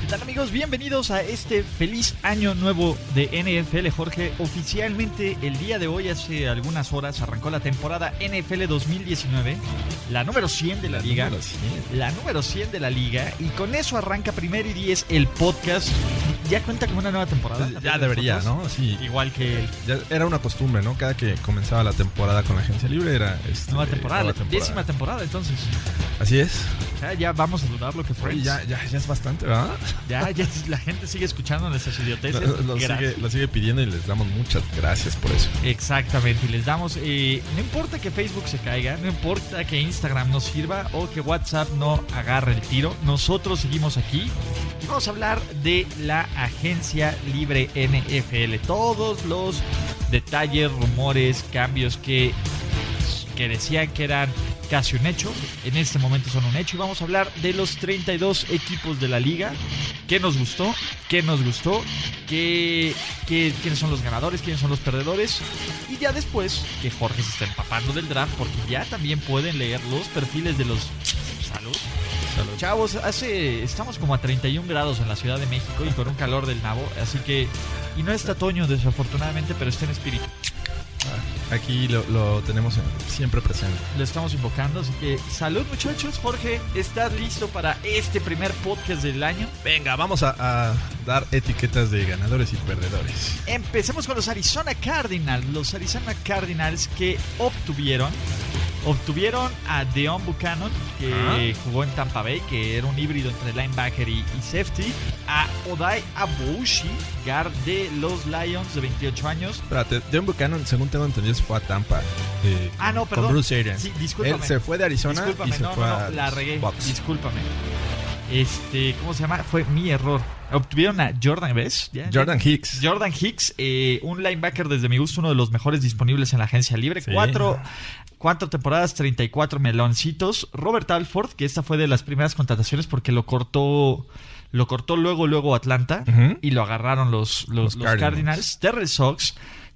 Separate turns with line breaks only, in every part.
¿Qué tal amigos? Bienvenidos a este feliz año nuevo de NFL Jorge. Oficialmente el día de hoy, hace algunas horas, arrancó la temporada NFL 2019, la número 100 de la, liga. La número 100 de la liga. Y con eso arranca primero y 10 el podcast. ¿Ya cuenta con una nueva temporada?
Pues, Ya debería, ¿no? Sí.
Igual que el-
Ya era una costumbre, ¿no? Cada que comenzaba la temporada con la agencia libre era este,
nueva temporada,
nueva
la décima temporada entonces.
Así es.
O sea, ya vamos a dudar lo que fue.
Oye,
Ya,
ya, ya, ya es bastante, ¿verdad?
ya la gente sigue escuchando nuestras idioteces.
Lo, lo
Gracias.
sigue, lo sigue pidiendo y les damos muchas gracias por eso.
Exactamente, y les damos, eh, no importa que Facebook se caiga, no importa que Instagram no sirva o que WhatsApp no agarre el tiro, nosotros seguimos aquí y vamos a hablar de la agencia libre NFL, todos los detalles, rumores, cambios que, que decían que eran casi un hecho, en este momento son un hecho y vamos a hablar de los 32 equipos de la liga, qué nos gustó, qué nos gustó, qué, qué- quiénes son los ganadores, quiénes son los perdedores. Y ya después que Jorge se está empapando del draft, porque ya también pueden leer los perfiles de los. Salud. Chavos, hace. Estamos como a 31 grados en la Ciudad de México y con un calor del nabo, así que. Y no está Toño, desafortunadamente, pero está en espíritu.
Aquí lo, lo tenemos en- siempre presente.
Lo estamos invocando, así que salud, muchachos. Jorge, ¿estás listo para este primer podcast del año?
Venga, vamos a, a dar etiquetas de ganadores y perdedores.
Empecemos con los Arizona Cardinals. Los Arizona Cardinals que obtuvieron. Obtuvieron a Deon Buchanan, que
Ajá.
jugó en Tampa Bay, que era un híbrido entre linebacker y, y safety. A Odai Abushi, guard de los Lions de 28 años.
Espérate, John Buchanan, según tengo entendido, se fue a Tampa. eh,
Ah, no,
con
perdón.
Bruce Arians.
Sí,
Él
discúlpame.
se fue de Arizona y
Discúlpame,
se
no,
fue
no,
a
no, la regué.
Bucks.
Discúlpame. Este, ¿cómo se llama? Fue mi error. Obtuvieron a Jordan, ¿ves? Ya, ya.
Jordan Hicks.
Jordan Hicks, eh, un linebacker desde mi gusto, uno de los mejores disponibles en la agencia libre.
Sí.
Cuatro, cuatro temporadas, 34 meloncitos. Robert Alford, que esta fue de las primeras contrataciones porque lo cortó. Lo cortó luego, luego Atlanta
Ujú.
y lo agarraron los, los,
Los
los
Cardinals.
Cardinals. Terrell Sox,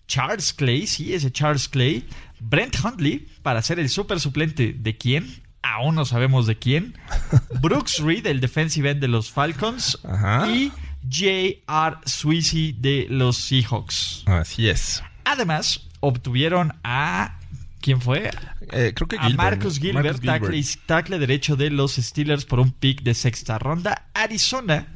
Charles Clay, sí, ese Charles Clay. Brent Huntley, para ser el super suplente de quién, aún no sabemos de quién. Brooks Reed, el defensive end de los Falcons.
Ajá.
Y J.R. Sweezy de los Seahawks.
Así es.
Además, obtuvieron a. ¿Quién fue?
Eh, creo que
A
Gilbert,
Marcus
¿no?
Gilbert,
Marcus
Tackle, tackle derecho de los Steelers por un pick de sexta ronda. Arizona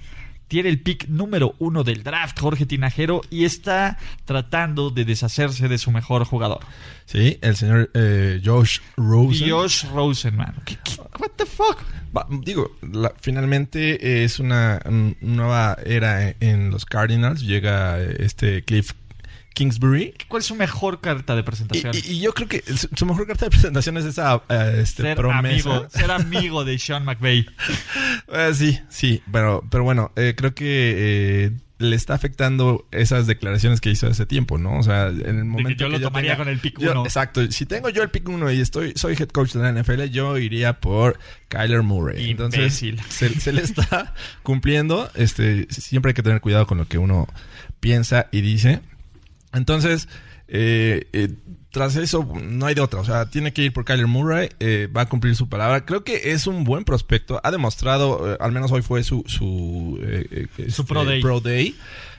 tiene el pick número uno del draft, Jorge Tinajero, y está tratando de deshacerse de su mejor jugador,
Sí, el señor eh, Josh Rosen.
Josh Rosen, man. ¿Qué- qué- What the fuck?
Va, digo, la- finalmente eh, es una mm, nueva era en, en los Cardinals. Llega eh, este Cliff Kingsbury.
¿Cuál es su mejor carta de
Y,
presentación?
y- y yo creo que su, su mejor carta de presentación es esa eh, este,
ser
promesa.
amigo, ser amigo de Sean McVay.
Eh, sí, sí, pero, pero bueno, eh, creo que eh, le está afectando esas declaraciones que hizo hace tiempo, ¿no? O sea, en el momento.
yo lo tomaría con el pick
yo-
uno.
Exacto. Si tengo yo el pick 1 y estoy, soy head coach de la NFL, yo iría por Kyler Murray.
Imbécil.
Entonces, se, se le está cumpliendo. Este, siempre hay que tener cuidado con lo que uno piensa y dice. Entonces, eh, eh, tras eso, no hay de otra. O sea, tiene que ir por Kyler Murray. eh, va a cumplir su palabra. Creo que es un buen prospecto. Ha demostrado, eh, al menos hoy fue su, su, eh, eh,
Su pro day.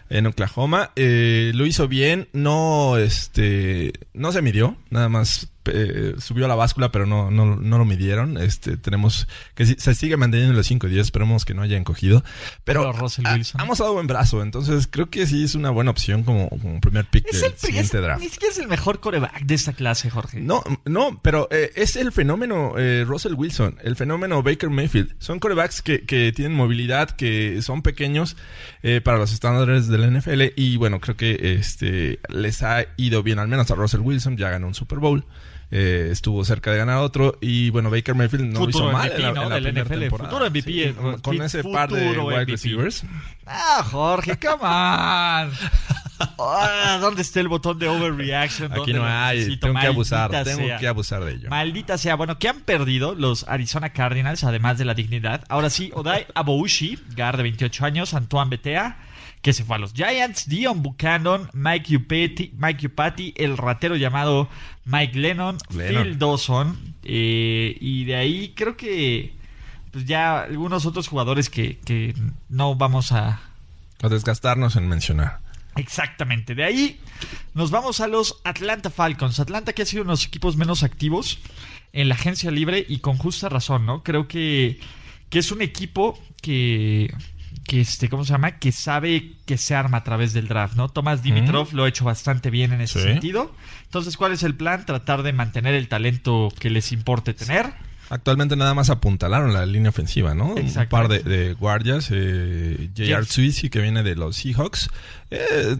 en Oklahoma. Eh, lo hizo bien. No, este, no se midió. Nada más eh, subió a la báscula, pero no, no, no lo midieron. Este, tenemos que si- se sigue manteniendo los 5 y 10. Esperemos que no haya encogido. Pero,
Pero Russell
ha-
Wilson.
ha mostrado buen brazo. Entonces, creo que sí es una buena opción como, como primer pick
Es
del
el, es,
siguiente draft.
ni siquiera es el mejor coreback de esta clase, Jorge.
No, no, pero eh, es el fenómeno eh, Russell Wilson, el fenómeno Baker Mayfield. Son corebacks que, que tienen movilidad, que son pequeños eh, para los estándares de la NFL y bueno, creo que este les ha ido bien, al menos a Russell Wilson, ya ganó un Super Bowl. eh, estuvo cerca de ganar otro. Y bueno, Baker Mayfield no lo
Futuro
hizo mal
MVP,
en la,
¿no?
en la
Del
primera
NFL.
temporada.
Futuro MVP,
Sí,
eh,
con- con ese par de
futuro
wide
MVP.
receivers.
Ah, Jorge, come on. Ah, ¿Dónde está el botón de overreaction?
Aquí
¿Dónde
no
lo
hay.
necesito?
Tengo que
Maldita
abusar.
sea.
Tengo que abusar de ello.
Maldita sea. Bueno, ¿qué han perdido los Arizona Cardinals, además de la dignidad? Ahora sí, Odai Aboushi, guard de 28 años, Antoine Betea, que se fue a los Giants, Dion Buchanan, Mike Upati, Mike Upati, el ratero llamado Mike Lennon,
Lennon.
Phil Dawson, eh, y de ahí creo que pues, ya algunos otros jugadores que, que no vamos a...
O desgastarnos en mencionar.
Exactamente. De ahí nos vamos a los Atlanta Falcons. Atlanta que ha sido uno de los equipos menos activos en la agencia libre y con justa razón, ¿no? Creo que, que es un equipo que, que este, ¿cómo se llama? Que sabe que se arma a través del draft, ¿no? Tomás Dimitrov lo ha hecho bastante bien en ese
Sí.
sentido. Entonces, ¿cuál es el plan? Tratar de mantener el talento que les importe tener.
Actualmente nada más apuntalaron la línea ofensiva, ¿no? Un
Exacto.
par de, de guardias, eh, J.R.
James-
Swiss, que viene de los Seahawks. Eh,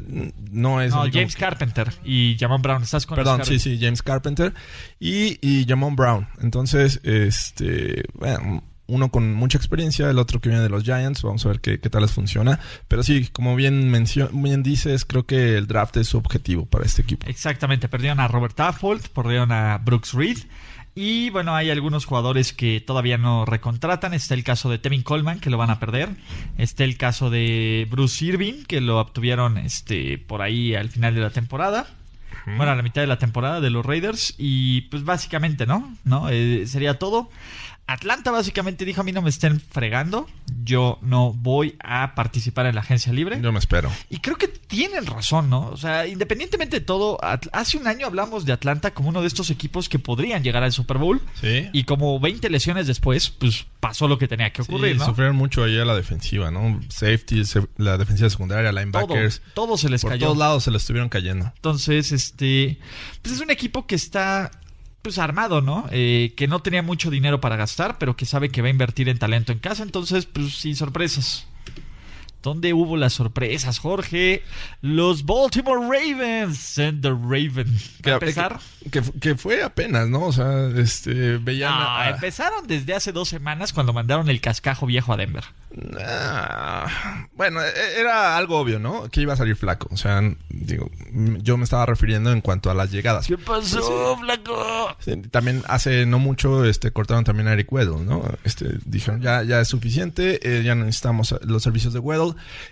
no es...
No,
así como
James
que-
Carpenter y Jamon Brown. ¿Estás con
Perdón,
los
sí,
Car-
sí, James Carpenter y, y Jamon Brown. Entonces, este, bueno, uno con mucha experiencia, el otro que viene de los Giants. Vamos a ver qué, qué tal les funciona. Pero sí, como bien, mencio- bien dices, creo que el draft es su objetivo para este equipo.
Exactamente, perdieron a Robert Tafford, perdieron a Brooks Reed. Y bueno, hay algunos jugadores que todavía no recontratan. Está el caso de Tevin Coleman, que lo van a perder. Está el caso de Bruce Irving, que lo obtuvieron este, por ahí al final de la temporada. Bueno, a la mitad de la temporada de los Raiders. Y pues básicamente, ¿no? ¿No? Eh, sería todo. Atlanta básicamente dijo: A mí no me estén fregando. Yo no voy a participar en la agencia libre.
Yo me espero.
Y creo que tienen razón, ¿no? O sea, independientemente de todo, At- hace un año hablamos de Atlanta como uno de estos equipos que podrían llegar al Super Bowl.
Sí.
Y como 20 lesiones después, pues pasó lo que tenía que ocurrir,
Sí,
¿no?
Sufrieron mucho allá la defensiva, ¿no? Safety, se- la defensiva secundaria,
Todo,
linebackers.
todo se les
Por
cayó.
todos lados se le estuvieron cayendo.
Entonces, este, pues es un equipo que está pues armado, ¿no? Eh, que no tenía mucho dinero para gastar, pero que sabe que va a invertir en talento en casa, entonces, pues sin sorpresas. ¿Dónde hubo las sorpresas, Jorge? Los Baltimore Ravens and the Raven. Para empezar,
Que, que- que fue apenas, ¿no? O sea, este, veían...
no,
a-
empezaron desde hace dos semanas cuando mandaron el cascajo viejo a Denver.
Ah, bueno, e- era algo obvio, ¿no? Que iba a salir flaco. O sea, n- digo, m- yo me estaba refiriendo en cuanto a las llegadas.
¿Qué pasó, flaco?
Sí, Eh, También hace no mucho este, cortaron también a Eric Weddle, ¿no? Este, dijeron, ya, ya es suficiente, eh, ya no necesitamos los servicios de Weddle.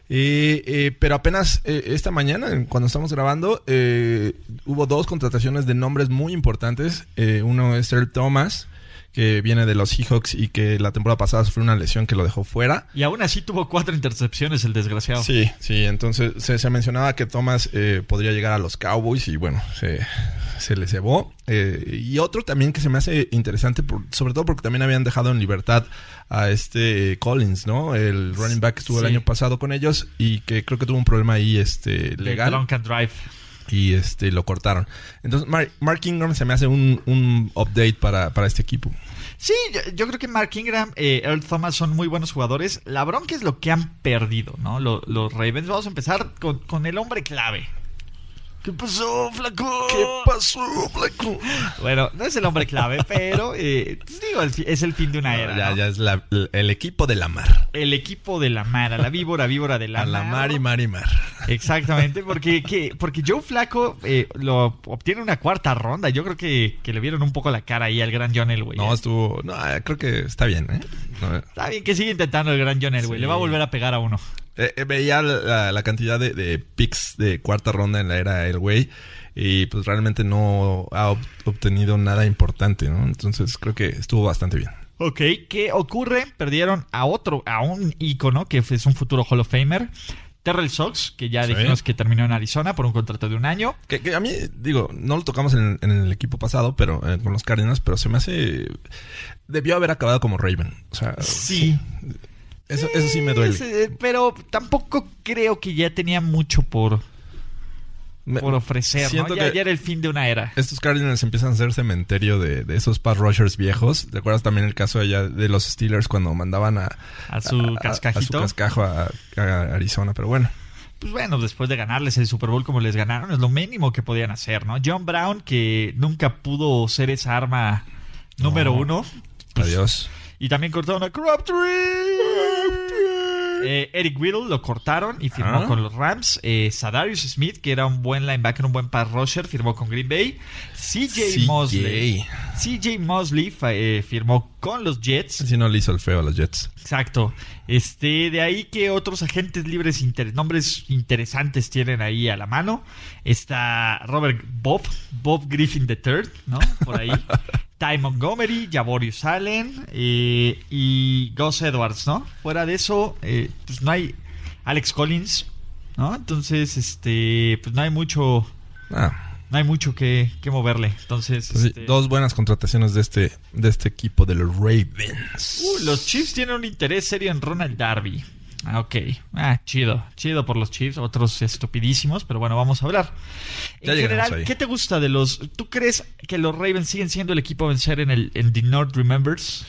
Eh, eh, pero apenas eh, esta mañana, en- cuando estamos grabando, eh, hubo dos contrataciones de nombres muy importantes. Eh, uno es Earl Thomas, que viene de los Seahawks y que la temporada pasada sufrió una lesión que lo dejó fuera.
Y aún así tuvo cuatro intercepciones el desgraciado.
Sí, sí, entonces se, se mencionaba que Thomas eh, podría llegar a los Cowboys y bueno, se, se le cebó. Eh, y otro también que se me hace interesante, por- sobre todo porque también habían dejado en libertad a este eh, Collins, ¿no? El running back que estuvo el
Sí.
año pasado con ellos y que creo que tuvo un problema ahí este, legal
Drunk and Drive.
y este lo cortaron. Entonces Mar- Mark Ingram se me hace un, un update para, para este equipo.
Sí, yo, yo creo que Mark Ingram, eh, Earl Thomas son muy buenos jugadores. La bronca es lo que han perdido, ¿no? Lo- los Ravens. Vamos a empezar con, con el hombre clave. ¿Qué pasó, flaco?
pasó, Blanco?
Bueno, no es el hombre clave, pero eh, pues digo, el fi- es el fin de una era.
Ya,
¿no?
ya es la- el equipo de la mar.
El equipo de la Mara, la víbora, víbora de la
A la mar y mar y mar.
Exactamente, porque, que- porque Joe Flaco eh, lo obtiene una cuarta ronda. Yo creo que, que le vieron un poco la cara ahí al gran John Elway.
No,
¿eh?
estuvo. No, eh, creo que está bien, ¿eh? No, eh,
Está bien que sigue intentando el gran John Elway.
Sí.
Le va a volver a pegar a uno.
eh, veía la, la cantidad de, de picks de cuarta ronda en la era El güey. Y pues realmente no ha ob- obtenido nada importante, ¿no? Entonces creo que estuvo bastante bien.
Ok, ¿qué ocurre? Perdieron a otro, a un ícono que es un futuro Hall of Famer. Terrell Sox, que ya
Sí.
dijimos que terminó en Arizona por un contrato de un año.
Que, que a mí, digo, no lo tocamos en, en el equipo pasado, pero eh, con los Cardinals, pero se me hace. Debió haber acabado como Raven. O sea,
Sí.
Oh, eso, eso sí me duele.
Sí, pero tampoco creo que ya tenía mucho por,
Me-
por ofrecer. ¿no?
siento
Ya,
que-
ya era el fin de una era.
Estos Cardinals empiezan a ser cementerio de, de esos pass rushers viejos. ¿Te acuerdas también el caso allá de los Steelers cuando mandaban a,
A su
a- a-
cascajito.
A, su cascajo a, a Arizona, pero bueno.
pues bueno, después de ganarles el Super Bowl como les ganaron, es lo mínimo que podían hacer, ¿no? John Brown, que nunca pudo ser esa arma número
No.
uno. pues,
Adiós.
Y también cortaron a Crabtree. Eh, Eric Whittle lo cortaron y firmó
Ah.
con los Rams. Eh, Sadarius Smith, que era un buen linebacker, un buen pass rusher, firmó con Green Bay. CJ
CJ.
Mosley. CJ Mosley fa- eh, firmó con los Jets.
Si no le hizo el feo a los Jets.
Exacto. Este, de ahí que otros agentes libres, inter- nombres interesantes tienen ahí a la mano. Está Robert Bob, Bob Griffin III, ¿no? Por ahí. Ty Montgomery, Javorius Allen eh, y Gus Edwards, ¿no? Fuera de eso, eh, pues no hay Alex Collins, ¿no? Entonces, este, pues no hay mucho,
Ah,
no hay mucho que, que moverle. Entonces,
entonces,
este,
Pues dos buenas contrataciones de este, de este equipo de los Ravens.
Uh, los Chiefs tienen un interés serio en Ronald Darby. Ah, ok. Ah, chido. Chido por los Chiefs. Otros estupidísimos, pero bueno, vamos a hablar.
Ya
en
llegaremos
general,
ahí.
¿qué te gusta de los... ¿Tú crees que los Ravens siguen siendo el equipo a vencer en, el, en The North Remembers?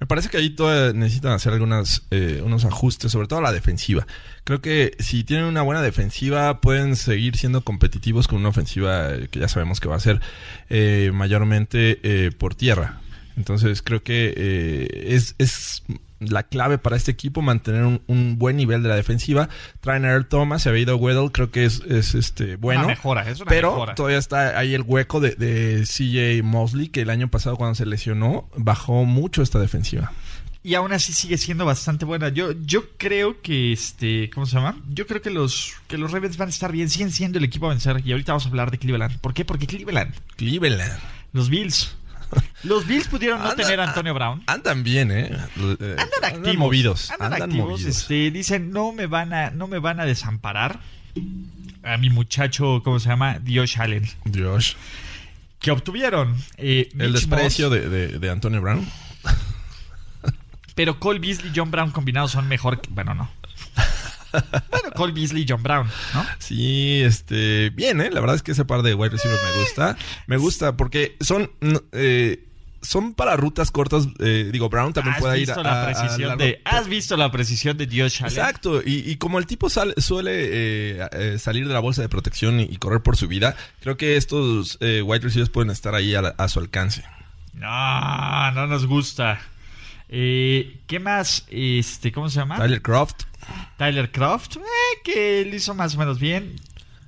Me parece que ahí todavía necesitan hacer algunas, eh, unos ajustes, sobre todo a la defensiva. Creo que si tienen una buena defensiva, pueden seguir siendo competitivos con una ofensiva eh, que ya sabemos que va a ser eh, mayormente eh, por tierra. Entonces creo que eh, es, es la clave para este equipo mantener un, un buen nivel de la defensiva. Traen a Earl Thomas, se había ido Weddle, creo que es, es, este bueno.
Una mejora, es una
Pero
mejora.
todavía está ahí el hueco de, de CJ Mosley, que el año pasado cuando se lesionó bajó mucho esta defensiva.
Y aún así sigue siendo bastante buena. Yo, yo creo que este, ¿cómo se llama? Yo creo que los, que los Ravens van a estar bien, siguen siendo el equipo a vencer. Y ahorita vamos a hablar de Cleveland. ¿Por qué? Porque Cleveland,
Cleveland.
los Bills. Los Bills pudieron no
Anda- ah,
tener a Antonio Brown.
Andan bien, ¿eh? L- eh,
andan activos
movidos.
andan, activos este, dicen no me van a no me van a desamparar a mi muchacho cómo se llama Dios Allen
Dios.
que obtuvieron eh,
El
Mitch
desprecio
Moss,
de, de- de Antonio Brown.
pero Cole Beasley y John Brown combinados son mejor que- bueno no bueno Cole Beasley y John Brown no
Sí, este. Bien, ¿eh? La verdad es que ese par de wide receivers me gusta. Me gusta porque son. no, eh, son para rutas cortas. eh, digo, Brown también
has
puede ir
visto
a.
la
a- a
precisión
largo-
de has visto la precisión de Dios Allen
Exacto, y, y como el tipo sal- suele eh, eh, salir de la bolsa de protección y, y correr por su vida, creo que estos eh, wide receivers pueden estar ahí a, la- a su alcance.
no no nos gusta Eh, qué más este cómo se llama
Tyler Croft,
Tyler Croft, eh, que lo hizo más o menos bien.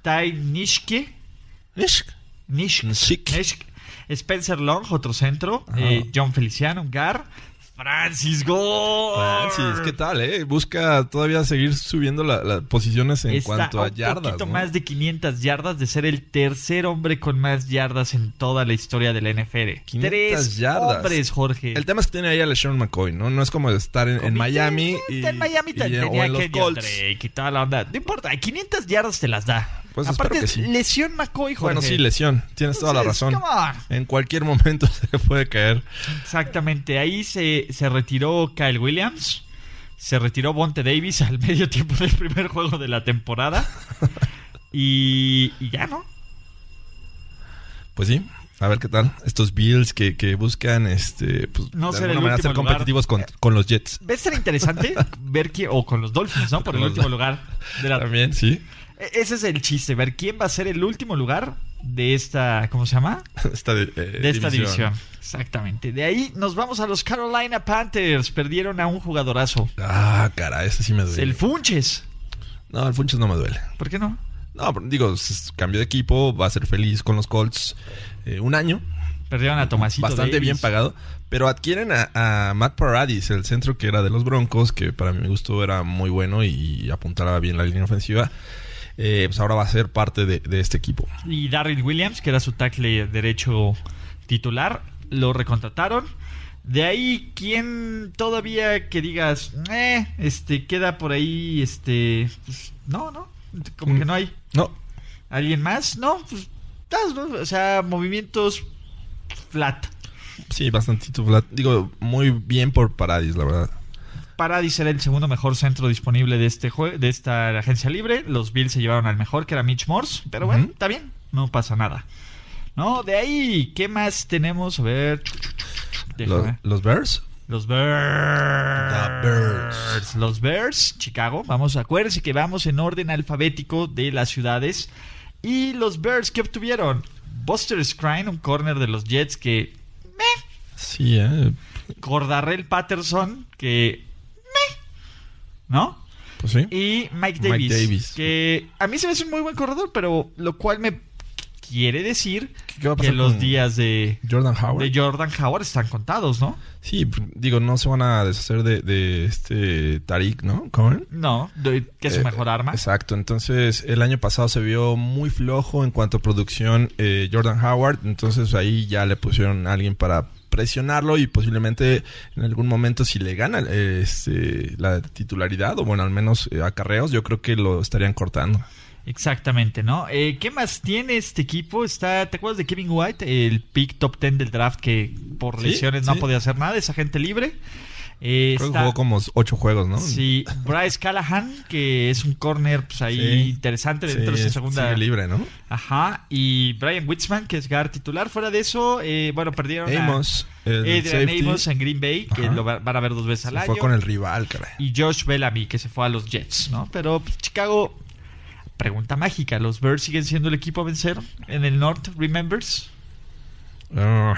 Ty Nishke. Nishke.
Nishke.
Nishke. Spencer Long, otro centro.
Ajá.
Eh, John Feliciano, un Gar. Francis Gore.
Francis, ¿qué tal? Eh? Busca todavía seguir subiendo la- las posiciones en
Está
cuanto
a
a
un
yardas.
poquito
¿no?
más de 500 yardas de ser el tercer hombre con más yardas en toda la historia de la NFL.
500
Tres
yardas.
hombres, Jorge.
El tema es que tiene ahí a LeSean McCoy, ¿no? No es como estar en, en Miami. Y,
en Miami
y-
también
o
tenía
en los
que
Colts.
Drake y toda la onda. No importa, 500 yardas te las da.
Pues espero
Aparte,
que sí.
lesión McCoy, Jorge.
Bueno, sí, lesión. Tienes toda la
Entonces,
razón.
come
En cualquier momento se puede caer.
on. Exactamente, ahí se, se retiró Kyle Williams, se retiró Bonte Davis al medio tiempo del primer juego de la temporada. Y, y ya, ¿no?
Pues sí, a ver qué tal. Estos Bills que, que buscan este, pues,
No
de
ser el
alguna manera
último
ser competitivos con, con los Jets.
Va a ser interesante ver quién, o con los Dolphins, ¿no? Por el
Con los
último
Dol-
lugar de la
También, sí.
E- Ese es el chiste, ver quién va a ser el último lugar de esta, ¿cómo se llama?
Esta di- eh,
De esta división. Exactamente. De ahí nos vamos a los Carolina Panthers. Perdieron a un jugadorazo.
Ah, cara, este sí me duele.
El Funches.
No, el Funches no me duele.
¿Por qué no?
No, pero digo, s- cambió de equipo, va a ser feliz con los Colts eh, un año,
Perdieron a Tomasito
bastante bien
Davis.
pagado, pero adquieren a, a Matt Paradis, el centro que era de los Broncos, que para mi gusto era muy bueno y, apuntaba bien la línea ofensiva. Eh, pues ahora va a ser parte de, de este equipo.
Y Darryl Williams, que era su tackle derecho titular, lo recontrataron. De ahí, ¿quién todavía que digas, eh, este, queda por ahí, este, pues, no, no, como que no hay
No,
alguien más, no, pues, tas, ¿no? o sea, movimientos flat.
sí, bastante Digo, muy bien por Paradis, la verdad.
Paradis era el segundo mejor centro disponible de este jue- de esta agencia libre. Los Bills se llevaron al mejor, que era Mitch Morse. Pero bueno,
Ujú.
está bien, no pasa nada. No, de ahí, ¿qué más tenemos? A ver. chu, chu, chu, chu,
Los,
déjame.
los Bears.
Los, Los Bears. Bears. Los Bears, Chicago. Vamos, acuérdense que vamos en orden alfabético de las ciudades. Y los Bears que obtuvieron Buster Scrine, un corner de los Jets que. Meh.
Sí, ¿eh?
Cordarrell Patterson, que. Meh. ¿No?
Pues sí.
Y Mike
Mike
Davis,
Davis.
Que a mí se me hace un muy buen corredor, pero lo cual me quiere decir
qué va a
que
pasar
los
con
días de,
Jordan Howard.
de Jordan Howard están contados, ¿no?
Sí, digo, no se van a deshacer de, de este Tariq, ¿no? Cohen.
No, de- que es su
Eh,
mejor arma.
Exacto. Entonces, el año pasado se vio muy flojo en cuanto a producción eh, Jordan Howard. Entonces, ahí ya le pusieron a alguien para presionarlo y posiblemente en algún momento si le gana eh, este, la titularidad o bueno al menos eh, acarreos yo creo que lo estarían cortando
Exactamente, ¿no? Eh, ¿Qué más tiene este equipo? Está, ¿Te acuerdas de Kevin White? El pick top 10 del draft que por
Sí,
lesiones no
sí.
podía hacer nada, esa gente libre. Eh,
creo que
está-
jugó como ocho juegos no
Sí, Bryce Callahan, que es un corner pues, ahí
Sí.
interesante
Sí,
dentro de su segunda
sigue libre no
Ajá, y Brian Witzman, que es guard titular. Fuera de eso, eh, bueno, perdieron
Amos
a
el
Adrian
safety,
Amos en Green Bay, que
Ajá.
lo va- van a ver dos veces
se
al año.
fue con el rival caray
Y Josh Bellamy, que se fue a los Jets, ¿no? Pero pues, Chicago, pregunta mágica, ¿los Bears siguen siendo el equipo a vencer en el norte? ¿Remembers?
Ah,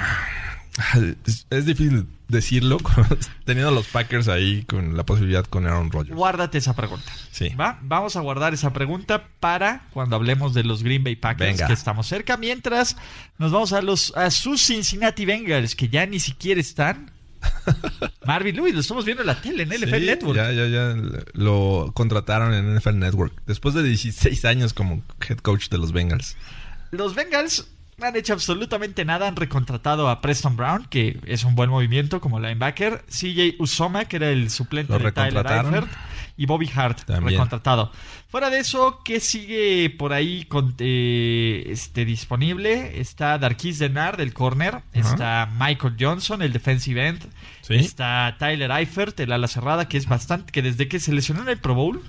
es, es difícil decirlo teniendo a los Packers ahí con la posibilidad con Aaron Rodgers.
Guárdate esa pregunta.
Sí.
¿va? Vamos a guardar esa pregunta para cuando hablemos de los Green Bay Packers,
Venga.
que estamos cerca. Mientras, nos vamos a los a sus Cincinnati Bengals, que ya ni siquiera están. Marvin Lewis, lo estamos viendo en la tele, en NFL
Sí,
Network.
Ya, ya, ya lo contrataron en NFL Network después de 16 años como head coach de los Bengals.
Los Bengals no han hecho absolutamente nada. Han recontratado a Preston Brown, que es un buen movimiento como linebacker. CJ Usoma, que era el suplente
Lo
de Tyler
recontrataron.
Eifert. Y Bobby Hart,
También.
recontratado. Fuera de eso, ¿qué sigue por ahí con- eh, este, disponible? Está Darquis Denard, el corner. Está Michael Johnson, el defensive end.
Sí.
Está Tyler Eifert, el ala cerrada, que es bastante... Que desde que se lesionó en el Pro Bowl...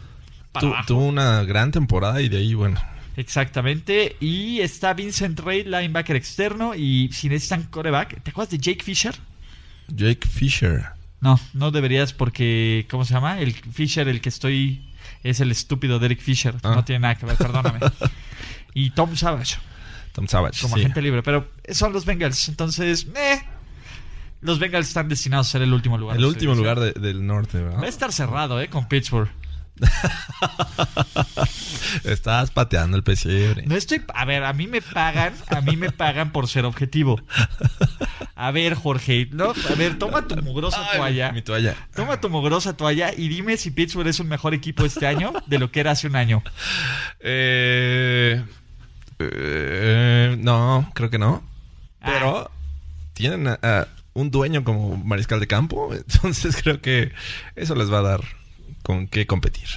para
Tu-
abajo.
tuvo una gran temporada y de ahí, bueno,
Exactamente. Y está Vincent Ray, linebacker externo. Y si necesitan coreback, ¿te acuerdas de Jake Fisher?
Jake Fisher.
No, no deberías porque, ¿cómo se llama? El Fisher, el que estoy, es el estúpido Derek Fisher.
Ah.
No tiene nada que ver, perdóname. y Tom Savage,
Tom Savage.
como
sí.
agente libre. Pero son los Bengals. Entonces, eh, los Bengals están destinados a ser el último lugar.
El
de su
último
división.
lugar de- del norte, ¿verdad?
Va a estar cerrado, ¿eh? Con Pittsburgh.
Estás pateando el pesebre.
No estoy. A ver, a mí me pagan, a mí me pagan por ser objetivo. A ver, Jorge, no, a ver, toma tu mugrosa
Ay,
toalla.
Mi toalla.
Toma tu mugrosa toalla y dime si Pittsburgh es un mejor equipo este año de lo que era hace un año.
Eh, eh, no, creo que no.
Ah.
Pero tienen a- a un dueño como mariscal de campo, entonces creo que eso les va a dar con qué competir.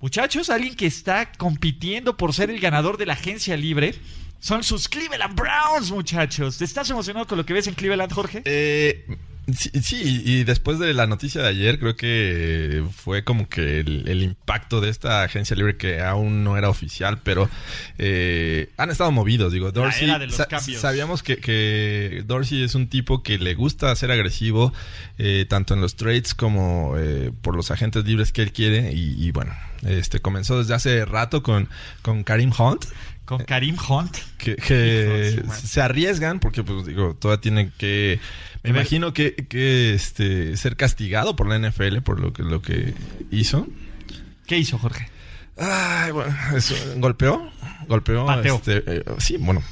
Muchachos, alguien que está compitiendo por ser el ganador de la agencia libre son sus Cleveland Browns, muchachos. ¿Te estás emocionado con lo que ves en Cleveland, Jorge?
Eh, sí, sí, y después de la noticia de ayer, creo que fue como que el, el impacto de esta agencia libre que aún no era oficial, pero eh, han estado movidos. Digo, Dorsey.
era de los cambios.
Sabíamos que, que Dorsey es un tipo que le gusta ser agresivo, eh, tanto en los trades como eh, por los agentes libres que él quiere. Y, y bueno, este comenzó desde hace rato con, con Karim Hunt
Con Karim Hunt.
que, que
Hijo de su madre.
se arriesgan porque pues digo todavía tienen que me
A ver.
imagino que, que, este ser castigado por la NFL por lo que lo que hizo
¿Qué hizo, Jorge?
Ay, bueno, eso, golpeó golpeó
Pateó.
este, eh, sí bueno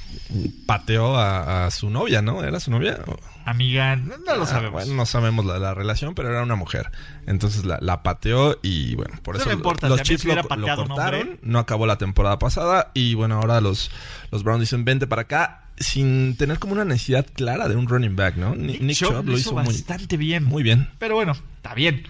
pateó a, a su novia no era su novia
Amiga, no, no lo
Ah,
sabemos.
bueno, no sabemos la, la relación pero era una mujer entonces la, la pateó y bueno por
No
eso
me importa, si
los
a mí
Chiefs
me
lo,
hubiera
lo
pateado un
cortaron
hombre.
no acabó la temporada pasada y bueno ahora los los Browns dicen vente para acá sin tener como una necesidad clara de un running back no Ni-
Nick
Nick,
Chubb
Chubb lo hizo muy,
bastante bien.
muy bien
Pero bueno, está bien.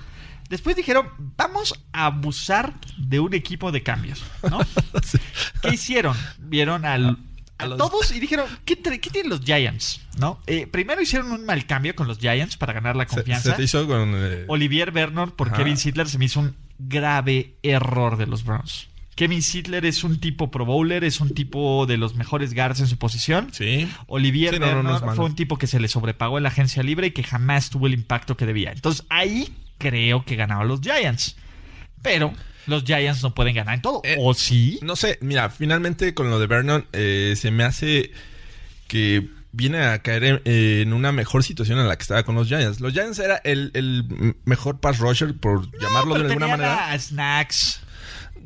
Después dijeron, vamos a abusar de un equipo de cambios, ¿no?
Sí.
¿Qué hicieron? Vieron al,
A-
a,
a los-
todos y dijeron, ¿qué, tra- qué tienen los Giants? ¿No? Eh, primero hicieron un mal cambio con los Giants para ganar la
se,
confianza.
se te hizo con eh,
Olivier Vernon por
Ajá.
Kevin Sittler se me hizo un grave error de los Browns. Kevin Sittler es un tipo pro bowler, es un tipo de los mejores guards en su posición.
Sí.
Olivier
Sí, no, no, no
Bernard
es malo.
fue un tipo que se le sobrepagó en la agencia libre y que jamás tuvo el impacto que debía. Entonces ahí creo que ganaban los Giants. Pero los Giants no pueden ganar en todo.
Eh,
¿O sí?
No sé, mira, finalmente con lo de Vernon eh, se me hace que viene a caer en, en una mejor situación en la que estaba con los Giants. Los Giants era el, el mejor pass rusher, por llamarlo
Pero
de alguna
tenían
manera.
a Snacks.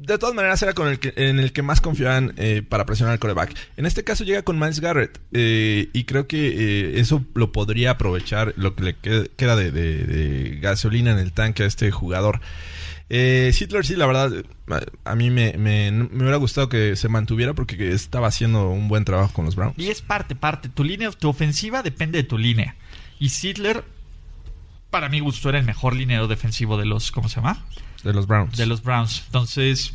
De todas maneras, era con el que, en el que más confiaban eh, para presionar al coreback. En este caso llega con Miles Garrett. eh, y creo que eh, eso lo podría aprovechar lo que le que- queda de, de- de gasolina en el tanque a este jugador. Eh, Sittler, sí, la verdad, eh, a mí me, me- me hubiera gustado que se mantuviera porque estaba haciendo un buen trabajo con los Browns.
Y es parte, parte. Tu línea, tu ofensiva depende de tu línea. Y Sittler, para mi gusto, era el mejor linero defensivo de los, ¿cómo se llama?
De los Browns.
De los Browns. Entonces,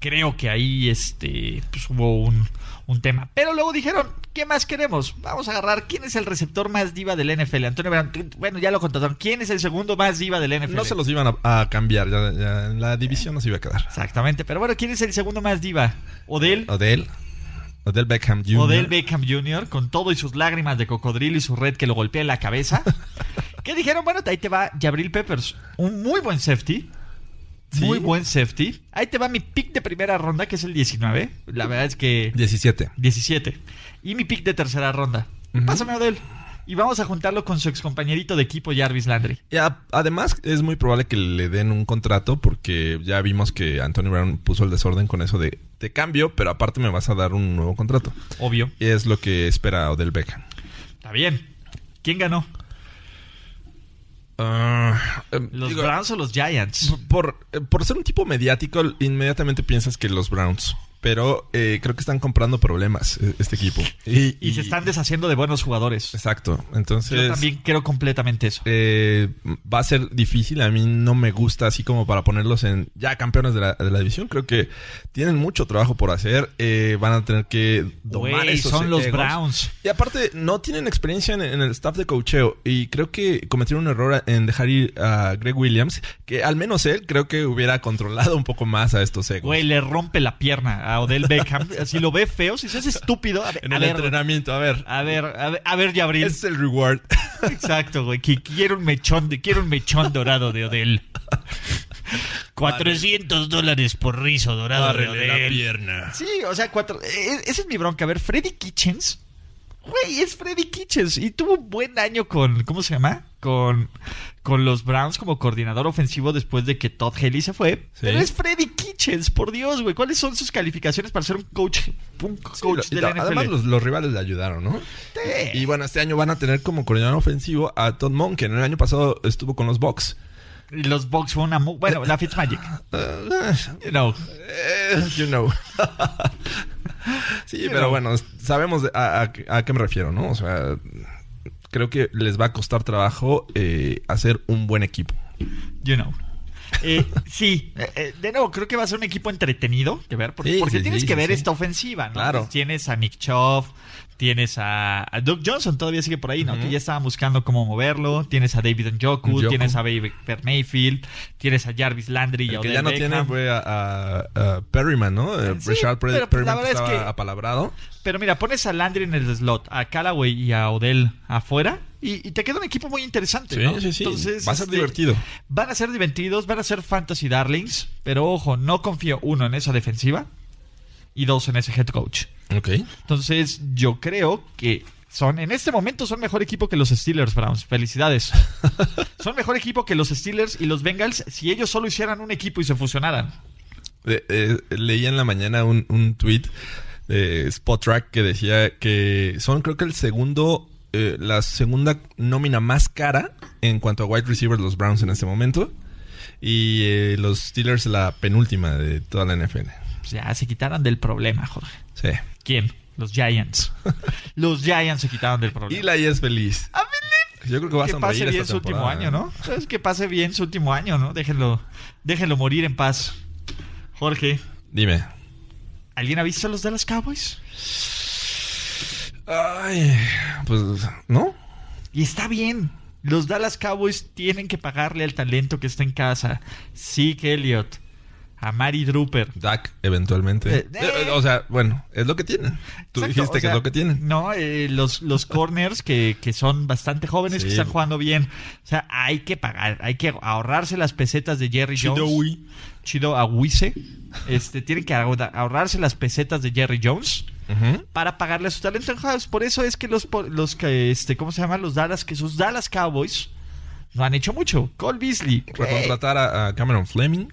creo que ahí este, pues, hubo un, un tema. Pero luego dijeron, ¿qué más queremos? Vamos a agarrar, ¿quién es el receptor más diva del NFL? Antonio Brown, bueno, ya lo contrataron. ¿Quién es el segundo más diva del NFL?
no se los iban a, a cambiar. ya- ya en la división no se iba a quedar.
Exactamente, pero bueno, ¿quién es el segundo más diva? Odell.
Odell. Odell Beckham Jr.
Odell Beckham Jr. con todo y sus lágrimas de cocodrilo y su red que lo golpea en la cabeza. que dijeron, bueno, ahí te va Jabril Peppers, un muy buen safety.
Sí.
Muy buen safety. Ahí te va mi pick de primera ronda, que es el 19. La verdad es que
17.
17. Y mi pick de tercera ronda. Pásame a Odell. Y vamos a juntarlo con su excompañerito de equipo, Jarvis Landry.
Y a- además es muy probable que le den un contrato porque ya vimos que Anthony Brown puso el desorden con eso de te cambio, pero aparte me vas a dar un nuevo contrato.
Obvio.
Y es lo que espera Odell Beckham.
Está bien. ¿Quién ganó?
Ah, eh,
¿Los
digo,
Browns o los Giants?
por, eh, por ser un tipo mediático, inmediatamente piensas que los Browns. Pero eh, creo que están comprando problemas eh, este equipo. Y,
Y, se
y-
están deshaciendo de buenos jugadores.
Exacto.
Yo
Entonces...
también creo completamente eso.
eh, va a ser difícil. A mí no me gusta así como para ponerlos en ya campeones de la, de la división. Creo que tienen mucho trabajo por hacer. Eh, van a tener que domar
Güey,
esos eh,
son los
egos.
Browns.
Y aparte, no tienen experiencia en, en el staff de cocheo. Y creo que cometieron un error en dejar ir a Greg Williams. Que al menos él creo que hubiera controlado un poco más a estos egos.
Güey, le rompe la pierna a Odell Beckham. si lo ve feo, si se hace estúpido. A ver,
en
a
el
ver,
entrenamiento, a ver.
a ver, a ver, a ver, Yabril.
Ese es el reward.
Exacto, güey. Que quiero un mechón, de, quiero un mechón dorado de Odell. 400 dólares por rizo dorado
Agárrenle
de Odell.
pierna.
Sí, o sea, cuatro. e- Esa es mi bronca. A ver, Freddy Kitchens. Güey, es Freddy Kitchens. Y tuvo un buen año con. ¿Cómo se llama? Con, con los Browns como coordinador ofensivo después de que Todd Haley se fue.
Sí.
Pero es Freddy Kitchens, por Dios, güey. ¿Cuáles son sus calificaciones para ser un coach, un
Sí,
coach
lo-
de
y
la
lo-
NFL?
Además, los, los rivales le ayudaron, ¿no?
Sí.
Y bueno, este año van a tener como coordinador ofensivo a Todd Monken. El año pasado estuvo con los Bucks.
Y Los Bucks fue una. mu- Bueno, la Fitzmagic.
Eh, eh,
You know.
eh, you know. sí,
You
pero
know.
bueno, sabemos de- a, a qué- a qué me refiero, ¿no? O sea, creo que les va a costar trabajo eh, hacer un buen equipo.
You know. Eh, sí, eh, eh, de nuevo, creo que va a ser un equipo entretenido de ver, porque,
Sí,
porque
sí,
tienes
sí,
que
sí,
ver
sí.
esta ofensiva, ¿no?
Claro.
Tienes a Nick Choff, tienes a, a Doug Johnson, todavía sigue por ahí, ¿no? Que ya estaban buscando cómo moverlo, tienes a David Njoku,
Njoku.
tienes a Baby Mayfield, tienes a Jarvis Landry y
El
a
que
Odell
ya no tiene
Beckham.
pues, fue a, a- a Perryman, ¿no? Eh,
Sí,
Rashard Per-
pero, pues, la
Perryman que
verdad es
estaba
que-
apalabrado.
Pero mira, pones a Landry en el slot, a Callaway y a Odell afuera, y, y te queda un equipo muy interesante,
Sí,
¿no?
sí, sí. va a ser
este,
divertido.
Van a ser divertidos, van a ser fantasy darlings, pero ojo, no confío, uno, en esa defensiva y dos, en ese head coach.
Ok.
Entonces, yo creo que son, en este momento, son mejor equipo que los Steelers, Browns. Felicidades. son mejor equipo que los Steelers y los Bengals si ellos solo hicieran un equipo y se fusionaran.
Eh, eh, leí en la mañana un, un tweet de Spotrack que decía que son creo que el segundo, eh, la segunda nómina más cara en cuanto a wide receivers los Browns en este momento. Y eh, los Steelers la penúltima de toda la NFL.
O sea, Pues se quitaran del problema, Jorge.
Sí.
¿Quién? Los Giants. los Giants se quitaron del problema.
Y la es feliz. Yo creo que va a
que pase
sonreír
bien
esta
su último
temporada. ¿eh?
año, ¿no? Entonces, que pase bien su último año, ¿no? Déjenlo, déjenlo morir en paz. Jorge,
Dime.
¿alguien ha visto a los Dallas Cowboys?
Ay, pues, ¿no?
Y está bien. Los Dallas Cowboys tienen que pagarle al talento que está en casa. Sí, que Elliott. a Mari Drooper.
Dak, eventualmente.
Eh, eh.
O sea, bueno, es lo que tienen. Tú
Exacto,
dijiste
o
que
sea,
es lo que tienen.
No, eh, los, los corners que, que son bastante jóvenes,
Sí.
que están jugando bien. O sea, hay que pagar, hay que ahorrarse las pesetas de Jerry Jones.
Chidoui.
Chido Awise. Este, tienen que ahor- ahorrarse las pesetas de Jerry Jones
Ujú.
para pagarle a su talento en House. Por eso es que los, po- los que, este, ¿cómo se llaman? Los Dallas, que sus Dallas Cowboys no han hecho mucho. Cole Beasley.
Recontratar a, a Cameron Fleming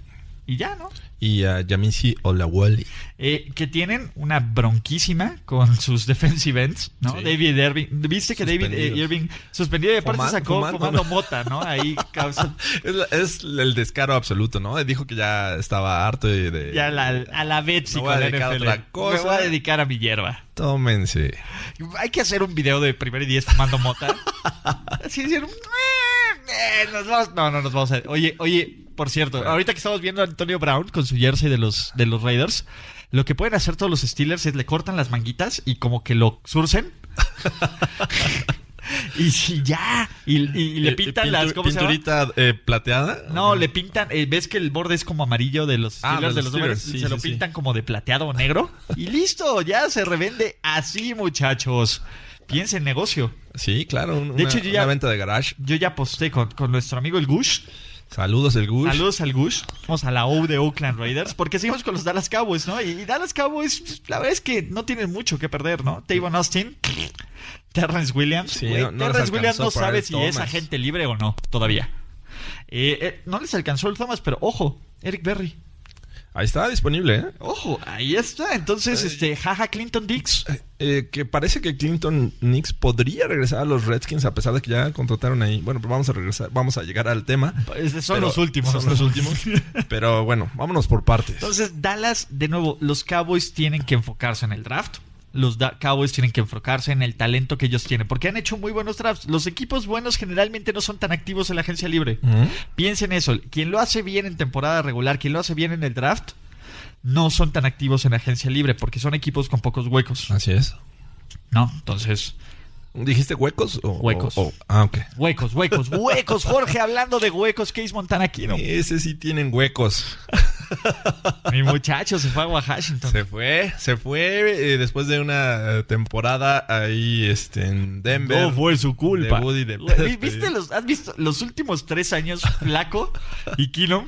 Y ya, ¿no?
y a Yamisi Olawale.
Eh, que tienen una bronquísima con sus defensive ends, ¿no?
Sí.
David Irving. ¿Viste que David eh,
Suspendidos.
Irving suspendido y aparte
Fuman-
sacó
fumando,
fumando
¿no?
mota, ¿no? Ahí causa.
Es, la- es el descaro absoluto, ¿no? Dijo que ya estaba harto de... de-
Ya la, a la Betsy
Me voy a
con la
dedicar a
NFL.
otra cosa.
Me voy a dedicar a mi hierba.
Tómense.
Hay que hacer un video de primer y diez fumando mota. Así hicieron. eh, nos vamos- No, no nos vamos a. Oye, oye, por cierto, ahorita que estamos viendo a Antonio Brown con su jersey de los, de los Raiders, lo que pueden hacer todos los Steelers es le cortan las manguitas y como que lo surcen. y si ya. Y, y- y le
Eh,
pintan
pintu-
las. ¿Cómo se llama?
pinturita, eh, plateada?
No, le pintan, eh, ves que el borde es como amarillo de los
Ah,
Steelers,
de
de
los
los, números,
Steelers, sí,
se lo
sí, sí.
pintan como de plateado o negro y listo, ya se revende así, muchachos. Piensen en negocio.
Sí, claro. un-
De
una,
hecho, yo ya-
una venta de garage.
Yo ya aposté con, con nuestro amigo el Gush.
Saludos, el Gush.
Saludos al Gush. Vamos a la O de Oakland Raiders porque seguimos con los Dallas Cowboys, ¿no? Y, y Dallas Cowboys, la verdad es que no tienen mucho que perder, ¿no? Tavon Austin, Terrence Williams.
Sí,
Güey,
no- no les
Terrence Williams
alcanzó
no
para
sabe
el
si es
Thomas.
agente libre o no todavía. Eh, eh, no les alcanzó el Thomas, pero ojo, Eric Berry.
Ahí está disponible, ¿eh?
Ojo, Oh, ahí está. Entonces, este, jaja Clinton Dix.
Eh, que parece que Clinton Nix podría regresar a los Redskins a pesar de que ya contrataron ahí. Bueno, pero vamos a regresar, vamos a llegar al tema.
Este, Son
Pero-
los últimos.
Son los últimos. pero bueno, vámonos por partes.
Entonces, Dallas, de nuevo, los Cowboys tienen que enfocarse en el draft. Los Da- Cowboys tienen que enfocarse en el talento que ellos tienen, porque han hecho muy buenos drafts. Los equipos buenos generalmente no son tan activos en la agencia libre.
Ujú.
Piensen eso. Quien lo hace bien en temporada regular, quien lo hace bien en el draft, no son tan activos en la agencia libre, porque son equipos con pocos huecos.
Así es.
No, entonces,
¿Dijiste huecos o
Huecos.
o- o- ah, ok.
huecos, huecos, huecos. Jorge, hablando de huecos, Case Montana aquí, ¿no?
Ese sí tienen huecos.
Mi muchacho se fue a Washington.
Se fue, se fue eh, después de una eh, temporada ahí este, en Denver.
su
de Woody de-
Güey, ¿Viste los, ¿Has visto los últimos tres años? Flaco y Kino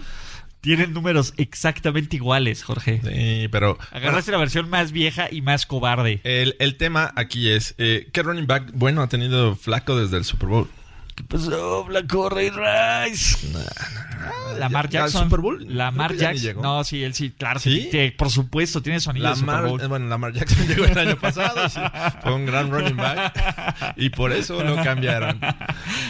tienen números exactamente iguales, Jorge.
Sí, pero
Agarraste la versión más vieja y más cobarde.
el, el tema aquí es, eh, ¿qué running back bueno ha tenido Flaco desde el Super Bowl?
¿Qué pasó, Flaco Ray Rice? Lamar
Ya, al
Jackson.
Super Bowl,
Lamar
creo que ya ni
Jackson.
llegó.
No, sí, él sí, claro.
¿Sí?
¿Sí? que por supuesto, tiene sonido de Super
Lamar,
Bowl.
eh, bueno, Lamar Jackson llegó el año pasado, sí, fue un gran running back y por eso lo cambiaron.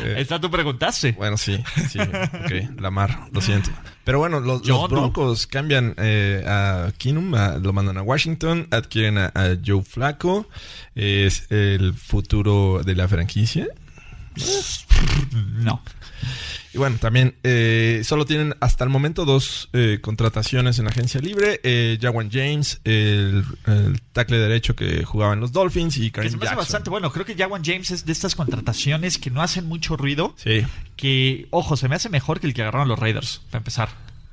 Eh,
Esta tú preguntaste.
bueno, sí, sí, ok, Lamar, lo siento. Pero bueno, los, los
John Doe.
Broncos cambian eh, a Keenum, a- lo mandan a Washington, adquieren a, a Joe Flaco, es el futuro de la franquicia.
No.
Y bueno, también eh, solo tienen hasta el momento dos eh, contrataciones en la agencia libre. Eh, Jawan James, el, el tackle derecho que jugaba en los Dolphins y
Que
Karim
se me hace
Jackson.
bastante bueno. Creo que Jawan James es de estas contrataciones que no hacen mucho ruido.
Sí.
que, ojo, se me hace mejor que el que agarraron los Raiders, para empezar.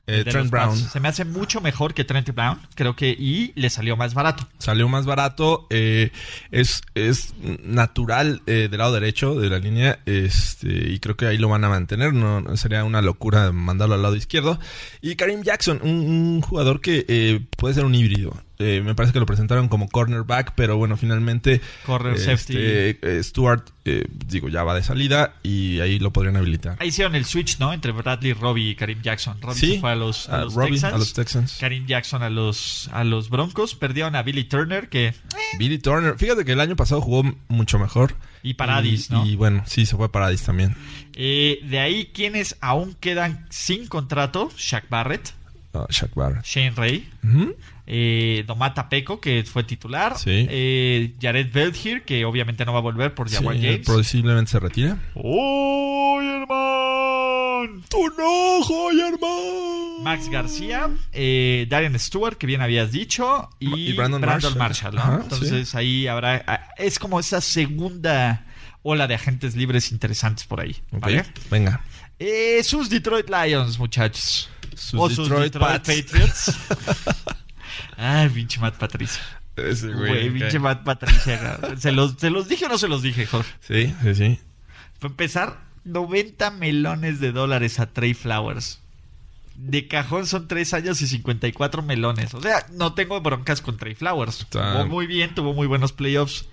Eh,
El de
Trent
los Browns.
Brown.
Se me hace mucho mejor que Trent Brown, creo que, y le salió más barato.
Salió más barato. eh, es, es natural eh, del lado derecho de la línea. Este, y creo que ahí lo van a mantener. No, no sería una locura mandarlo al lado izquierdo. Y Karim Jackson, un, un jugador que eh, puede ser un híbrido. Eh, me parece que lo presentaron como cornerback, pero bueno, finalmente
Corner safety.
Este, eh, Stuart, eh, digo, ya va de salida y ahí lo podrían habilitar.
Ahí hicieron el switch, ¿no? Entre Bradley, Robbie y Karim Jackson. Robbie
Sí,
se fue a los, a
Ah,
los
Robbie,
Texans.
a los Texans.
Karim Jackson a los, a los Broncos. Perdieron a Billy Turner, que.
Billy Turner, fíjate que el año pasado jugó mucho mejor.
Y Paradis,
Y-
¿no?
Y bueno, sí, se fue a Paradis también.
eh, de ahí, quienes aún quedan sin contrato: Shaq Barrett,
Ah, Shaq Barrett.
Shane Ray,
Ujú.
Eh, Domata Peco, que fue titular.
Sí.
Eh, Jared Belthier, que obviamente no va a volver por
Sí,
Jawan James.
posiblemente se retira.
¡Uy, hermano!
¡Tu no, joya, hermano!
Max García, eh, Darren Stewart, que bien habías dicho, y,
Y Brandon
Brandon, Marshall.
Marshall.
¿no?
Ajá,
Entonces ahí habrá. ah, Es como esa segunda ola de agentes libres interesantes por ahí. ¿vale?
Venga.
Eh, sus Detroit Lions, muchachos.
sus
o sus
Detroit,
Detroit
Pats.
Patriots. Ay, pinche Matt Patricia.
Ese güey,
Güey,
me
pinche
cae.
Matt Patricia. cabrón. ¿Se los, ¿Se los dije o no se los dije, Jorge?
Sí, sí, sí.
Para empezar, 90 melones de dólares a Trey Flowers. De cajón son 3 años y 54 melones. O sea, no tengo broncas con Trey Flowers.
Está-
Jugó muy bien, tuvo muy buenos playoffs.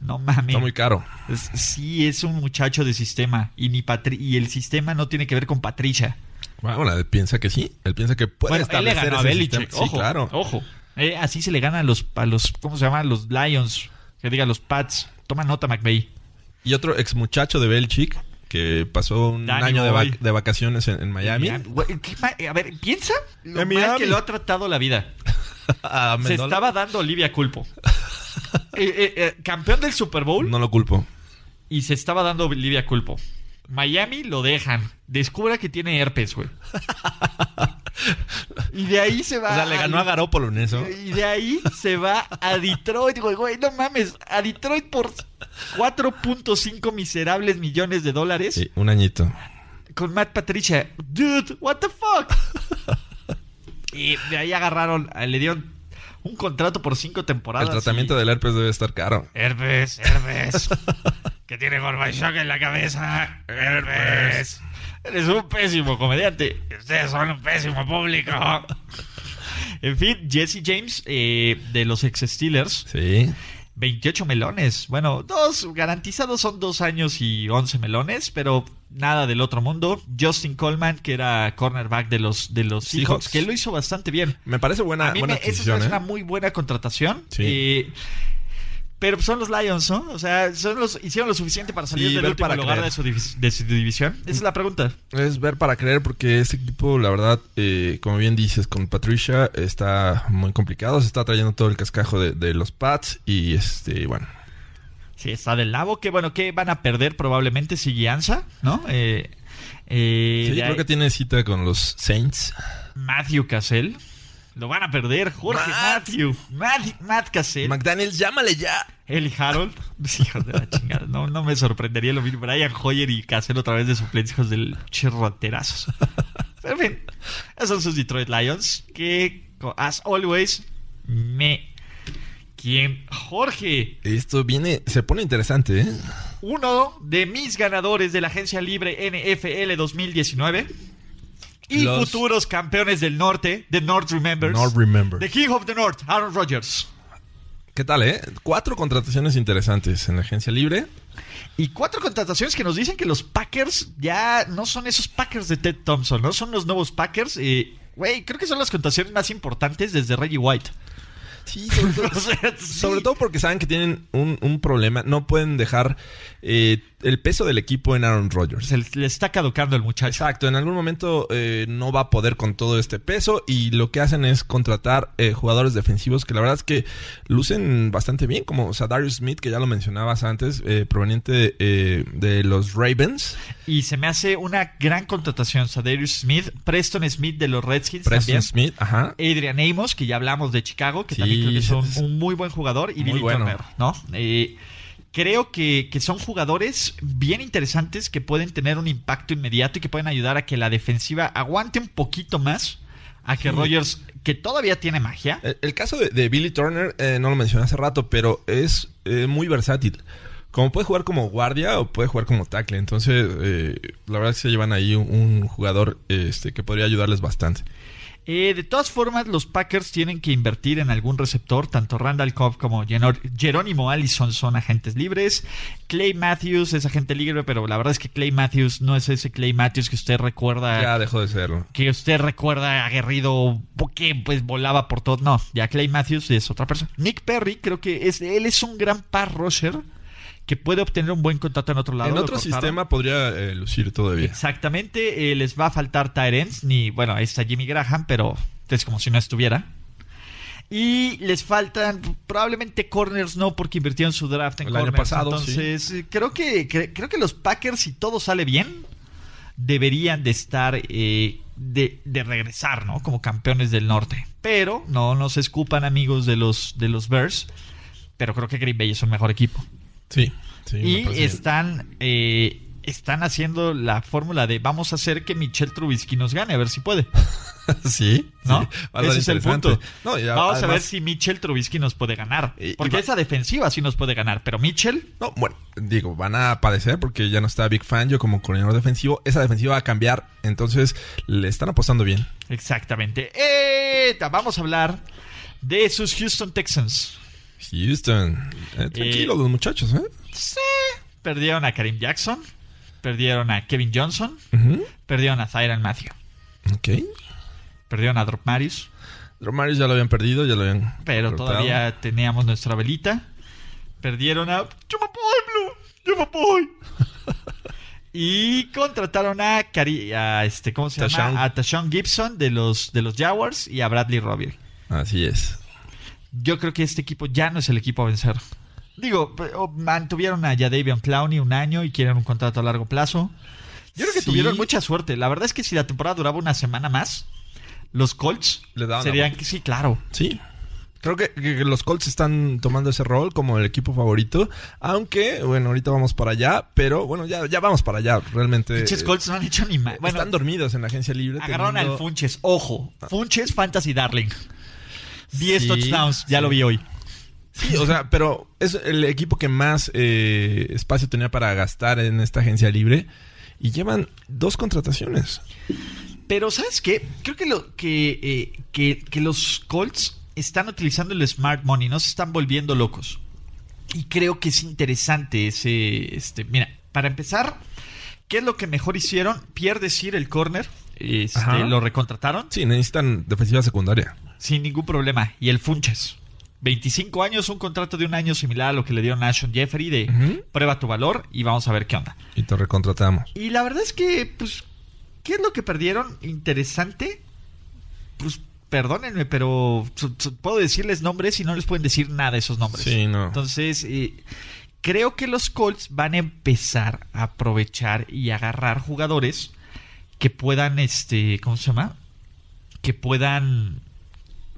No mames.
Está muy caro.
Es- sí, es un muchacho de sistema. Y, ni Patri- y el sistema no tiene que ver con Patricia.
Bueno, él piensa que sí. Él piensa que puede
Bueno, él le
establecer
ganó a
ese
Belichick.
sistema. Sí,
ojo,
claro.
ojo. Eh, así se le gana a los, a los, ¿cómo se llama? A los Lions. Que diga, a los Pats. Toma nota, McVeigh.
Y otro ex muchacho de Belichick que pasó un
Danny
año de,
Boy.
vac- de vacaciones en, en Miami.
Güey, ¿qué ma- a ver, piensa lo
En
mal
Miami.
que lo ha tratado la vida.
A
Se
Mendola.
estaba dando Olivia Culpo. Eh, eh, eh, campeón del Super Bowl
No lo culpo.
y se estaba dando Olivia Culpo. Miami lo dejan. Descubra que tiene herpes, güey. Y de ahí se va.
O sea, le
al-
ganó a Garópolo en eso.
Y de ahí se va a Detroit, güey, güey. No mames. A Detroit por 4.5 miserables millones de dólares.
Sí, un añito.
con Matt Patricia. Dude, what the fuck? y de ahí agarraron, eh, le dieron un contrato por cinco temporadas.
El tratamiento del herpes debe estar caro.
y- Herpes, herpes. que tiene Gorbachev en la cabeza. Herpes. Eres un pésimo comediante. Ustedes son un pésimo público. En fin, Jesse James eh, de los ex Steelers,
Sí.
28 melones. Bueno, dos garantizados son dos años y 11 melones, pero nada del otro mundo. Justin Coleman, que era cornerback de los, de los Seahawks,
Seahawks.
que lo hizo bastante bien.
Me parece buena,
A mí
buena
me- esa es
adquisición,
una
¿eh?
muy buena contratación.
Sí.
Eh, pero son los Lions, ¿no? O sea, son los, hicieron lo suficiente para salir
Sí,
del
ver
último
para
lugar
creer.
de su, divis- de su división. Esa es la pregunta.
Es ver para creer porque este equipo, la verdad, eh, como bien dices, con Patricia está muy complicado. Se está trayendo todo el cascajo de, de los Pats y este, bueno.
Sí, está del labo. Que bueno, que van a perder probablemente si Guianza, ¿no? Eh, eh,
Sí,
de
creo
ahí-
que tiene cita con los Saints.
Matthew Cassell. Lo van a perder, Jorge
Matt.
Matthew. Matt, Matt Cassell.
McDaniels, llámale ya.
Eli Harold. Hijos de la chingada. No, no me sorprendería lo mismo. Brian Hoyer y Cassell otra vez de suplencia, hijos del chirroterazos. en fin, esos son sus Detroit Lions. Que, co- as always, me. ¿Quién? Jorge,
Esto viene, se pone interesante, ¿eh?
uno de mis ganadores de la agencia libre NFL 2019 y
Los-
futuros campeones del norte, The North Remembers.
North Remembers.
The King of the North, Aaron Rodgers.
¿Qué tal, eh? Cuatro contrataciones interesantes en la agencia libre.
Y cuatro contrataciones que nos dicen que los Packers ya no son esos Packers de Ted Thompson, ¿no? Son los nuevos Packers. Y, güey, creo que son las contrataciones más importantes desde Reggie White.
Sí, sobre
O sea, sí.
Sobre todo porque saben que tienen un, un problema. No pueden dejar eh, el peso del equipo en Aaron Rodgers.
Se le- le está caducando el muchacho.
Exacto, en algún momento eh, no va a poder con todo este peso y lo que hacen es contratar eh, jugadores defensivos que la verdad es que lucen bastante bien, como o sea, Darius Smith, que ya lo mencionabas antes, eh, proveniente eh, de los Ravens.
Y se me hace una gran contratación. Sadarius Smith, Preston Smith de los Redskins
Preston
también. Eh,
Smith, ajá.
Adrian Amos, que ya hablamos de Chicago, que
Sí,
también creo que son
es-
un muy buen jugador, y
muy
Billy
bueno.
Turner, ¿no? Eh, creo que, que son jugadores bien interesantes que pueden tener un impacto inmediato y que pueden ayudar a que la defensiva aguante un poquito más a que Rogers, que todavía tiene magia,
El, el caso de, de Billy Turner, eh, no lo mencioné hace rato, pero es eh, muy versátil. Como puede jugar como guardia o puede jugar como tackle. Entonces, eh, la verdad es que se llevan ahí un, un jugador este, que podría ayudarles bastante.
Eh, de todas formas, los Packers tienen que invertir en algún receptor. Tanto Randall Cobb como Genor- Jerónimo Allison son agentes libres. Clay Matthews es agente libre, pero la verdad es que Clay Matthews no es ese Clay Matthews que usted recuerda.
Ya dejó de serlo.
Que usted recuerda aguerrido, porque pues volaba por todo. No, ya Clay Matthews es otra persona. Nick Perry, creo que es, él es un gran pass rusher que puede obtener un buen contrato en otro lado.
En
Lo
otro
cortaron.
sistema podría eh, lucir todavía.
Exactamente, eh, les va a faltar Tyrens, ni bueno, ahí está Jimmy Graham, pero es como si no estuviera. Y les faltan probablemente corners, no, porque invirtieron su draft en
El año
corners.
pasado,
Entonces, eh, creo, que, cre- creo que los Packers, si todo sale bien, deberían de estar, eh, de, de regresar, ¿no? Como campeones del norte. Pero no nos escupan amigos de los, de los Bears, pero creo que Green Bay es un mejor equipo.
Sí. sí, me
Y
parece bien.
están eh, están haciendo la fórmula de vamos a hacer que Michelle Trubisky nos gane, a ver si puede.
sí,
¿No?
sí. Va a
Ese
ser
es el
interesante.
punto.
No, y
Vamos a
además-
ver si Mitchell Trubisky nos puede ganar.
Y- y
Porque
va-
esa defensiva sí nos puede ganar. Pero Mitchell,
No, bueno, digo, van a padecer porque ya no está Big Fan, yo como coordinador defensivo, esa defensiva va a cambiar, entonces le están apostando bien.
exactamente. ¡Eta! vamos a hablar de sus Houston Texans.
Houston, eh, tranquilos los muchachos, ¿eh?
Sí. Perdieron a Karim Jackson. Perdieron a Kevin Johnson.
Ujú,
Perdieron a Tyron Matthew.
Ok.
Perdieron a Drop Marius.
Romarios ya lo habían perdido, ya lo habían.
Pero
cortado.
todavía teníamos nuestra velita. Perdieron a. ¡Yo me voy, Blue! ¡Yo me voy! y contrataron a, Cari- a este, ¿cómo se
Tashaun.
llama? A Tashaun Gibson de los, de los Jaguars y a Bradley Robbie.
Así es.
Yo creo que este equipo ya no es el equipo a vencer. Digo, pero mantuvieron a Jadavion Clowney un año y quieren un contrato a largo plazo. Yo creo que
Sí.
tuvieron mucha suerte. La verdad es que si la temporada duraba una semana más, los Colts
Le daban la
serían que sí, claro.
Sí. Creo que, que los Colts están tomando ese rol como el equipo favorito. Aunque, bueno, ahorita vamos para allá. Pero bueno, ya, ya vamos para allá. Realmente.
Pinches
eh,
Colts no han hecho ni mal.
están dormidos en la agencia libre.
Agarraron
teniendo-
al Funches, ojo. Funches Fantasy Darling. 10
Ah. Sí,
touchdowns, ya
sí.
lo vi hoy.
Sí, o sea, pero es el equipo que más eh, espacio tenía para gastar en esta agencia libre. Y llevan dos contrataciones.
Pero, ¿sabes qué? Creo que, lo, que, eh, que, que los Colts están utilizando el smart money, no se están volviendo locos. Y creo que es interesante ese. Este, mira, para empezar, ¿qué es lo que mejor hicieron? Pierde Sir el corner. este,
Ajá.
lo recontrataron
Sí, necesitan defensiva secundaria.
sin ningún problema. Y el Funches. 25 años, un contrato de un año similar a lo que le dieron a Ashon Jeffrey de
Ujú.
prueba tu valor y vamos a ver qué onda.
Y te recontratamos.
Y la verdad es que, pues, ¿qué es lo que perdieron? Interesante. Pues, perdónenme, pero su- su- puedo decirles nombres y no les pueden decir nada esos nombres.
Sí, no.
Entonces, eh, creo que los Colts van a empezar a aprovechar y agarrar jugadores que puedan, este, ¿cómo se llama? Que puedan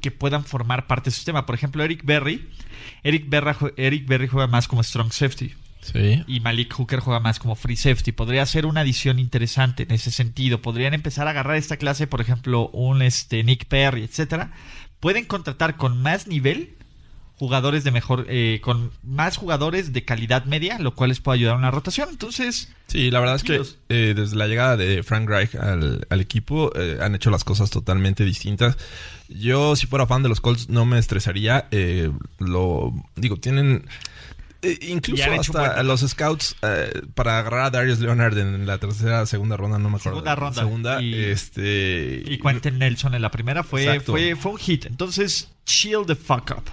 que puedan formar parte de su sistema. Por ejemplo, Eric Berry. Eric, Berra jue- Eric Berry juega más como strong safety
Sí.
y Malik Hooker juega más como free safety. Podría ser una adición interesante en ese sentido. Podrían empezar a agarrar esta clase, por ejemplo, un este, Nick Perry, etcétera. Pueden contratar con más nivel jugadores de mejor, eh, con más jugadores de calidad media, lo cual les puede ayudar a una rotación. Entonces,
Sí, la verdad es que
Tranquilos.
eh, desde la llegada de Frank Reich al, al equipo eh, han hecho las cosas totalmente distintas. Yo, si fuera fan de los Colts, no me estresaría. eh, lo digo, tienen. eh, incluso
Y han hecho un buen
hasta a los scouts eh, para agarrar a Darius Leonard en la tercera, segunda ronda, no me acuerdo.
Segunda ronda.
Segunda,
Y-
este.
y Quentin Nelson en la primera fue,
Exacto.
fue, fue un hit. Entonces, chill the fuck up.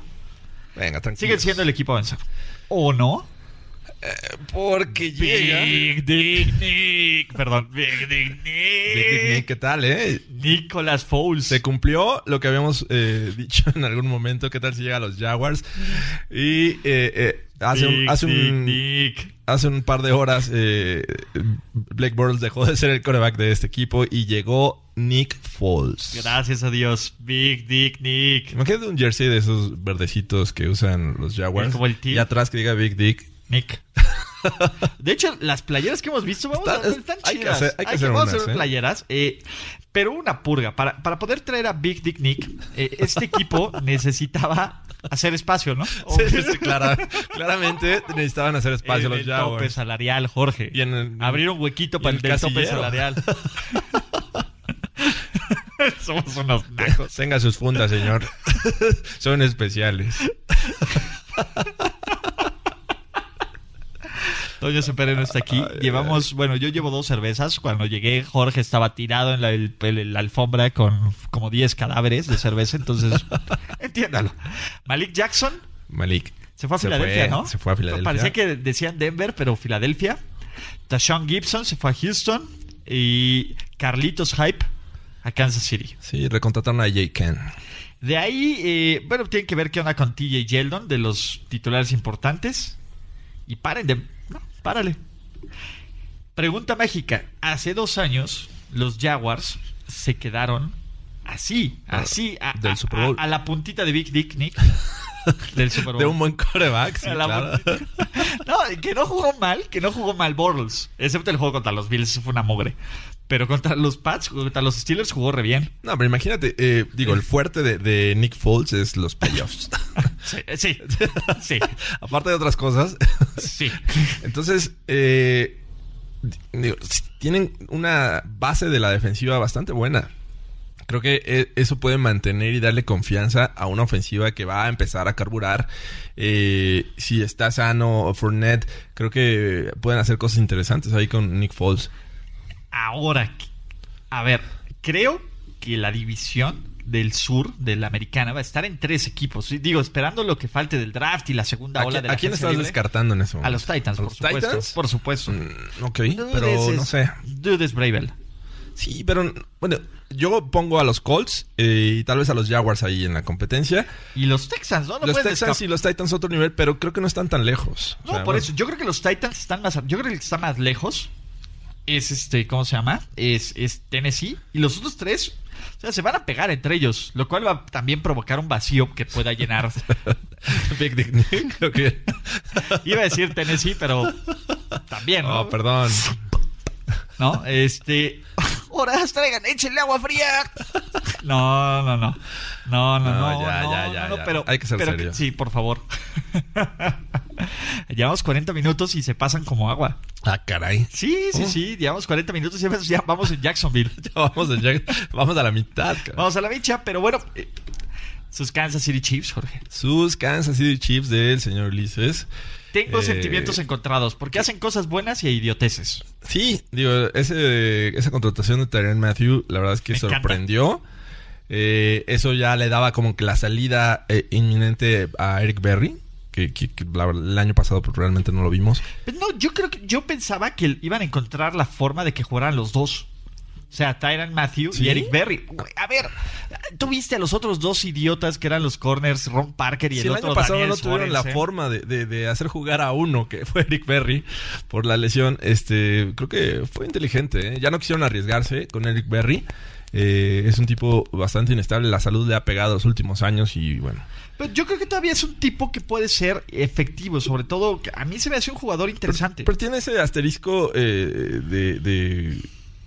Venga, tranquilo.
Siguen siendo el equipo avanzado. ¿O no?
Porque
Big Dick Nick. Perdón, Big Dick Nick.
¿Qué tal, eh?
Nicolas Fouls.
Se cumplió lo que habíamos eh, dicho en algún momento. ¿Qué tal si llega a los Jaguars? Y eh, eh, hace, un,
Nick,
hace, un,
Nick, Nick.
hace un par de horas, eh, Blake Bortles dejó de ser el coreback de este equipo y llegó Nick Foles.
Gracias a Dios. Big Dick Nick.
Imagínate un jersey de esos verdecitos que usan los Jaguars.
Es como el teal.
y atrás que diga Big Dick.
Nick. De hecho, las playeras que hemos visto vamos
Está-
a, están
hay que
chidas.
hacer- hay que hacer
vamos a
unas, ¿eh?
playeras. eh, pero una purga. Para, para poder traer a Big Dick Nick, eh, este equipo necesitaba hacer espacio, ¿no?
Sí, sí, clara- claramente necesitaban hacer espacio
Oh. En
los
el tope
Jaguars.
salarial, Jorge.
Y en el-
Abrir un huequito
y
para
en
el,
el
del tope
casillero.
salarial. Somos unos nacos.
Tenga sus fundas, señor. Son especiales.
Toño Sempere no está aquí. Llevamos, bueno, yo llevo dos cervezas. Cuando llegué, Jorge estaba tirado en la, el- el- la alfombra con como 10 cadáveres de cerveza. Entonces, entiéndalo. Malik Jackson
Malik.
se fue a Filadelfia,
fue,
¿no?
Se fue a Filadelfia.
Parecía que decían Denver, pero Filadelfia. Tashawn Gibson se fue a Houston. Y Carlitos Hype a Kansas City.
Sí, recontrataron a Jay Ken.
De ahí, eh, bueno, tienen que ver qué onda con TJ Yeldon, de los titulares importantes. Y paren de. No, párale. Pregunta mágica. Hace dos años, los Jaguars se quedaron así, así, a,
Del
a-
Super Bowl.
a- a la puntita de Big Dick Nick. del Super Bowl.
de un buen coreback. sí,
A la
claro.
mon- no, que no jugó mal, que no jugó mal Bortles. Excepto el juego contra los Bills, fue una mogre. Pero contra los Pats, contra los Steelers jugó re bien.
No, pero imagínate, eh, digo, el fuerte de, de Nick Foles es los playoffs.
Sí, sí, sí.
Aparte de otras cosas.
sí.
Entonces, eh, digo, si tienen una base de la defensiva bastante buena. Creo que eh, eso puede mantener y darle confianza a una ofensiva que va a empezar a carburar. Eh, si está sano Fournette, creo que pueden hacer cosas interesantes ahí con Nick Foles.
Ahora, a ver, creo que la división del sur de la americana va a estar en tres equipos. Sí, Digo, esperando lo que falte del draft y la segunda
¿A,
ola
quién-
de la
a quién
agencia
estás
libre.
descartando en ese
A
momento?
los Titans,
¿A
por
los
supuesto.
Titans?
Por supuesto.
Mm, ok,
Dudes
pero
es-
no sé.
Dudes Bravel.
Sí, pero bueno, yo pongo a los Colts eh, y tal vez a los Jaguars ahí en la competencia.
Y los Texans, ¿no? No
los
puedes
Texans
descap-
y los Titans otro nivel, pero creo que no están tan lejos.
No,
O sea,
por eso. Yo creo que los Titans están más. Yo creo que el que está más lejos es este. ¿Cómo se llama? Es, es Tennessee. Y los otros tres. O sea, se van a pegar entre ellos. Lo cual va a también provocar un vacío que pueda llenar.
Big Dick Nick, creo que-
Iba a decir Tennessee, pero. También, ¿no?
Oh, perdón.
¿No? Este. Horas, traigan, échenle agua fría. No, no, no. No, no, no.
No, ya,
no,
ya,
no,
ya,
no,
ya.
pero,
Hay que ser
pero
serio.
sí, por favor. Llevamos 40 minutos y se pasan como agua.
Ah, caray.
Sí, sí, sí. Llevamos 40 minutos y ya- ya vamos en Jacksonville.
Ya vamos, a lleg- vamos a la mitad. cara.
Vamos a la bicha, pero bueno. eh, Sus Kansas City Chiefs, Jorge.
Sus Kansas City Chiefs del señor Ulises.
Tengo
Eh,
sentimientos encontrados porque hacen cosas buenas y hay idioteces.
Sí, digo, ese, esa contratación de Tyrann Matthew, la verdad es que
Me encanta.
sorprendió. Eh, eso ya le daba como que la salida eh, inminente a Eric Berry, que, que- que la- el año pasado pues, realmente no lo vimos.
Pero Pues no, yo creo que yo pensaba que iban a encontrar la forma de que jugaran los dos. O sea, Tyron Matthew
¿Sí?
y Eric Berry. Güey, A ver, tú viste a los otros dos idiotas que eran los corners, Ron Parker y
Si
el
el
otro
año pasado
Daniel
no tuvieron
Suárez,
la
¿eh?
forma de, de- de hacer jugar a uno, que fue Eric Berry, por la lesión, este, creo que fue inteligente. ¿eh? Ya no quisieron arriesgarse con Eric Berry. Eh, es un tipo bastante inestable. La salud le ha pegado los últimos años y bueno.
Pero yo creo que todavía es un tipo que puede ser efectivo, sobre todo. A mí se me hace un jugador interesante.
Pero tiene ese asterisco eh, de, de,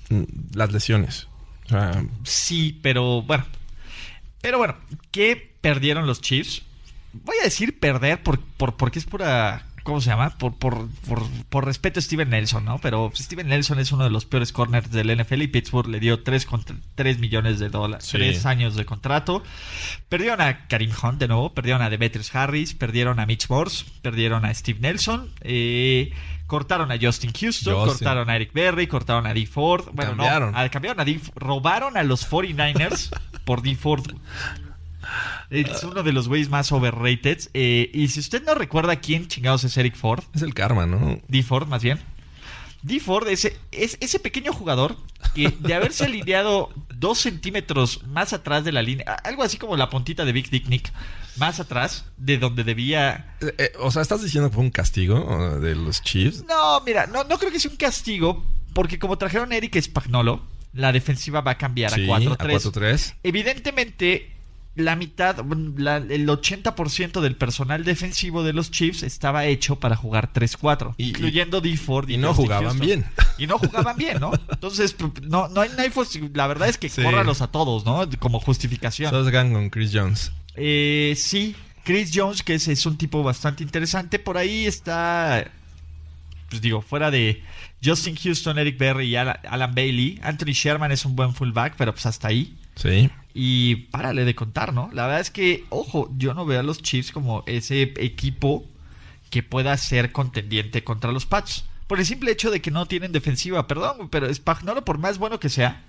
mm, las lesiones. O sea,
Sí, pero bueno. Pero bueno, ¿qué perdieron los Chiefs? Voy a decir perder por, por, porque es pura. ¿Cómo se llama? Por, por, por, por respeto a Steven Nelson, ¿no? Pero Steven Nelson es uno de los peores corners del NFL y Pittsburgh le dio 3, millones de dólares,
Sí.
3 años de contrato. Perdieron a Karim Hunt de nuevo, perdieron a Demetrius Harris, perdieron a Mitch Morse, perdieron a Steve Nelson, eh, cortaron a Justin Houston,
Justin.
cortaron a Eric Berry, cortaron a Dee Ford, bueno,
Cambiaron.
no, al- cambiaron a D, robaron a los 49ers por D Ford. Es uno de los güeyes más overrated. eh, y si usted no recuerda quién chingados es Eric Ford,
es el karma, ¿no?
D Ford más bien. D Ford es, es ese pequeño jugador que de haberse alineado dos centímetros más atrás de la línea, a- algo así como la puntita de Big Dick Nick, más atrás de donde debía
Eh, eh, o sea, ¿estás diciendo que fue un castigo eh, de los Chiefs?
pues No, mira, no, no creo que sea un castigo, porque como trajeron a Eric Spagnolo, la defensiva va a cambiar
Sí,
a 4-3.
a 4-3.
Evidentemente, la mitad, mm, la- el 80% del personal defensivo de los Chiefs estaba hecho para jugar 3-4,
Y- y-
incluyendo D. Ford
y no
Justin
jugaban
Houston.
bien.
Y no jugaban bien, ¿no? Entonces, p- no, no hay naifos. La verdad es que
Sí.
córralos a todos, ¿no? Como justificación.
Todos ganan con Chris Jones.
Eh, sí, Chris Jones, que es, es un tipo bastante interesante. Por ahí está, pues digo, fuera de Justin Houston, Eric Berry y Alan, Alan Bailey. Anthony Sherman es un buen fullback, pero pues hasta ahí.
Sí.
Y párale de contar, ¿no? La verdad es que, ojo, yo no veo a los Chiefs como ese equipo que pueda ser contendiente contra los Pats. Por el simple hecho de que no tienen defensiva, perdón, pero Spagnolo, por más bueno que sea,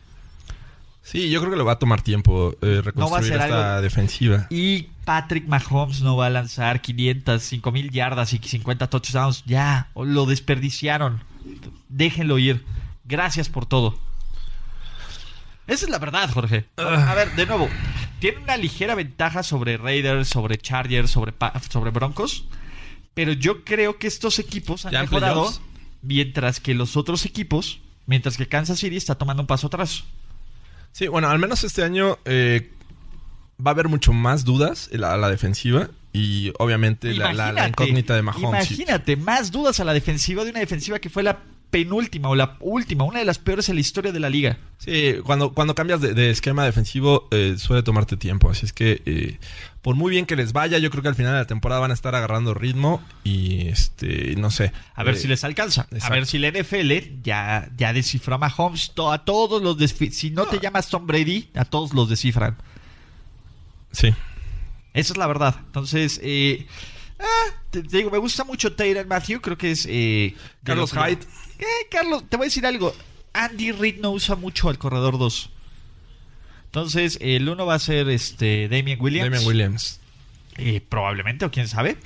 Sí, yo creo que le va a tomar tiempo eh, reconstruir
No va a ser
esta
algo-
defensiva.
Y Patrick Mahomes no va a lanzar 500, 5 mil yardas y 50 touchdowns. Ya, lo desperdiciaron. Déjenlo ir. Gracias por todo. Esa es la verdad, Jorge. A ver, de nuevo. Tiene una ligera ventaja sobre Raiders, sobre Chargers, sobre, Pa- sobre Broncos. Pero yo creo que estos equipos han
Ya en
mejorado.
playoffs.
Mientras que los otros equipos, mientras que Kansas City está tomando un paso atrás.
Sí, bueno, al menos este año eh, va a haber mucho más dudas a la, la defensiva y obviamente este, la, la- la incógnita de Mahomes. sí.
Imagínate, más dudas a la defensiva de una defensiva que fue la penúltima o la última, una de las peores en la historia de la liga.
Sí, cuando, cuando cambias de, de esquema defensivo eh, suele tomarte tiempo. Así es que eh, por muy bien que les vaya, yo creo que al final de la temporada van a estar agarrando ritmo y este, no sé.
A ver
Eh,
si les alcanza. A
exacto.
ver si la NFL ya, ya descifró a Mahomes. To- a todos los desfi- Si no te llamas Tom Brady, a todos los descifran.
Sí.
Esa es la verdad. Entonces, eh, ah, te, te digo, me gusta mucho Tyron Matthew. Creo que es. eh, de
Carlos
lo que-
Hyde.
Eh, Carlos, te voy a decir algo. Andy Reid no usa mucho al corredor 2. Entonces, el uno va a ser este Damien Williams.
Damian Williams.
Eh, probablemente, o quién sabe.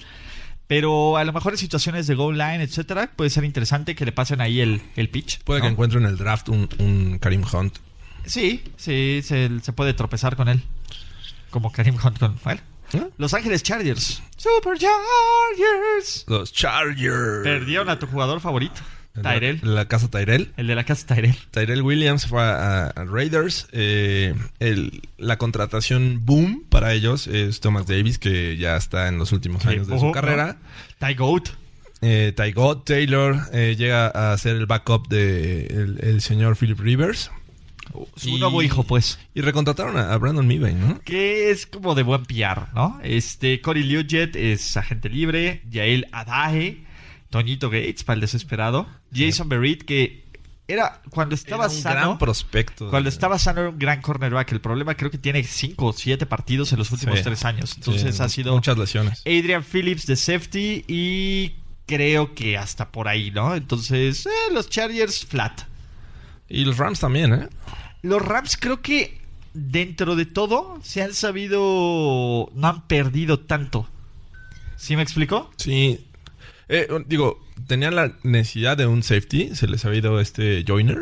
Pero a lo mejor en situaciones de goal line, etcétera, puede ser interesante que le pasen ahí el, el pitch.
Puede que
¿no?
encuentre en el draft un, un Karim Hunt.
Sí, sí, se, se puede tropezar con él. Como Karim Hunt con. bueno.
¿Eh?
Los Ángeles Chargers. Super Chargers.
Los Chargers.
Perdieron a tu jugador favorito,
La-
Tyrell.
La, casa Tyrell.
El de la casa Tyrell.
Tyrell Williams fue a, a Raiders. Eh, el- la contratación boom para ellos es Thomas Davis, que ya está en los últimos años de
Ojo,
su
¿no?
carrera.
Ty Goat.
Eh, Ty God Taylor eh, llega a ser el backup de el, el señor Philip Rivers.
Su
Y-
nuevo hijo, pues.
Y recontrataron a, a Brandon Meebane, ¿no?
Que es como de buen PR, ¿no? Este, Corey Liujet es agente libre. Yael Adaje. Toñito Gates, para el desesperado. Jason Berritt, que era cuando estaba
Era un
sano.
gran prospecto.
Cuando estaba sano era un gran cornerback. El problema creo que tiene 5 o 7 partidos en los últimos
Sí.
3 años.
Sí,
Entonces ha sido Eh,
Muchas lesiones.
Adrian Phillips de safety y creo que hasta por ahí, ¿no? Entonces eh, los Chargers flat.
Y los Rams también, ¿eh?
Los Rams creo que dentro de todo se han sabido... No han perdido tanto. ¿Sí me explicó?
Sí. Eh, digo, tenían la necesidad de un safety, se les ha ido este joiner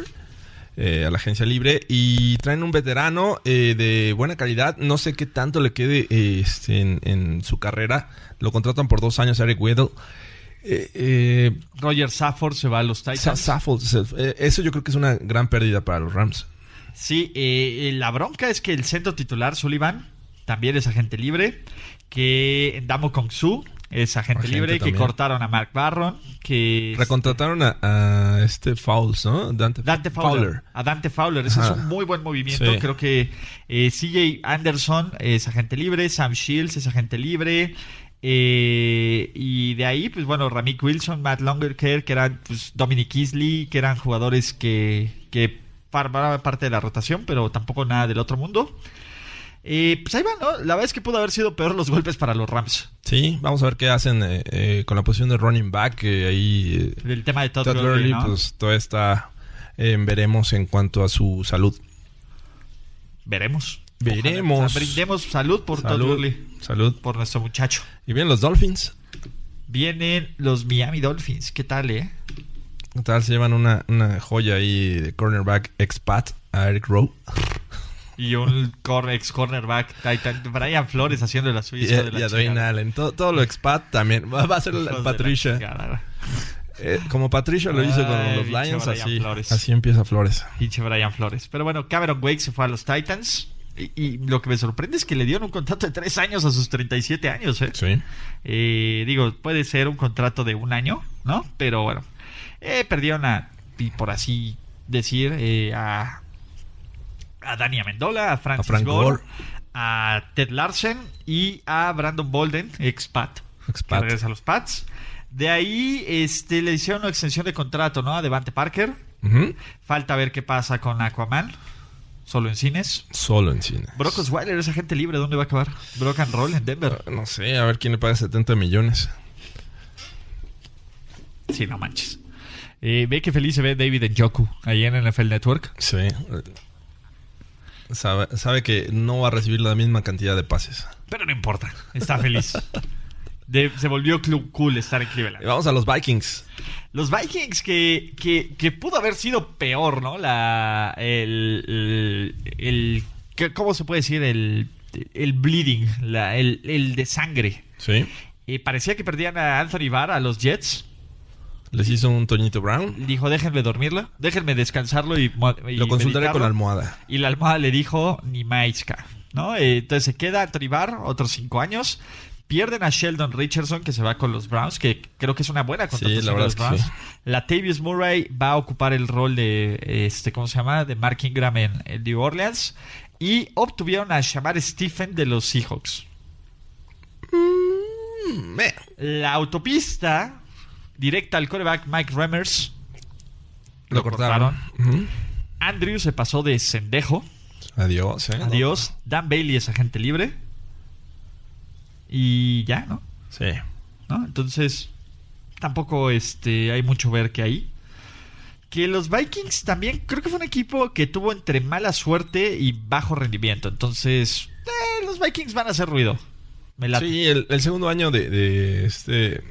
eh, a la agencia libre y traen un veterano eh, de buena calidad, no sé qué tanto le quede eh, este, en, en su carrera, lo contratan por dos años Eric Weddle. Eh, eh,
Roger Safford se va a los
Sa-
Titans.
Saffold, se- eh, eso yo creo que es una gran pérdida para los Rams.
Sí, eh, eh, la bronca es que el centro titular, Sullivan, también es agente libre. Que Damo Kong Su es agente,
Agente
libre. Que
también.
cortaron a Mark Barron. Que es
Recontrataron a, a este Fowles, ¿no? Dante,
Dante Fowler, A Dante Fowler. Ese
Ajá.
es un muy buen movimiento.
Sí.
Creo que eh, CJ Anderson es agente libre. Sam Shields es agente libre. eh, y de ahí, pues bueno, Ramik Wilson, Matt Longerker, que eran pues, Dominic Easley, que eran jugadores que, que formaban parte de la rotación, pero tampoco nada del otro mundo. Eh, pues ahí va, ¿no? La verdad es que pudo haber sido peor los golpes para los Rams.
Sí, vamos a ver qué hacen eh, eh, con la posición de running back, que ahí eh,
El tema de Todd,
Todd
Gurley,
Gurley,
¿no?
pues todavía está en veremos en cuanto a su salud.
Veremos.
Veremos.
Ojalá. O sea, brindemos salud por Todd
salud,
Gurley,
salud.
por nuestro muchacho.
Y bien, los Dolphins.
Vienen los Miami Dolphins. ¿Qué tal, eh?
¿Qué tal? Se llevan una, una joya ahí de cornerback expat a Eric Rowe.
Y un cor- ex cornerback, Titan, Brian Flores haciendo la
Y,
suya. hijo de la
y a Dwayne
chingada.
Allen. Todo, todo lo expat también. Va, va a ser
Hijos de
la
la
Patricia.
chingada.
Eh, como Patricia lo hizo
Ay,
con los
pinche
Lions,
Brian
así,
Flores.
así empieza Flores.
Pinche Brian Flores. Pero bueno, Cameron Wake se fue a los Titans. Y, y lo que me sorprende es que le dieron un contrato de tres años a sus 37 años, ¿eh?
Sí.
Eh, digo, puede ser un contrato de un año, ¿no? Pero bueno, eh, perdieron a, y por así decir, eh, a, a Dani Amendola, a Francis
Frank
Gore,
Gore.
a Ted Larsen y a Brandon Bolden, ex Pat, que
Expat.
regresa a los Pats. De ahí este, le hicieron una extensión de contrato, ¿no? A Devante Parker.
Ujú.
Falta ver qué pasa con Aquaman, solo en cines.
Solo en cine.
Brock Osweiler es agente libre, ¿dónde va a acabar? Brock and Roll en Denver.
No sé, a ver quién le paga 70 millones.
Sí, no manches. Eh, ve que feliz se ve David Njoku ahí en NFL Network.
Sí. Sabe, sabe que no va a recibir la misma cantidad de pases.
Pero no importa, está feliz. De- se volvió club cool estar en
Y
Cleveland.
Vamos a los Vikings.
Los Vikings que, que, que pudo haber sido peor, ¿no? La, el, el, el- ¿qué- ¿Cómo se puede decir? El, el bleeding, la- el, el de sangre.
Sí.
Eh, parecía que perdían a Anthony Barr, a los Jets.
Les hizo un Toñito Brown.
Dijo, déjenme dormirlo, déjenme descansarlo y... mo- y
Lo consultaré
meditarlo".
con la almohada.
Y la almohada le dijo, ni maizca. ¿no? Eh, entonces se queda a Tribar otros cinco años. Pierden a Sheldon Richardson, que se va con los Browns, que creo que es una buena contratación
la
de
verdad
los
es que
Browns.
sí.
Latavius Murray va a ocupar el rol de, este, ¿cómo se llama? De Mark Ingram en, en New Orleans. Y obtuvieron a Shamar Stephen de los Seahawks.
Me-
La autopista directa al coreback Mike Remmers.
Lo cortaron.
Andrew se pasó de sendejo.
Ujú. Adiós, ¿eh?
Adiós. Dan Bailey es agente libre. Y ya, ¿no?
Sí.
¿no? Entonces, tampoco este, hay mucho ver que ahí. Que los Vikings también, creo que fue un equipo que tuvo entre mala suerte y bajo rendimiento. Entonces, eh, los Vikings van a hacer ruido. Me late.
Sí, el, el segundo año de, de este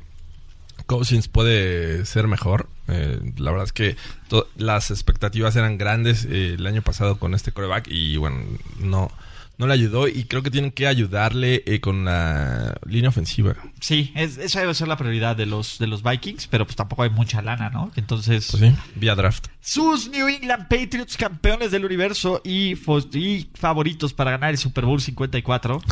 Cousins puede ser mejor. Eh, la verdad es que to- las expectativas eran grandes eh, el año pasado con este coreback y bueno, no, no le ayudó y creo que tienen que ayudarle eh, con la línea ofensiva.
Sí, es- esa debe ser la prioridad de los, de los Vikings, pero pues tampoco hay mucha lana, ¿no? Entonces,
Pues sí, vía draft.
sus New England Patriots, campeones del universo y, fos- y favoritos para ganar el Super Bowl 54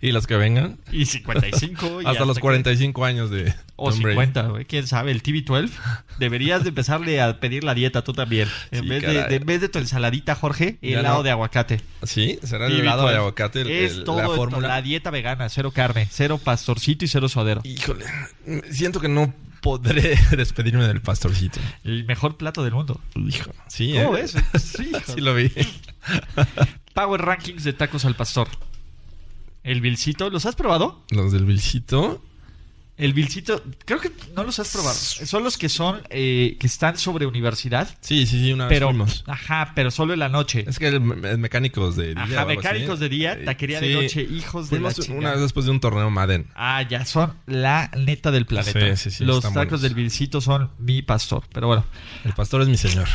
Y las que vengan,
y 55. y
hasta, los
que-
45 años de
O
Tom Brady.
50, güey. ¿Quién sabe? El TB12. Deberías de empezarle a pedir la dieta tú también. En,
Sí,
vez, de,
caray.
de- en vez de tu ensaladita, Jorge,
Ya
helado
no.
de aguacate.
Sí, será el
TB12.
helado de aguacate, el-
es
el-
todo
la
esto,
fórmula.
la dieta vegana. Cero carne, cero pastorcito y cero suadero.
Híjole, siento que no podré despedirme del pastorcito.
El mejor plato del mundo.
Hijo. Sí,
¿Cómo
¿eh?
ves? Sí,
Sí lo vi.
Power Rankings de tacos al pastor. El bilcito, ¿los has probado?
Los del Vilcito.
El bilcito, creo que no los has probado. Son los que son, eh, que están sobre universidad,
Sí, sí, sí, una vez
pero,
Ah, fuimos.
ajá, pero solo en la noche.
Es que el, me- el mecánicos de día. o
Ajá,
algo
mecánicos
así.
de día,
Eh,
taquería
sí.
de noche, hijos de la
Fuimos una
chingada.
vez después de un torneo Madden.
Ah, ya, son la neta del planeta.
Sí, sí, sí,
Los
están
tacos
buenos.
del Vilcito son mi pastor, pero bueno,
El pastor es mi señor.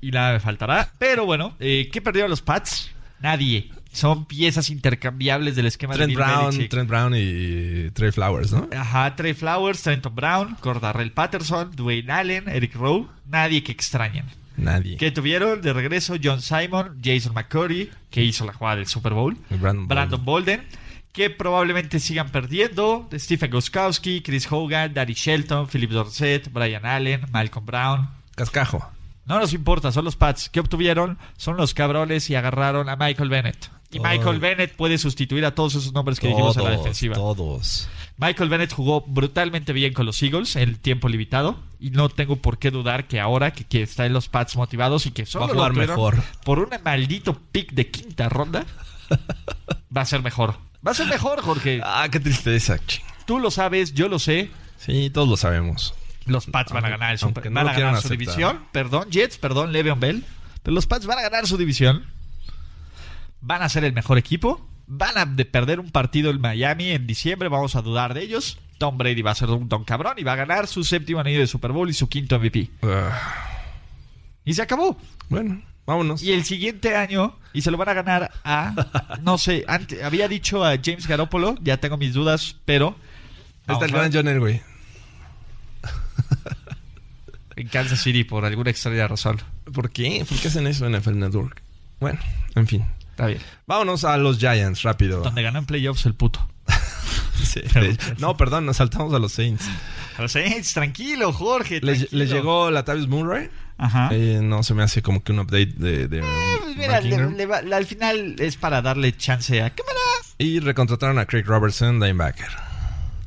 y nada me faltará. Pero bueno, eh, ¿qué perdieron los Pats? Nadie. Son piezas intercambiables del esquema
Trent
de Bill
Brown,
Belichick.
Trent Brown y Trey Flowers, ¿no?
Ajá, Trey Flowers, Trenton Brown, Cordarrell Patterson, Dwayne Allen, Eric Rowe, nadie que extrañen.
Nadie.
Que tuvieron de regreso John Simon, Jason McCurry, que hizo la jugada del Super Bowl,
Y Brandon
Brandon Bolden, que probablemente sigan perdiendo, Stephen Goskowski, Chris Hogan, Daddy Shelton, Philip Dorset, Brian Allen, Malcolm Brown.
Cascajo.
No nos importa, son los Pats. que obtuvieron? Son los cabrones y agarraron a Michael Bennett. Y Michael
Ay.
Bennett puede sustituir a todos esos nombres que dijimos a la defensiva.
Todos.
Michael Bennett jugó brutalmente bien con los Eagles en el tiempo limitado y no tengo por qué dudar que ahora que, que está en los Pats motivados y que solo
Va a jugar
lo tuvieron
mejor.
por un maldito pick de quinta ronda va a ser mejor. Va a ser mejor, Jorge.
Ah, qué tristeza. ching.
Tú lo sabes, yo lo sé.
Sí, todos lo sabemos.
Los Pats van a ganar el
Aunque
Super-
no
van
lo
a
quieran
ganar su
aceptar.
división. Perdón, Jets, perdón, Le'Veon Bell. Pero los Pats van a ganar su división. Van a ser el mejor equipo. Van a de perder un partido en Miami en diciembre. Vamos a dudar de ellos. Tom Brady va a ser un don cabrón y va a ganar su séptimo anillo de Super Bowl y su quinto MVP.
Ah,
Y se acabó.
bueno, vámonos.
Y el siguiente año, y se lo van a ganar a. No sé, ante- había dicho a James Garoppolo, ya tengo mis dudas, pero.
Está
vamos
el
a-
gran John Elway.
En Kansas City, por alguna extraña razón.
¿Por qué? ¿Por qué hacen eso en NFL Network? Bueno, en fin.
Está bien.
Vámonos a los Giants rápido.
Donde ganó en playoffs el puto.
Sí, de- Pues, este, no, perdón, nos saltamos a los Saints.
Los Saints, tranquilo, Jorge.
Les,
tranquilo.
les llegó Latavius Murray.
Ajá.
Eh, no, se me hace como que un update de, de
Pues mira,
Mark Ingram.
le- le va- la- al final es para darle chance a cámara.
Y recontrataron a Craig Robertson, linebacker.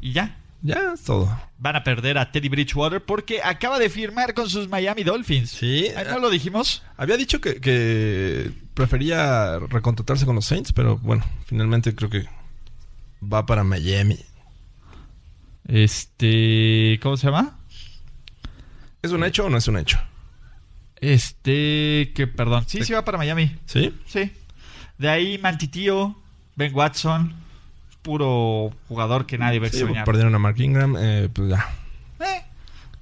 Y ya.
Ya, es todo.
Van a perder a Teddy Bridgewater porque acaba de firmar con sus Miami Dolphins.
Sí.
Ay, ¿No lo dijimos?
Eh, Había dicho que, que prefería recontratarse con los Saints, pero bueno, finalmente creo que va para Miami.
Este. ¿Cómo se llama?
¿Es un hecho o no es un hecho?
Este. Que perdón. Sí, sí va para Miami.
¿Sí?
Sí. De ahí Mantitío, Ben Watson. Puro jugador que nadie va a
Sí,
extrañar.
perdieron a Mark Ingram, eh, pues ya.
Eh,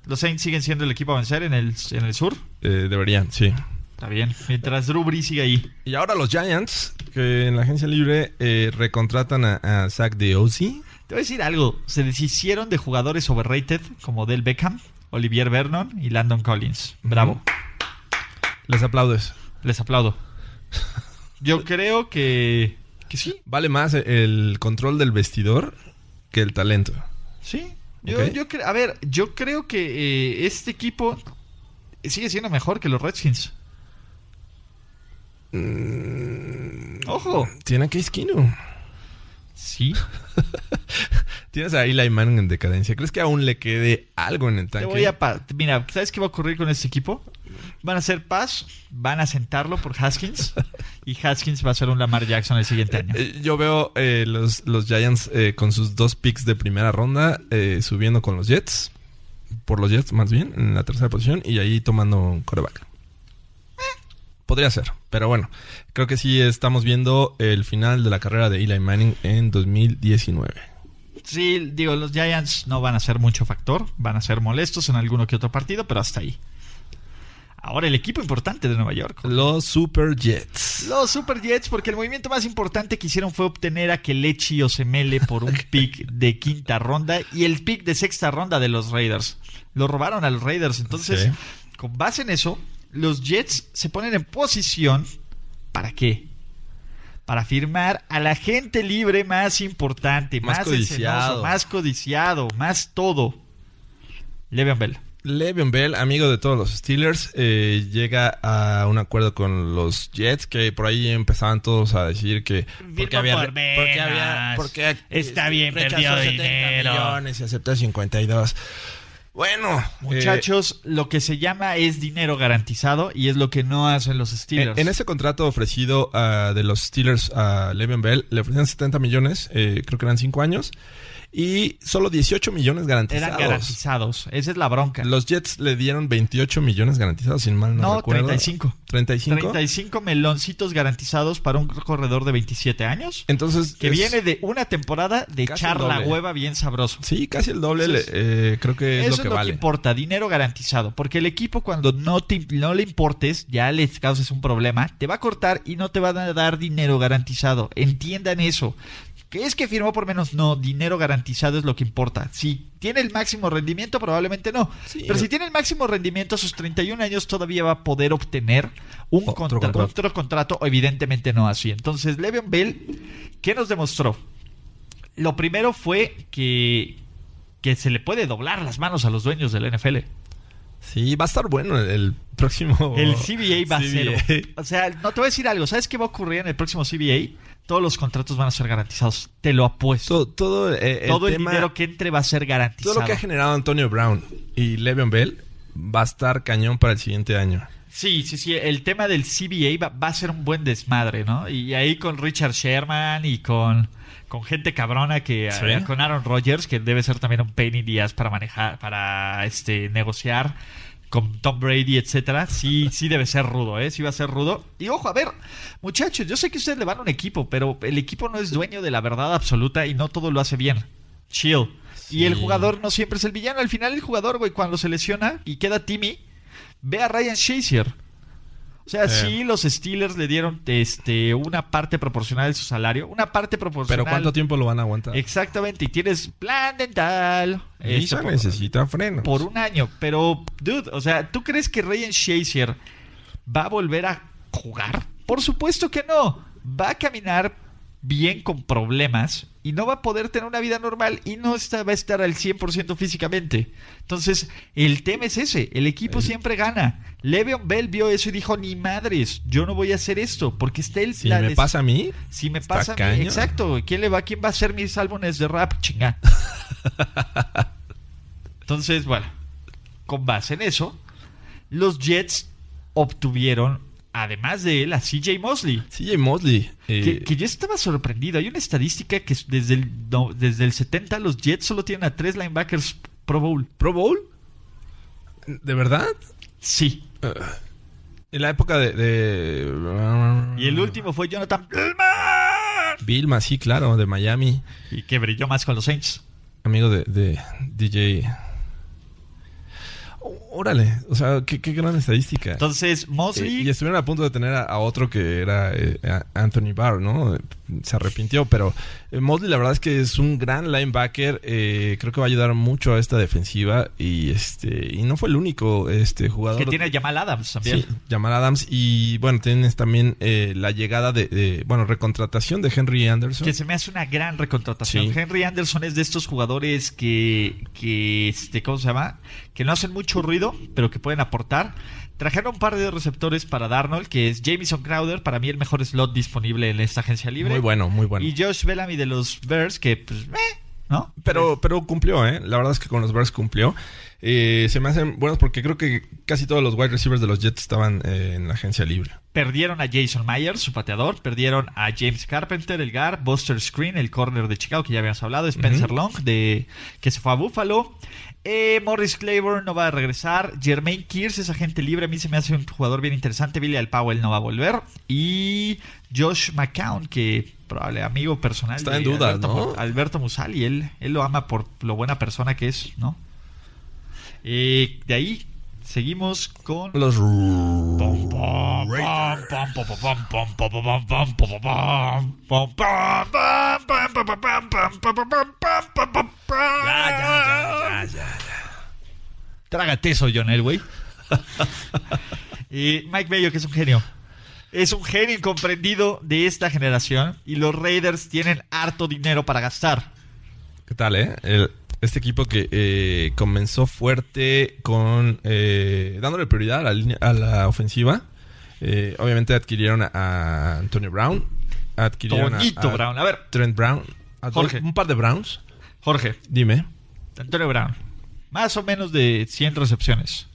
Los Saints siguen siendo el equipo a vencer en el, en el sur.
Eh, deberían, sí.
Está bien. Mientras Drew Brees sigue ahí.
Y ahora los Giants, que en la agencia libre eh, recontratan a, a Zach DeOzy.
Te voy a decir algo. Se deshicieron de jugadores overrated como Del Beckham, Olivier Vernon y Landon Collins. Bravo.
Les aplaudes.
Les aplaudo. Yo creo que Que sí,
Vale más el control del vestidor que el talento.
sí. Yo,
Ok.
yo cre- a ver, yo creo que eh, este equipo sigue siendo mejor que los Redskins. Ojo.
Tiene a Case Keenum.
Sí.
Tienes a Eli Manning en decadencia. ¿Crees que aún le quede algo en el
Te
tanque?
voy a pa- Mira, ¿sabes qué va a ocurrir con este equipo? Van a hacer paz, van a sentarlo por Haskins y Haskins va a ser un Lamar Jackson el siguiente año.
Eh, Yo veo eh, los, los Giants eh, con sus dos picks de primera ronda eh, subiendo con los Jets. Por los Jets, más bien, en la tercera posición. Y ahí tomando un coreback. Podría ser, pero bueno. Creo que sí estamos viendo el final de la carrera de Eli Manning en 2019.
Sí, digo, los Giants no van a ser mucho factor, van a ser molestos en alguno que otro partido, pero hasta ahí. Ahora el equipo importante de Nueva York.
Los Super Jets.
Los Super Jets, porque el movimiento más importante que hicieron fue obtener a Kelechi Osemele por un pick de quinta ronda y el pick de sexta ronda de los Raiders. Lo robaron a los Raiders. Entonces,
Sí.
con base en eso, los Jets se ponen en posición. ¿Para qué? Para firmar a la gente libre más importante, más,
Más
codiciado,
codiciado.
más codiciado, más todo. Le'Veon Bell.
Le'Veon Bell, amigo de todos los Steelers, eh, llega a un acuerdo con los Jets, que por ahí empezaban todos a decir que...
Firma por
porque había...
menos.
Porque
Está
eh,
bien,
rechazó
perdió
70
dinero.
millones y aceptó 52. Bueno, eh,
Muchachos, lo que se llama es dinero garantizado y es lo que no hacen los
eh, en,
Steelers.
en ese contrato ofrecido ah, de los Steelers a Le'Veon Bell, le ofrecían 70 millones, eh, creo que eran 5 años, y solo 18 millones
Eran
garantizados.
garantizados. Esa es la bronca.
Los Jets le dieron 28 millones garantizados, sin mal no,
No,
recuerdo.
35.
35.
35 meloncitos garantizados para un corredor de 27 años
Entonces,
que
es-
viene de una temporada de
Casi
echar
el
la
doble.
hueva bien sabroso.
Sí, casi el doble.
Entonces,
le- eh, creo que es
Eso
lo que vale.
importa, dinero garantizado. Porque el equipo cuando no, te- no le importes, ya le causes un problema, te va a cortar y no te van a dar dinero garantizado. Entiendan eso. ¿Qué es que firmó por menos? No, dinero garantizado es lo que importa. Si tiene el máximo rendimiento, probablemente no.
Sí.
Pero si tiene el máximo rendimiento, a sus 31 años todavía va a poder obtener un
Otro
contra-
contrato.
otro contrato. Evidentemente no así. Entonces, Le'Veon Bell, ¿qué nos demostró? Lo primero fue que, que se le puede doblar las manos a los dueños del NFL.
Sí, va a estar bueno el, el próximo.
El CBA va a ser.
CBA.
O sea, no te voy a decir algo. ¿Sabes qué va a ocurrir en el próximo CBA? Todos los contratos van a ser garantizados. Te lo apuesto.
To- todo eh, el,
Todo el,
tema-
dinero que entre va a ser garantizado.
todo lo que ha generado Antonio Brown y Le'Veon Bell va a estar cañón para el siguiente año.
Sí, sí, sí. El tema del CBA va, va a ser un buen desmadre, ¿no? Y ahí con Richard Sherman y con, con gente cabrona que
Sí.
eh, con Aaron Rodgers, que debe ser también un pain in the ass para manejar, para este negociar con Tom Brady, etcétera. Sí, sí debe ser rudo, ¿eh? Sí va a ser rudo. Y ojo, a ver, muchachos, yo sé que ustedes le van a un equipo, pero el equipo no es dueño de la verdad absoluta y no todo lo hace bien. Chill. Y el
Sí.
jugador no siempre es el villano. Al final el jugador, güey, cuando se lesiona y queda Timmy, ve a Ryan Shazier. O sea,
Eh.
sí, los Steelers le dieron este, una parte proporcional de su salario, una parte proporcional.
Pero ¿cuánto tiempo lo van a aguantar?
Exactamente, y tienes plan dental. este,
Lisa
por-
necesita frenos.
por un año. Pero, dude, o sea, ¿tú crees que Ryan Shazier va a volver a jugar? Por supuesto que no. Va a caminar bien con problemas y no va a poder tener una vida normal y no está, va a estar al 100% físicamente. Entonces, el tema es ese. El equipo siempre gana. Le'Veon Bell vio eso y dijo, ni madres, yo no voy a hacer esto porque está el...
si
la
me
des-
pasa a mí,
si me
Está
pasa, a mí-
cañón.
exacto. ¿Quién le va? ¿Quién va a hacer mis álbumes de rap? Chinga. Entonces, bueno, con base en eso, los Jets obtuvieron, además de él, a CJ Mosley.
CJ Mosley. eh,
Que, que yo estaba sorprendido. Hay una estadística que desde el, no, desde el 70 los Jets solo tienen a tres linebackers Pro Bowl.
¿Pro Bowl? ¿De verdad?
Sí.
En la época de. de-
Y el último fue Jonathan
Vilma, sí, claro, de Miami.
y que brilló más con los Saints.
Amigo de, de DJ. Órale, o sea, qué, qué gran estadística.
Entonces, Mosley.
Eh, y estuvieron a punto de tener a, a otro que era eh, a Anthony Barr, ¿no? Se arrepintió, pero eh, Mosley la verdad es que es un gran linebacker. eh, creo que va a ayudar mucho a esta defensiva y este y no fue el único este jugador.
que tiene a Jamal Adams también.
Sí, Jamal Adams y bueno, tienes también eh, la llegada de, de- bueno, recontratación de Henry Anderson.
Que se me hace una gran recontratación.
Sí.
Henry Anderson es de estos jugadores que, que este, ¿cómo se llama? Que no hacen mucho ruido, pero que pueden aportar. Trajeron un par de receptores para Darnold, que es Jamison Crowder, para mí el mejor slot disponible en esta agencia libre.
Muy bueno, muy bueno.
Y Josh Bellamy de los Bears, que pues, meh, ¿no?
Pero, pero cumplió, ¿eh? La verdad es que con los Bears cumplió. Eh, se me hacen buenos porque creo que casi todos los wide receivers de los Jets estaban eh, en la agencia libre.
Perdieron a Jason Myers, su pateador. Perdieron a James Carpenter, el guard. Buster Screen, el corner de Chicago, que ya habíamos hablado. Spencer Long, de, que se fue a Buffalo. Eh, Morris Claiborne no va a regresar. Jermaine Kearse es agente libre. A mí se me hace un jugador bien interesante. Billy Al Powell no va a volver. Y Josh McCown, que probable amigo personal.
Está
de
en duda,
Alberto,
¿no?
Mu- Alberto Musali. Él, él lo ama por lo buena persona que es, ¿no? Eh, de ahí seguimos con.
Los
Pom, pom, pom, pom, pom, pom, pom, pom, pom, pom, pom, pom, pom, pom, pom, pom, pom, pom, pom, pom, pom, pom, pom, pom, pom. Trágate eso, John Elway. Y Mike Bello, que es un genio. Es un genio incomprendido de esta generación y los Raiders tienen harto dinero para gastar.
¿Qué tal, eh? El- este equipo que eh, comenzó fuerte con eh, dándole prioridad a la, línea- a la ofensiva. Eh, obviamente adquirieron a, a Antonio Brown. Adquirieron a-
Toñito
a,
Brown. A ver,
Trent Brown. a dos-
Jorge.
Un par de Browns.
Jorge,
Dime.
Antonio Brown. Más o menos de 100 recepciones.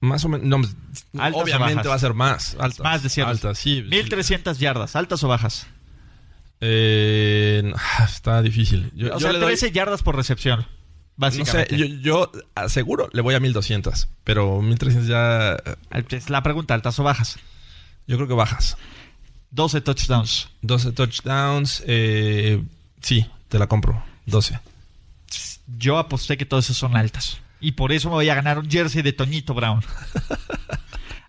Más o menos. no, pues,
Altas o
obviamente
bajas.
va a ser más. Altas,
Más de 100.
Altas, sí.
1300 yardas, altas o bajas.
Eh, no, está difícil. Yo,
o
yo
sea,
le doy-
13 yardas por recepción.
no sé,
Básicamente.
yo, yo aseguro le voy a 1200. Pero 1300 ya. eh,
Es La pregunta, altas o bajas.
Yo creo que bajas.
12 touchdowns.
12 touchdowns. eh, sí, te la compro. 12.
Yo aposté que todas esas son altas. Y por eso me voy a ganar un jersey de Toñito Brown.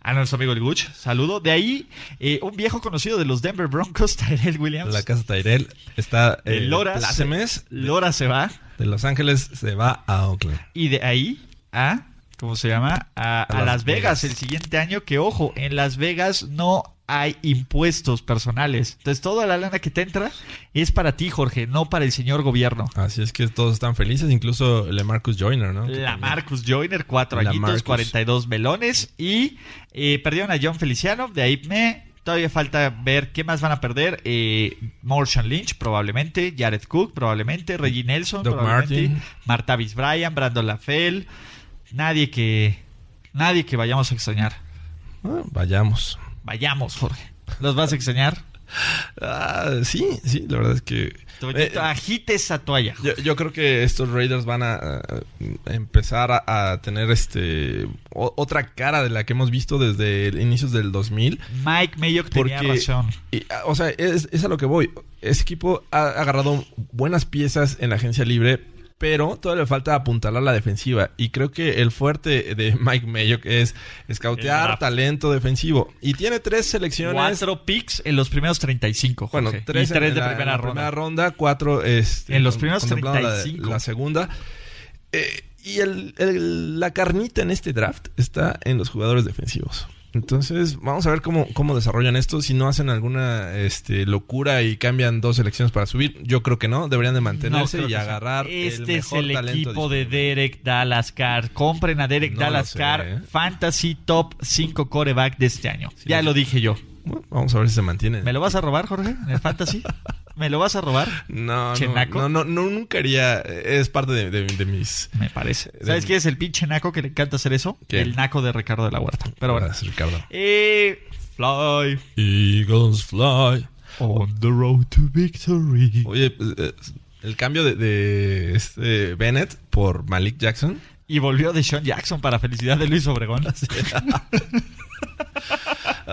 A nuestro amigo el Guch, saludo. De ahí, eh, un viejo conocido de los Denver Broncos, Tyrell Williams.
La casa Tyrell está
Pues, De
eh,
Loras.
Plácemes,
Lora se va.
de Los Ángeles se va a Oakland.
Y de ahí a, ¿cómo se llama? A, a Las, Vegas. el siguiente año. Que ojo, en Las Vegas no hay impuestos personales. Entonces toda la lana que te entra es para ti, Jorge, no para el señor gobierno.
Así es que todos están felices, incluso Marcus Joyner, ¿no? Que
La
también-
Marcus Joyner, cuatro
La
añitos,
Marcus.
42 melones. Y eh, perdieron a John Feliciano. De ahí me. Todavía falta ver qué más van a perder. Eh, Marshawn Lynch, probablemente. Jared Cook, probablemente. Reggie Nelson,
Doc
probablemente.
Martin.
Martavis Bryant, Brandon LaFell. Nadie que. Nadie que vayamos a extrañar.
Ah, vayamos.
Vayamos, Jorge. ¿Los vas a extrañar?
Ah, sí, sí, la verdad es que. Eh,
Toñito, agite esa toalla.
yo, yo creo que estos Raiders van a, a, empezar a, a tener este o- otra cara de la que hemos visto desde el- inicios del 2000.
Mike Mayock tenía
Porque-
razón.
Y, ah, o sea, es, es a lo que voy. Este equipo ha agarrado buenas piezas en la agencia libre, pero todavía le falta apuntalar la defensiva. Y creo que el fuerte de Mike Mayock es
El
escautear
draft.
talento defensivo. Y tiene tres selecciones.
Cuatro picks en los primeros 35, Jorge.
Bueno, tres,
y tres
en
de
la-
primera
en la
ronda.
primera ronda, cuatro este,
En los
con-
primeros
contemplando la de-
35.
La, segunda. Eh, y el- el- la carnita en este draft está en los jugadores defensivos. Entonces, vamos a ver cómo, cómo desarrollan esto. Si no hacen alguna este, locura y cambian dos selecciones para subir, yo creo que no. Deberían de mantenerse
No, creo
y
que sí.
agarrar el
Este es
mejor
el
talento
equipo de
disponible.
Derek Dalascar. Compren a Derek
No lo
Dalascar,
sé, ¿eh?
Fantasy Top 5 coreback de este año.
Sí,
ya
no sé.
lo dije yo.
Bueno, vamos a ver si se mantienen.
¿Me lo vas a robar, Jorge? ¿En el Fantasy? ¿Me lo vas a robar?
No, no,
¿Chenaco?
no, no, no, nunca haría. eh, Es parte de- de- de mis
Me parece. ¿Sabes
Del-
quién es el pinche naco que le encanta hacer eso?
¿Quién?
El naco de Ricardo de la Huerta. Pero bueno.
horas, Ricardo.
Eh, fly
Eagles fly.
on the road to victory.
Oye, pues, eh, el cambio de, de este Bennett por Malik Jackson.
Y volvió de Sean Jackson para felicidad de Luis Obregón.
Ah,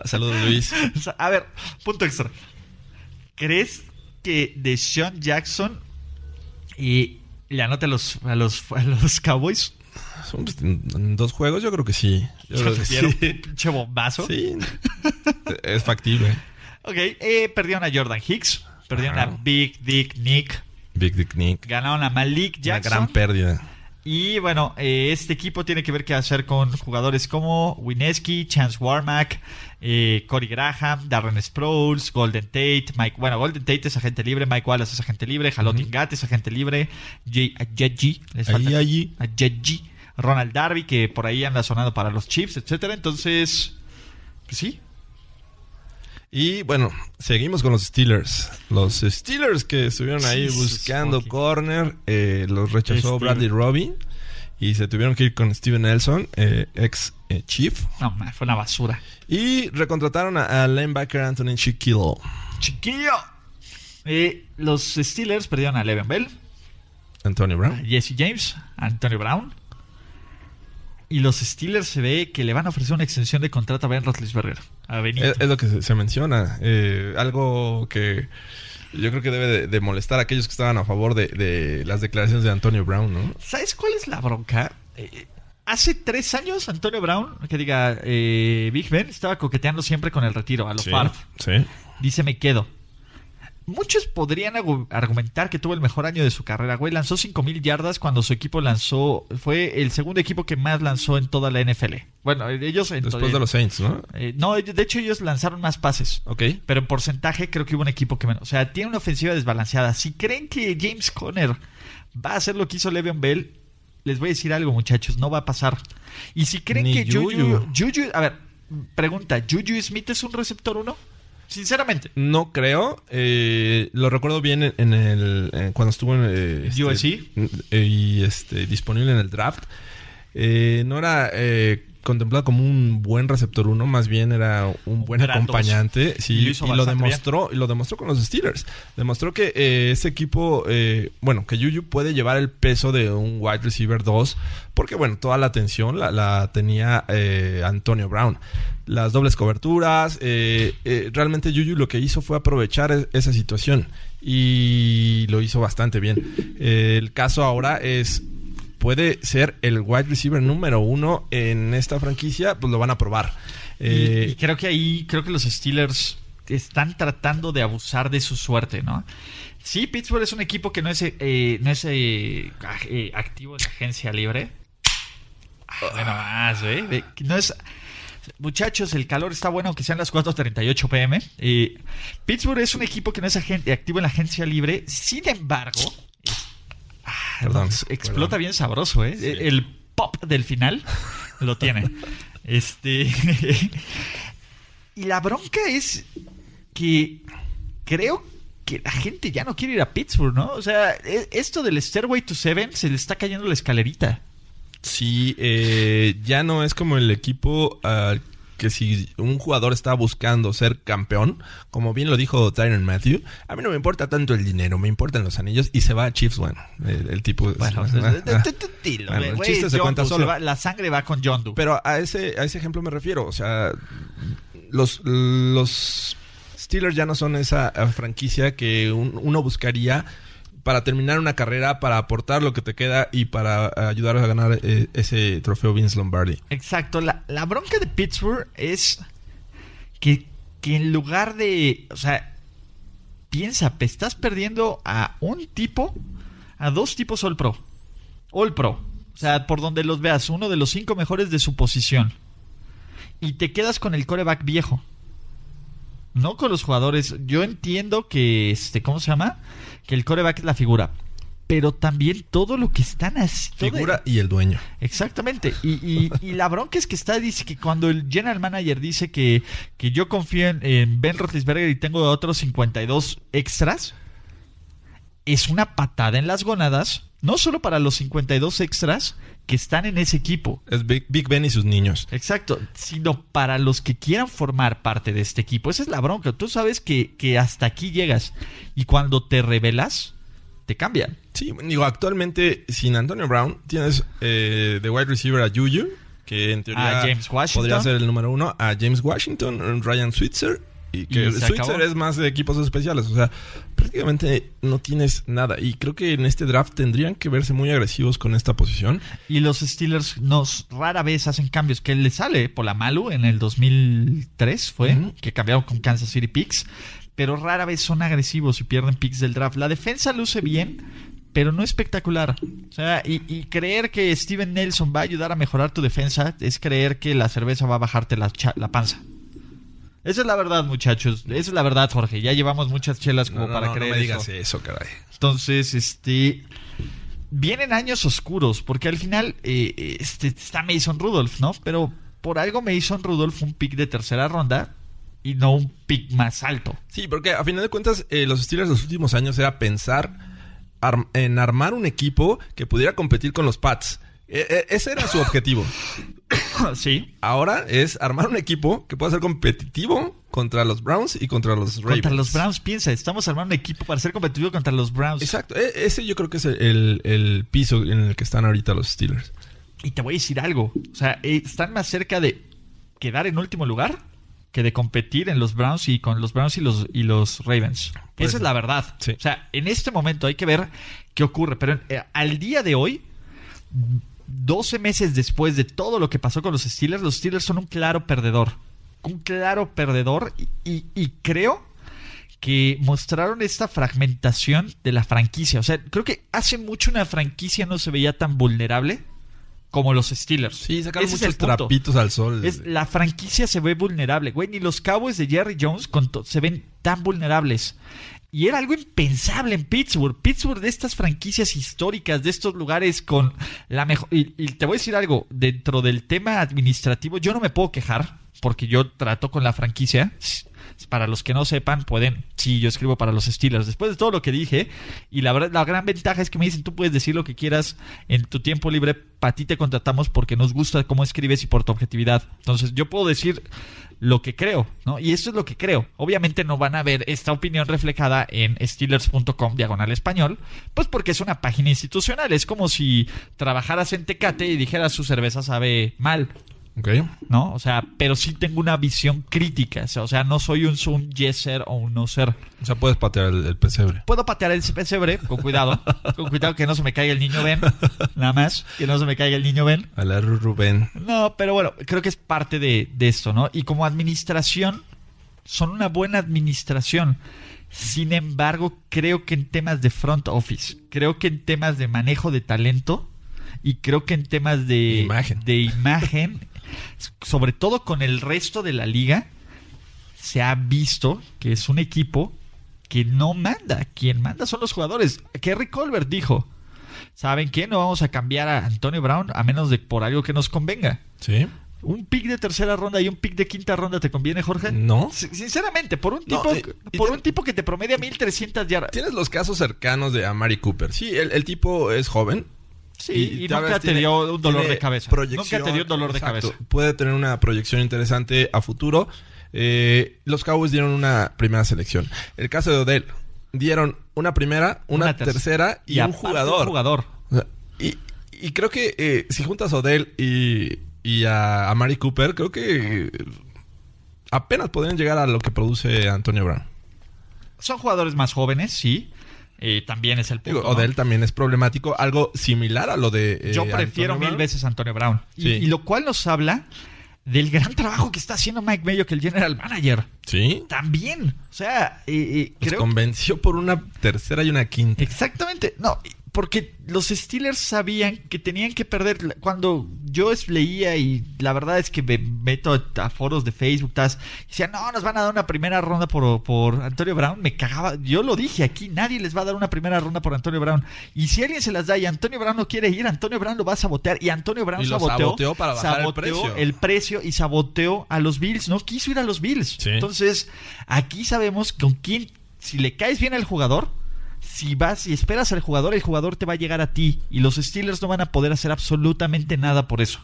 Saludos, Luis.
O sea, a ver, punto extra. ¿Crees que de Sean Jackson eh, ¿Le anota a los, a los, a los Cowboys?
Son, pues, en dos juegos yo creo que sí. Yo creo que sí.
Pinche bombazo.
Sí. es factible.
Ok, eh, perdieron a Jordan Hicks, perdieron
Ajá.
a Big Dick Nick,
Big Dick Nick.
ganaron a Malik
Una
Jackson.
gran pérdida.
Y bueno, eh, este equipo tiene que ver qué hacer con jugadores como Wineski, Chance Warmack, eh, Corey Graham, Darren Sproles, Golden Tate, Mike. Bueno, Golden Tate es agente libre, Mike Wallace es agente libre, Jalot Ingat es agente libre, Jay Ajayi, les falta-
Ayayi.
Ajayi, Ronald Darby, que por ahí anda sonando para los Chips, etcétera. Entonces, pues sí,
Y bueno, seguimos con los Steelers. Los Steelers que estuvieron ahí
Jesus
buscando
fucking.
corner, eh, los rechazó
Steelers.
Bradley Robbie y se tuvieron que ir con Steven Nelson, eh, ex eh, Chief.
no, man, fue una basura.
Y recontrataron a- al linebacker Anthony Chiquillo.
Chiquillo. Eh, los Steelers perdieron a Le'Veon Bell,
Antonio
a
Brown.
Jesse James, a Antonio Brown. Y los Steelers se ve que le van a ofrecer una extensión de contrato a Ben Roethlisberger. A Benito.
Es, es lo que se, se menciona. eh, algo que yo creo que debe de, de molestar a aquellos que estaban a favor de, de las declaraciones de Antonio Brown, ¿no?
¿Sabes cuál es la bronca? Eh, hace tres años Antonio Brown, que diga eh, Big Ben, estaba coqueteando siempre con el retiro a los Favre.
sí.
Dice, me quedo. Muchos podrían agu- argumentar que tuvo el mejor año de su carrera, güey. Lanzó 5.000 yardas cuando su equipo lanzó... Fue el segundo equipo que más lanzó en toda la NFL. Bueno, ellos... en
Después de los Saints, ¿no?
eh, no, ellos- de hecho ellos lanzaron más pases.
Ok.
Pero en porcentaje creo que hubo un equipo que menos. O sea, tiene una ofensiva desbalanceada. Si creen que James Conner va a hacer lo que hizo Le'Veon Bell, les voy a decir algo, muchachos, no va a pasar. Y si creen
Ni
que Juju,
Juju.
Juju- a ver, pregunta, ¿Juju Smith es un receptor uno? Sinceramente.
No creo. eh, lo recuerdo bien en, en el en- cuando estuvo en eh, este,
USC.
eh, y este, disponible en el draft. Eh, no era eh, contemplado como un buen receptor uno, más bien era un buen
gran dos.
acompañante. Sí,
Y
y
lo
lo,
hizo bastante
demostró, y lo demostró con los Steelers. Demostró que eh, ese equipo, eh, bueno, que Juju puede llevar el peso de un wide receiver 2, porque bueno, toda la atención la, la tenía eh, Antonio Brown. Las dobles coberturas, eh, eh, realmente Juju lo que hizo fue aprovechar es- esa situación y lo hizo bastante bien. Eh, el caso ahora es... Puede ser el wide receiver número uno en esta franquicia, pues lo van a probar.
Y-
Eh,
y, creo que ahí, creo que los Steelers están tratando de abusar de su suerte, ¿no? Sí, Pittsburgh es un equipo que no es, eh, no es eh, a- eh, activo en agencia libre. Ah, Bueno, más, ¿eh? Ve-
Ah.
que No es... Muchachos, el calor está bueno, aunque sean las 4.38 pm. Eh, Pittsburgh es un equipo que no es agen- activo en la agencia libre. Sin embargo, es- ah,
Perdón,
nos explota
perdón.
bien sabroso, ¿eh? El pop del final lo tiene. este. y la bronca es que creo que la gente ya no quiere ir a Pittsburgh, ¿no? O sea, e- esto del Stairway to Seven se le está cayendo la escalerita.
Sí, eh, ya no es como el equipo ah, que si un jugador está buscando ser campeón, como bien lo dijo Tyron Matthew, a mí no me importa tanto el dinero, me importan los anillos y se va a Chiefs, bueno, el, el tipo... es-
Bueno, pues, eh,
ah, ah.
dilo,
Bueno,
güey,
el
güey,
chiste se
John
cuenta
Doe
solo.
va- la sangre va con John Doe.
Pero a ese, a ese ejemplo me refiero, o sea, los, los Steelers ya no son esa eh, franquicia que un- uno buscaría para terminar una carrera, para aportar lo que te queda y para ayudar a ganar eh, ese trofeo Vince Lombardi.
Exacto, la, la bronca de Pittsburgh es que, que en lugar de, o sea, piensa, pe, estás perdiendo a un tipo, a dos tipos All Pro. All Pro. O sea, por donde los veas, uno de los cinco mejores de su posición. Y te quedas con el coreback viejo. No con los jugadores. Yo entiendo que, este, ¿cómo se llama? Que el coreback es la figura. Pero también todo lo que están haciendo.
Figura y el dueño.
Exactamente. Y, y- y la bronca es que está, dice que cuando el general manager dice que, que yo confío en, en Ben Roethlisberger y tengo otros 52 extras, es una patada en las gonadas, no solo para los 52 extras que están en ese equipo.
Es Big, Big Ben y sus niños.
Exacto, sino para los que quieran formar parte de este equipo. Esa es la bronca. Tú sabes que, que hasta aquí llegas y cuando te revelas, te cambian.
Sí, digo, actualmente sin Antonio Brown tienes eh, de wide receiver a Juju, que en teoría
A James Washington.
podría ser el número uno, a James Washington, Ryan Switzer Y que
Y se
Switzer
acabó.
es más de equipos especiales. O sea, prácticamente no tienes nada. Y creo que en este draft tendrían que verse muy agresivos con esta posición.
Y los Steelers nos rara vez hacen cambios. Que le sale por la Malu en el 2003 fue,
Ujú.
que cambiaron con Kansas City Picks. Pero rara vez son agresivos y pierden picks del draft. La defensa luce bien, pero no espectacular. O sea, y, y creer que Steven Nelson va a ayudar a mejorar tu defensa es creer que la cerveza va a bajarte la, cha- la panza. Esa es la verdad, muchachos. Esa es la verdad, Jorge. Ya llevamos muchas chelas como
No, no,
para
no, no
creer
me digas
eso.
eso, caray.
Entonces, este. Vienen años oscuros, porque al final eh, este, está Mason Rudolph, ¿no? Pero por algo Mason Rudolph fue un pick de tercera ronda y no un pick más alto.
Sí, porque a final de cuentas, eh, los Steelers los últimos años era pensar arm- en armar un equipo que pudiera competir con los Pats. E- e- ese era su objetivo.
Sí.
Ahora es armar un equipo que pueda ser competitivo contra los Browns y contra los Ravens.
Contra los Browns, piensa, estamos armando un equipo para ser competitivo contra los Browns.
Exacto. E- ese yo creo que es el, el piso en el que están ahorita los Steelers.
Y te voy a decir algo. O sea, eh, están más cerca de quedar en último lugar que de competir en los Browns y con los Browns y los, y los Ravens.
Pues,
Esa es la verdad.
sí.
O sea, en este momento hay que ver qué ocurre. Pero eh, al día de hoy, 12 meses después de todo lo que pasó con los Steelers, los Steelers son un claro perdedor. Un claro perdedor. Y, y- y creo que mostraron esta fragmentación de la franquicia. O sea, creo que hace mucho una franquicia no se veía tan vulnerable como los Steelers.
Sí, sacaron
Ese es
muchos
el punto.
trapitos al sol.
Es, la franquicia se ve vulnerable, güey. Ni los Cowboys de Jerry Jones con to- se ven tan vulnerables. Y era algo impensable en Pittsburgh. Pittsburgh de estas franquicias históricas, de estos lugares con la mejor... Y, y te voy a decir algo, dentro del tema administrativo yo no me puedo quejar porque yo trato con la franquicia. Para los que no sepan, pueden... Sí, yo escribo para los Steelers. Después de todo lo que dije, y la verdad, la gran ventaja es que me dicen, tú puedes decir lo que quieras en tu tiempo libre, para ti te contratamos porque nos gusta cómo escribes y por tu objetividad. Entonces, yo puedo decir lo que creo, ¿no? Y esto es lo que creo. Obviamente no van a ver esta opinión reflejada en steelers.com diagonal español, pues porque es una página institucional. Es como si trabajaras en Tecate y dijeras su cerveza sabe mal.
Ok.
¿no? O sea, pero sí tengo una visión crítica. O sea, o sea, no soy un, un yes ser o un no ser.
O sea, puedes patear el, el pesebre.
Puedo patear el pesebre, con cuidado. Con cuidado que no se me caiga el niño Ben. Nada más, que no se me caiga el niño Ben.
A la Ru- Rubén.
No, pero bueno, creo que es parte de, de esto, ¿no? Y como administración, son una buena administración. Sin embargo, creo que en temas de front office, creo que en temas de manejo de talento y creo que en temas de
Imagen.
de imagen, sobre todo con el resto de la liga, se ha visto que es un equipo que no manda. Quien manda son los jugadores. Kerry Colbert dijo, ¿saben qué? No vamos a cambiar a Antonio Brown a menos de por algo que nos convenga.
Sí.
¿Un pick de tercera ronda y un pick de quinta ronda te conviene, Jorge?
No.
Si- Sinceramente, por un
No, eh,
tipo,
y- y
por
te-
un tipo que te promedia 1300 yardas.
Tienes los casos cercanos de Amari Cooper. Sí, el, el tipo es joven.
Sí, y,
tal
nunca
vez
te
tiene-
dio un dolor
tiene
de cabeza. Nunca
proyección,
te dio un dolor de
exacto.
cabeza.
Puede tener una proyección interesante a futuro. Eh, los Cowboys dieron una primera selección. El caso de Odell. Dieron una primera, una,
Una ter-
tercera y, un
aparte
jugador.
Un jugador.
O sea, y, y creo que eh, si juntas a Odell y, y a, a Mari Cooper, creo que eh, apenas podrían llegar a lo que produce Antonio Brown.
Son jugadores más jóvenes, sí. Eh, también es el punto.
Digo,
¿no?
Odell también es problemático, algo similar a lo de. eh,
Yo prefiero
Antonio
mil
Brown.
veces a Antonio Brown. Y,
Sí.
y lo cual nos habla del gran trabajo que está haciendo Mike Mayo, que el general manager.
Sí.
También. O sea, eh, eh,
Los
creo E-,
convenció por una tercera y una quinta.
Exactamente, no, porque los Steelers sabían que tenían que perder. Cuando yo es- leía y la verdad es que me meto a foros de Facebook, tas, y decían, no, nos van a dar una primera ronda por, por Antonio Brown, me cagaba. Yo lo dije aquí, nadie les va a dar una primera ronda por Antonio Brown. Y si alguien se las da y Antonio Brown no quiere ir, Antonio Brown lo va a sabotear. Y Antonio Brown
Y lo
saboteó,
saboteó para bajar el
saboteó
precio.
el precio y saboteó a los Bills. No quiso ir a los Bills.
Sí.
Entonces, aquí sabemos con quién, si le caes bien al jugador, si vas y esperas al jugador, el jugador te va a llegar a ti. Y los Steelers no van a poder hacer absolutamente nada por eso.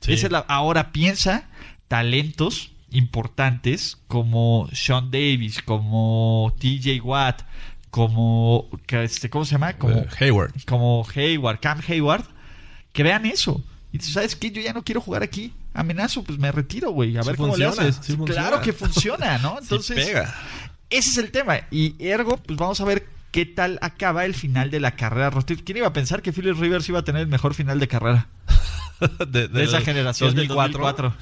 Sí.
Esa es la- ahora piensa talentos importantes como Sean Davis, como TJ Watt, como que este, ¿cómo se llama? Como
Eh, Hayward.
como Hayward, Cam Hayward, que vean eso. Y tú sabes que yo ya no quiero jugar aquí. amenazo, pues me retiro, güey. A
Sí
ver cómo le
funciona,
haces.
sí
claro
funciona.
que funciona, ¿no?
Entonces,
Entonces, ese es el tema. Y ergo, pues vamos a ver qué tal acaba el final de la carrera. Rostiff. ¿Quién iba a pensar que Philip Rivers iba a tener el mejor final de carrera
De,
de esa generación?
2004.
2004.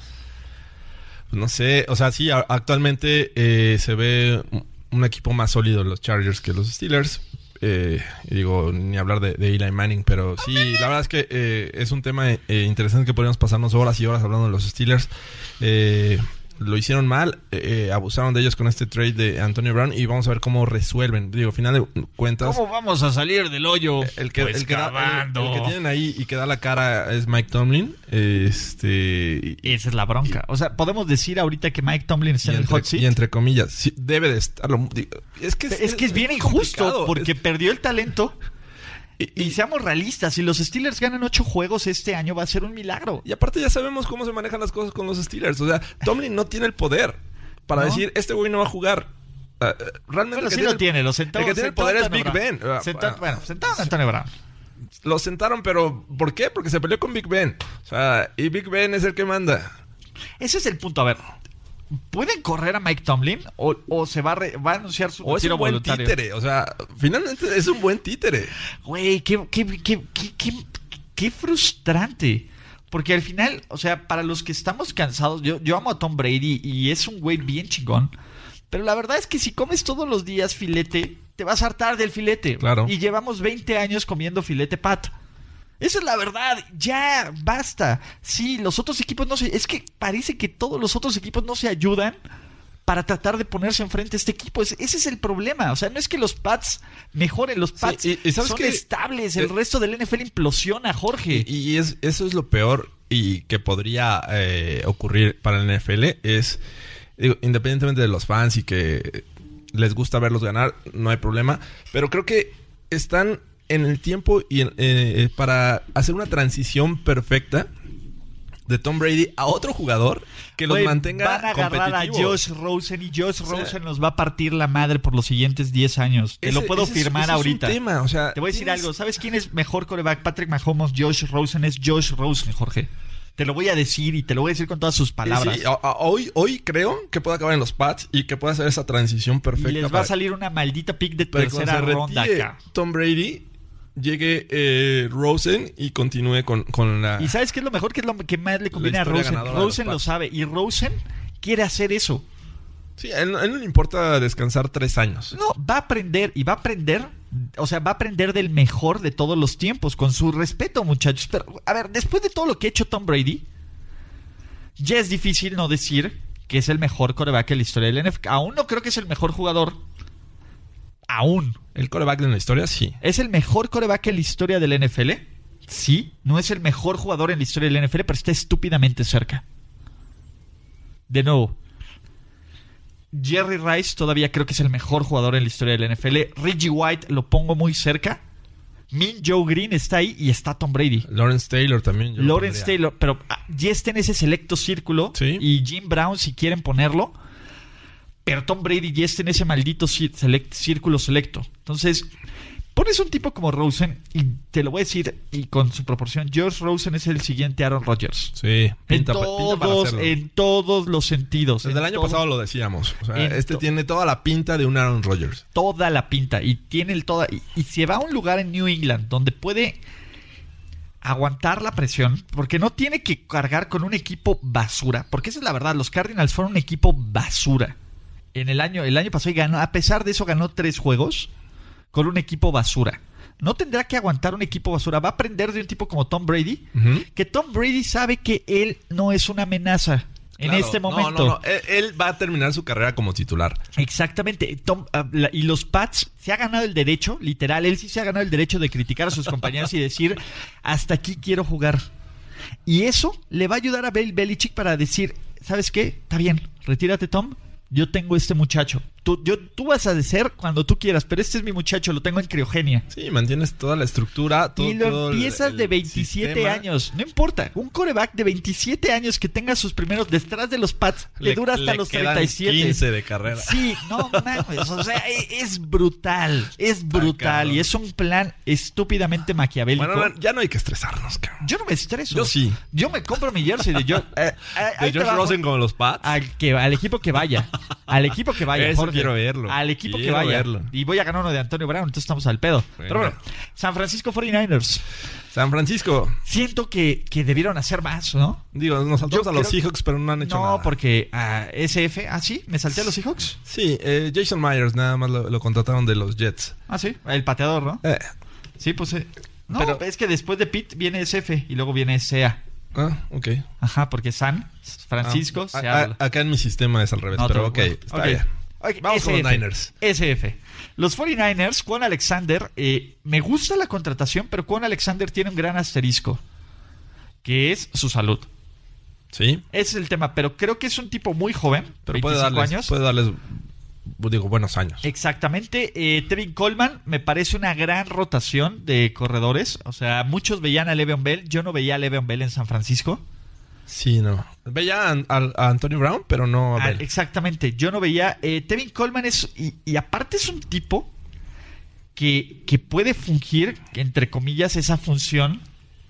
pues, No sé, o sea, sí, a- actualmente eh, se ve un- un equipo más sólido los Chargers que los Steelers. Eh, y digo, ni hablar de, de Eli Manning, pero sí, la verdad es que eh, es un tema eh, interesante que podríamos pasarnos horas y horas hablando de los Steelers. Eh, lo hicieron mal, eh, eh, abusaron de ellos con este trade de Antonio Brown y vamos a ver cómo resuelven. Digo, final de cuentas,
¿Cómo vamos a salir del hoyo?
el que,
Pues
el que da- el-
cavando.
el que tienen ahí y que da la cara es Mike Tomlin. Este, y-
Esa es la bronca. O sea, podemos decir ahorita que Mike Tomlin está
y
en el
entre,
hot seat.
y entre comillas, sí, debe de estarlo. Digo, Es que
Es que es bien injusto
complicado.
porque perdió el talento. Y, seamos realistas, si los Steelers ganan ocho juegos este año va a ser un milagro.
Y aparte ya sabemos cómo se manejan las cosas con los Steelers. O sea, Tomlin no tiene el poder para
No.
decir, este güey no va a jugar. Ah, eh, realmente
Bueno,
el que
sí lo tiene, lo sentaron.
El que tiene el
sentaron
poder
a
es
Antonio
Big Ben.
Brown.
Ah,
Senta-
ah,
bueno, sentaron a Antonio Brown.
Lo sentaron, pero ¿por qué? Porque se peleó con Big Ben. O sea, y Big Ben es el que manda.
Ese es el punto. A ver, ¿pueden correr a Mike Tomlin o, o se va a, re- va a anunciar su
O es
retiro
un buen
voluntario?
títere. O sea, finalmente es un buen títere.
Güey, qué, qué, qué, qué, qué, qué frustrante. Porque al final, o sea, para los que estamos cansados, yo, yo amo a Tom Brady y es un güey bien chingón. Pero la verdad es que si comes todos los días filete, te vas a hartar del filete.
Claro.
Y llevamos 20 años comiendo filete pat. Esa es la verdad. Ya, basta. Sí, los otros equipos no se... Es que parece que todos los otros equipos no se ayudan para tratar de ponerse enfrente a este equipo. Es- ese es el problema. O sea, no es que los Pats mejoren. Los Pats
y- y ¿sabes
son
qué?
estables. El
Eh,
resto del NFL implosiona, Jorge.
Y es, eso es lo peor y que podría eh, ocurrir para el NFL. Es, digo, independientemente de los fans y que les gusta verlos ganar, no hay problema. Pero creo que están en el tiempo y en- eh, para hacer una transición perfecta de Tom Brady a otro jugador que los
Güey,
mantenga
van a agarrar a
competitivos.
Josh Rosen y Josh
sea,
Rosen nos va a partir la madre por los siguientes 10 años. Te lo
Ese-
puedo
ese es-
firmar
ese es un
ahorita.
tema, o sea,
Te voy a decir
tienes-
algo. ¿Sabes quién es mejor coreback? Patrick Mahomes, Josh Rosen es Josh Rosen, Jorge. Te lo voy a decir y te lo voy a decir con todas sus palabras.
Sí, oh, a- a- hoy, hoy creo que puede acabar en los Pats y que puede hacer esa transición perfecta.
y les va
para-
a salir una maldita pick de
Para que cuando
tercera
se
ronda
retire
acá.
Tom Brady llegue eh, Rosen y continúe con, con la.
¿Y sabes qué es lo mejor? que es lo que más le conviene a
historia
Rosen?
ganadora de los
Rosen lo
Pats.
sabe y Rosen quiere hacer eso.
Sí, a él, a él no le importa descansar tres años.
No, va a aprender y va a aprender, o sea, va a aprender del mejor de todos los tiempos, con su respeto, muchachos. Pero, a ver, después de todo lo que ha hecho Tom Brady, ya es difícil no decir que es el mejor coreback de la historia del NFL. Aún no creo que es el mejor jugador. Aún.
El coreback en la historia, sí.
¿Es el mejor coreback en la historia del NFL? Sí, no es el mejor jugador en la historia del NFL, pero está estúpidamente cerca. De nuevo, Jerry Rice todavía creo que es el mejor jugador en la historia del NFL. Reggie White lo pongo muy cerca. Min Joe Green está ahí y está Tom Brady.
Lawrence Taylor también. yo lo
Lawrence
pondría.
Taylor, pero ah, ya está en ese selecto círculo.
Sí.
Y Jim Brown, si quieren ponerlo. Pero Tom Brady ya está en ese maldito cir- select- círculo selecto. Entonces, pones un tipo como Rosen, y te lo voy a decir, y con su proporción, George Rosen es el siguiente Aaron Rodgers.
Sí, pinta,
en,
pa- pinta para
todos,
hacerlo.
en todos los sentidos.
Desde
en
el año
todo-
pasado lo decíamos. O sea,
en
este
to-
tiene toda la pinta de un Aaron Rodgers.
toda la pinta y tiene el toda y, y se va a un lugar en New England donde puede aguantar la presión porque no tiene que cargar con un equipo basura, porque esa es la verdad, los Cardinals fueron un equipo basura. En el año el año pasado y ganó, a pesar de eso ganó tres juegos con un equipo basura. No tendrá que aguantar un equipo basura, va a aprender de un tipo como Tom Brady,
Ujú.
que Tom Brady sabe que él no es una amenaza en
Claro,
este
no, no,
momento.
no, Él, él va a terminar su carrera como titular.
Exactamente. Tom, ah, la- y los Pats se ha ganado el derecho, literal, él sí se ha ganado el derecho de criticar a sus compañeros y decir, hasta aquí quiero jugar. Y eso le va a ayudar a Bill Belichick para decir, ¿sabes qué? Está bien, retírate Tom, yo tengo este muchacho. Tú, yo, tú vas a ser cuando tú quieras, pero este es mi muchacho, lo tengo en criogenia.
Sí, mantienes toda la estructura, todo,
y lo
todo el-
empiezas
el
de 27
sistema.
años. No importa. Un coreback de 27 años que tenga sus primeros detrás de los pads le, dura hasta los
quedan
37.
15 de carrera.
Sí, no mames. O sea, e- es brutal. Es brutal.
cabrón.
y es un plan estúpidamente maquiavélico.
Bueno, no, ya no hay que estresarnos, cabrón.
yo no me estreso.
Yo sí.
Yo me compro mi jersey de Josh. eh, ahí
De
te
Josh
va,
Rosen con los Pats.
Al, que, al equipo que vaya. Al equipo que vaya.
Eso
Jorge.
quiero verlo.
Al equipo
Quiero
que vaya.
verlo.
Y voy a ganar uno de Antonio Brown, entonces estamos al pedo. Pero
Venga.
bueno, San Francisco 49ers.
San Francisco.
Siento que, que debieron hacer más, ¿no?
Digo, nos saltamos
Yo
a los
creo-
Seahawks, pero no han hecho
no,
nada.
porque a SF. Ah, sí, me salté a los Seahawks.
Sí, eh, Jason Myers nada más lo, lo contrataron de los Jets.
Ah, sí, el pateador, ¿no?
Eh,
Sí, pues. eh, no,
Pero-
es que después de Pitt viene SF y luego viene SEA.
ah, ok.
Ajá, porque San Francisco
Ah,
se
a-
habla.
a- acá en mi sistema es al revés,
No,
pero
te-
ok,
bueno,
está
ok.
bien.
Ok,
Vamos con los
SF.
Niners.
SF. Los 49ers, Juan Alexander, eh, me gusta la contratación, pero Juan Alexander tiene un gran asterisco, que es su salud.
Sí,
Ese es el tema, pero creo que es un tipo muy joven,
pero
25
puede darles,
años.
puede darles, digo, buenos años.
Exactamente. Eh, Tevin Coleman me parece una gran rotación de corredores. O sea, muchos veían a Le'Veon Bell. Yo no veía a Le'Veon Bell en San Francisco.
Sí, no. Veía a, a- a Antonio Brown, pero no a
Ah,
Bell.
exactamente. Yo no veía. eh, Tevin Coleman es. Y, y aparte es un tipo que, que puede fungir, entre comillas, esa función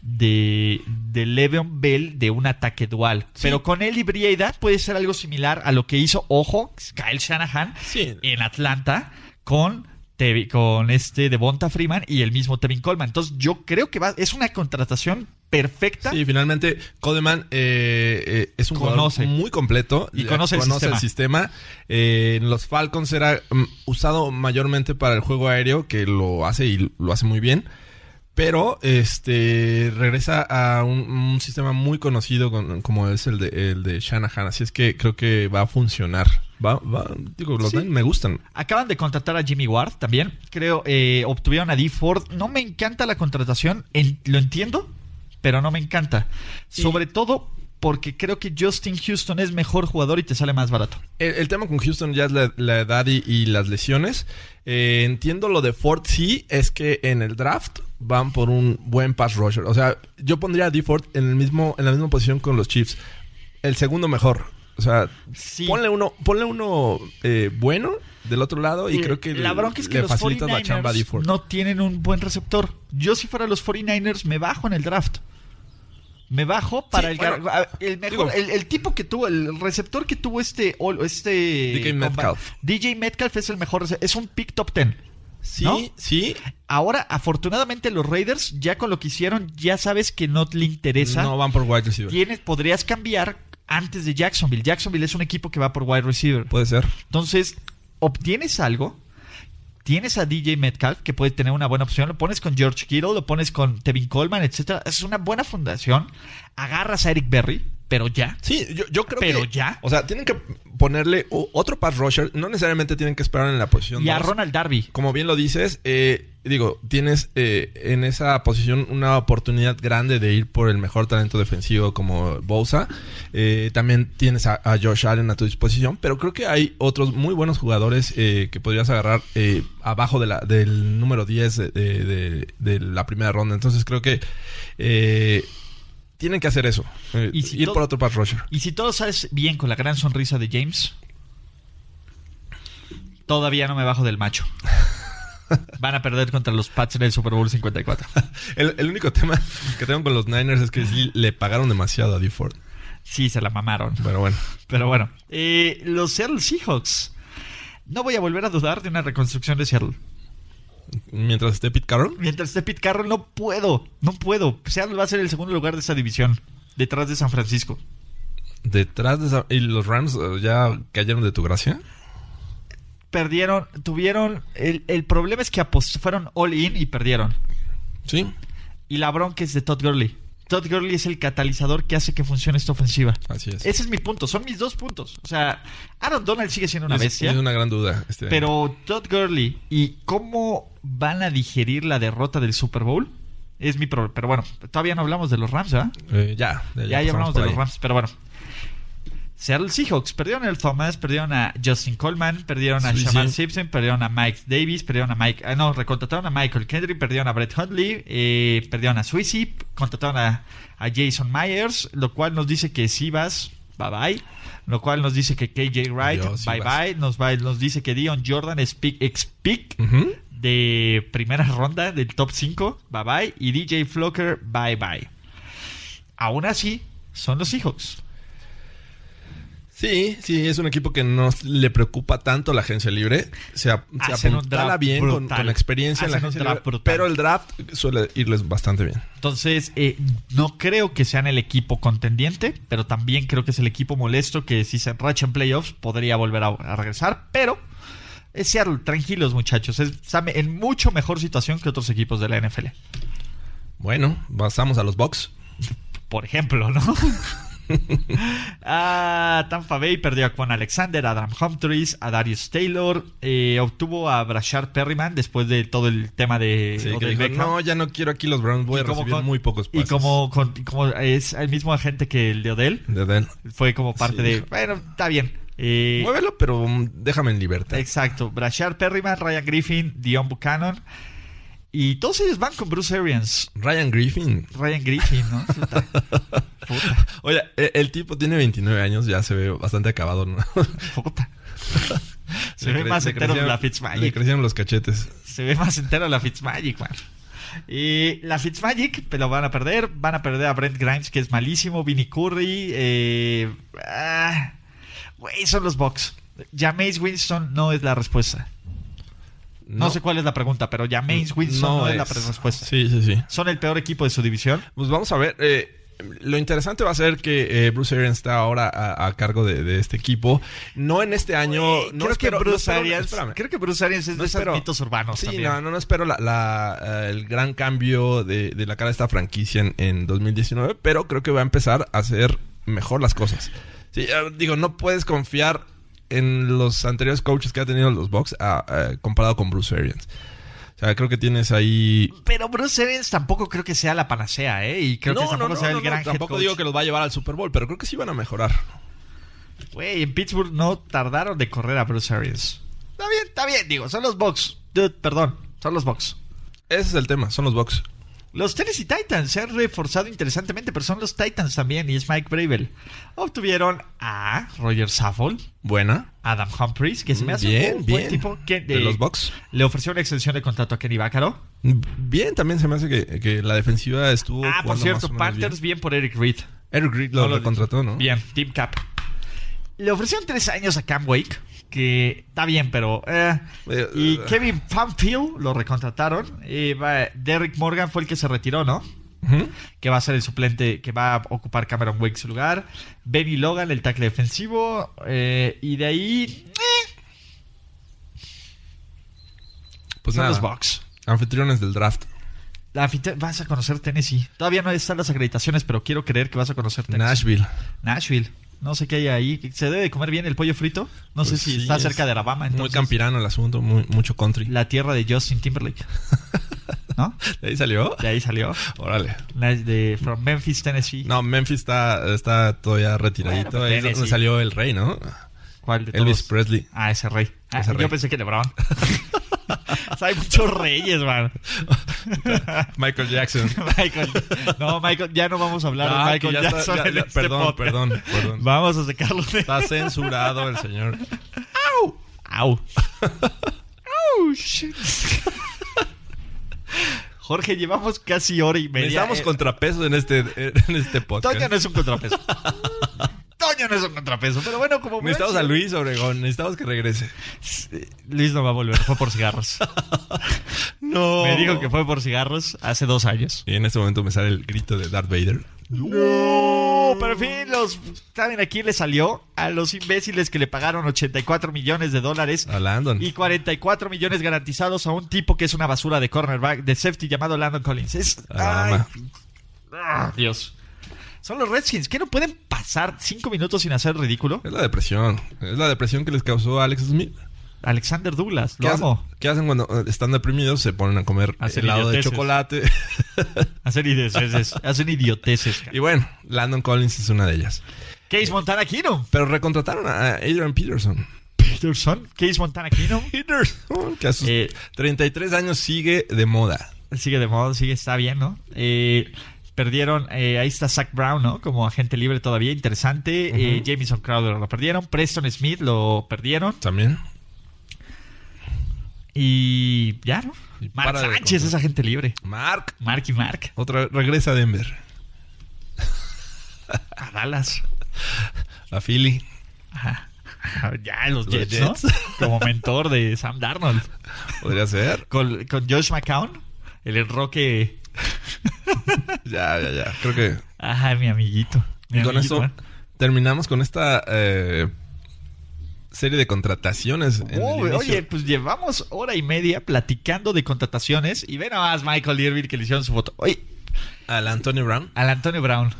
de, de Le'Veon Bell de un ataque dual. Pero con él y Brieda puede ser algo similar a lo que hizo, ojo, Kyle Shanahan
Sí.
en Atlanta con. Tevi- con este Devonta Freeman y el mismo Tevin Coleman. Entonces, yo creo que va, es una contratación perfecta.
Sí, finalmente Coleman eh, eh, es un
Conoce.
jugador muy completo
Y
le-
conoce el sistema.
Eh, en los Falcons era mm, usado mayormente para el juego aéreo, que lo hace y lo hace muy bien. Pero este regresa a un, un sistema muy conocido con- como es el de, el de Shanahan. Así es que creo que va a funcionar. Va, va, digo, los
Sí.
Niners me gustan.
Acaban de contratar a Jimmy Ward también. Creo, eh, obtuvieron a D. Ford. No me encanta la contratación, en- lo entiendo, pero no me encanta. Sobre todo porque creo que Justin Houston es mejor jugador y te sale más barato.
El, el tema con Houston ya es la, la edad y, y las lesiones. Eh, entiendo lo de Ford, sí, es que en el draft van por un buen pass rusher. O sea, yo pondría a D. Ford en, el mismo, en la misma posición con los Chiefs. El segundo mejor. O sea,
Sí.
ponle uno, ponle uno eh, bueno del otro lado y creo que
Mm, la bronca es que
le
los
facilitas
49ers
la chamba a D. Ford.
no tienen un buen receptor. Yo si fuera los 49ers me bajo en el draft. Me bajo para
Sí,
el,
bueno,
gar- a- el mejor,
digo-
el, el tipo que tuvo, el receptor que tuvo este, o- este
DK Metcalf.
DJ Metcalf es el mejor, rece- es un pick top 10.
sí,
¿no?
sí.
Ahora, afortunadamente, los Raiders, ya con lo que hicieron, ya sabes que no le interesa.
No van por wide receiver.
Tienes, podrías cambiar antes de Jacksonville. Jacksonville es un equipo que va por wide receiver.
Puede ser.
Entonces, obtienes algo. Tienes a DJ Metcalf, que puede tener una buena opción. Lo pones con George Kittle, lo pones con Tevin Coleman, etcétera. Es una buena fundación. Agarras a Eric Berry, pero ya.
Sí, yo, yo creo
Pero
que.
ya.
O sea, tienen que ponerle o- otro pass rusher. No necesariamente tienen que esperar en la posición
Y a
dos.
Ronald Darby.
como bien lo dices, eh, digo, tienes eh, en esa posición una oportunidad grande de ir por el mejor talento defensivo como Bosa. Eh, también tienes a, a Josh Allen a tu disposición, pero creo que hay otros muy buenos jugadores eh, que podrías agarrar eh, abajo de la, del número 10 de, de- de- de la primera ronda. Entonces creo que eh, tienen que hacer eso, eh,
Y si
ir
todo-
por otro pass rusher.
Y si todo sales bien con la gran sonrisa de James, todavía no me bajo del macho. Van a perder contra los Pats en el Super Bowl 54.
El, el único tema que tengo con los Niners es que sí le pagaron demasiado a D. Ford.
Sí, se la mamaron.
Pero bueno.
Pero bueno, eh, los Seattle Seahawks. No voy a volver a dudar de una reconstrucción de Seattle.
Mientras esté Pete Carroll.
Mientras esté Pete Carroll, no puedo. No puedo. Seattle va a ser el segundo lugar de esa división. Detrás de San Francisco.
Detrás de esa- ¿Y los Rams eh, ya cayeron de tu gracia?
Perdieron, tuvieron. El, el problema es que apost- fueron all in y perdieron.
Sí.
Y la bronca es de Todd Gurley. Todd Gurley es el catalizador que hace que funcione esta ofensiva.
Así es.
Ese es mi punto, son mis dos puntos. O sea, Aaron Donald sigue siendo una
Es-
bestia,
Es una gran duda. este año.
pero Todd Gurley y cómo van a digerir la derrota del Super Bowl es mi problema. Pero bueno, todavía no hablamos de los Rams, ¿verdad?
Eh, ya.
Ya, ya
pasamos
hablamos
por
de los
ahí.
Rams, pero bueno. Seattle Seahawks. Perdieron el Thomas, perdieron a Justin Coleman, perdieron a
Sí,
Shaman
sí.
Simpson, perdieron a Mike Davis, perdieron a Mike. Ah, no, recontrataron a Michael Kendrick, perdieron a Brett Hundley, eh, perdieron a Sweezy, contrataron a, a Jason Myers, lo cual nos dice que Sivas, bye bye. Lo cual nos dice que KJ Wright,
Adiós,
bye
Sivas.
bye. Nos, va- nos dice que Dion Jordan es pick, ex pick
Ujú.
de primera ronda del top 5, bye bye, y DJ Flocker, bye bye. Aún así, son los Seahawks.
Sí, sí, es un equipo que no le preocupa tanto la agencia libre. Se, a- se
Hacen un
apuntala
draft
bien con,
brutal.
con la experiencia en la
Hacen un
agencia
draft
libre,
brutal.
Pero el draft suele irles bastante bien.
Entonces, eh, no creo que sean el equipo contendiente, pero también creo que es el equipo molesto que si se enracha en playoffs podría volver a, a regresar, pero es Seattle, tranquilos muchachos, es- está me- en mucho mejor situación que otros equipos de la NFL.
Bueno, pasamos a los Bucks.
Por ejemplo, ¿no? Ah, Tampa Bay perdió a Juan Alexander, a Adam Humphries, a Darius Taylor, eh, obtuvo a Brashard Perryman después de todo el tema de
Sí,
Odell
que dijo,
Beckham.
no, ya no quiero aquí los Browns. Voy a
Y como
recibir
con-
muy pocos
Y
pases.
como, con- como es el mismo agente que el de Odell,
De Dell.
fue como parte
Sí.
de, bueno, está bien. Eh,
Muévelo, pero mm, déjame en libertad.
exacto, Brashard Perryman, Ryan Griffin, Dion Buchanan. Y todos ellos van con Bruce Arians.
Ryan Griffin.
Ryan Griffin, ¿no? Puta. Puta.
Oye, eh, el tipo tiene 29 años, ya se ve bastante acabado, ¿no?
Puta. Se
Le
ve
cre-
más
le
entero
crecieron-
la
Le
Fitzmagic.
crecieron los cachetes.
Se ve más entero la Fitzmagic, man. Y la Fitzmagic, pero van a perder. Van a perder a Brent Grimes, que es malísimo. Vinny Curry. Eh, ah, güey, son los Bucks. Jameis Winston no es la respuesta. No, sé cuál es la pregunta, pero Jameis Winston no, es, la pre- respuesta.
Sí, sí, sí.
Son el peor equipo de su división.
Pues vamos a ver. eh, lo interesante va a ser que eh, Bruce Arians está ahora a, a cargo de, de este equipo. No en este año.
Güey,
no
creo,
espero-
que
no
Bruce
espero-
Arians,
espérame.
creo que Bruce Arians es
No
de esos
espero-
mitos urbanos
Sí,
también.
no, no, no espero la, la, eh, el gran cambio de, de la cara de esta franquicia en, en 2019, pero creo que va a empezar a hacer mejor las cosas. Sí, eh, digo, no puedes confiar en los anteriores coaches que ha tenido los Bucks a- a- comparado con Bruce Arians. O sea, creo que tienes ahí...
Pero Bruce Arians tampoco creo que sea la panacea, ¿eh? Y creo que tampoco sea el gran head
tampoco
coach.
digo que los va a llevar al Super Bowl, pero creo que sí van a mejorar.
Güey, en Pittsburgh no tardaron de correr a Bruce Arians. Está bien, está bien, digo, son los Bucks. Dude, perdón, son los Bucks.
Ese es el tema, son los Bucks.
Los Tennessee Titans se han reforzado interesantemente, pero son los Titans también y es Mike Bravel. Obtuvieron a Roger Saffold,
Buena.
Adam Humphries, que se me hace
Mm, Bien,
un
bien.
buen tipo que
De los Bucks.
Le ofreció una extensión de contrato a Kenny Vaccaro.
Bien, también se me hace que, que la defensiva estuvo...
Ah, por
jugando
cierto,
más o menos bien.
Panthers bien por Eric Reed.
Eric Reed lo,
No lo
lo contrató, ¿no?
Bien, Team Cap. Le ofrecieron tres años a Cam Wake, que está bien, pero... eh,
Eh,
y
eh.
Kevin Panfield lo recontrataron. Y va- Derrick Morgan fue el que se retiró, ¿no?
Ujú.
Que va a ser el suplente, que va a ocupar Cameron Wake su lugar. Benny Logan, el tackle defensivo. eh, y de ahí... eh,
Pues
son
nada.
los Bucks.
Anfitriones del draft.
La anfite- vas a conocer Tennessee. Todavía no están las acreditaciones, pero quiero creer que vas a conocer Tennessee.
Nashville.
Nashville. No sé qué hay ahí. ¿Se debe de comer bien el pollo frito? No sé
Pues
si
sí,
está
es
cerca de Alabama.
muy
Entonces,
campirano el asunto, muy- mucho country.
la tierra de Justin Timberlake. ¿No?
¿De ahí salió?
De ahí salió.
Órale.
La- De From Memphis, Tennessee.
No, Memphis está, está todavía
Bueno,
retiradito.
pero
Ahí es
Tennessee.
donde salió el rey, ¿no?
¿Cuál de
Elvis
todos?
Presley.
Ah, ese rey. Ah,
Ese rey.
Yo pensé que LeBron. O sea, hay muchos reyes, man.
Michael Jackson.
Michael. No, Michael, ya no vamos a hablar
Ah,
de
que
Michael
ya está-
Jackson
ya-
en
ya-
este
perdón,
podcast.
perdón, perdón.
Vamos a sacarlo de...
Está censurado el señor.
Au. Au, shit. Jorge, llevamos casi hora y media.
Necesitamos
Eh,
contrapesos en este, en este podcast.
Toño no es un contrapeso. Toño no es un contrapeso, pero bueno, como
Necesitamos a
buen-
Luis Obregón. Necesitamos que regrese.
Luis no va a volver, fue por cigarros.
No.
Me dijo que fue por cigarros hace dos años.
Y en este momento me sale el grito de Darth Vader.
No, pero en fin, los saben a quién le salió a los imbéciles que le pagaron 84 millones de dólares
A Landon.
y 44 millones garantizados a un tipo que es una basura de cornerback de safety llamado Landon Collins. Es
Ah,
ay,
ma.
ah, Dios. Son los Redskins que no pueden pasar cinco minutos sin hacer ridículo.
Es la depresión. Es la depresión que les causó a Alex Smith.
Alexander Douglas,
¿Qué
lo
hacen,
amo.
qué hacen cuando eh, están deprimidos? Se ponen a comer
Hacen
helado de
idioteces.
chocolate.
Hacen idioteces, hacen idioteces. cara.
y bueno, Landon Collins es una de ellas.
Case Montana Keenum.
Pero recontrataron a Adrian Peterson.
Peterson. Case Montana Keenum.
Peterson, que a sus
Eh.
33 años sigue de moda.
Sigue de moda, sigue, está bien, ¿no? Eh, perdieron, eh, ahí está Zach Brown, ¿no? Como agente libre todavía, interesante. Eh, Jamison Crowder lo perdieron. Preston Smith lo perdieron.
También.
Y ya, ¿no?
Y
Mark
para de
Sánchez
contar.
es agente libre.
Mark.
Mark y Mark.
Otra regresa a Denver.
A Dallas.
A Philly.
Ajá. Ya, los,
Los
Jets, ¿no?
Jets.
Como mentor de Sam Darnold.
Podría ser.
Con, con Josh McCown, el enroque.
Ya, ya, ya. Creo que
Ajá, mi amiguito. Mi
Y con
amiguito,
esto
¿eh?
terminamos con esta eh, serie de contrataciones. en el
Oh,
inicio.
oye, pues llevamos hora y media platicando de contrataciones y ve nada más Michael Irving que le hicieron su foto. Oye,
Al Antonio Brown.
al Antonio Brown.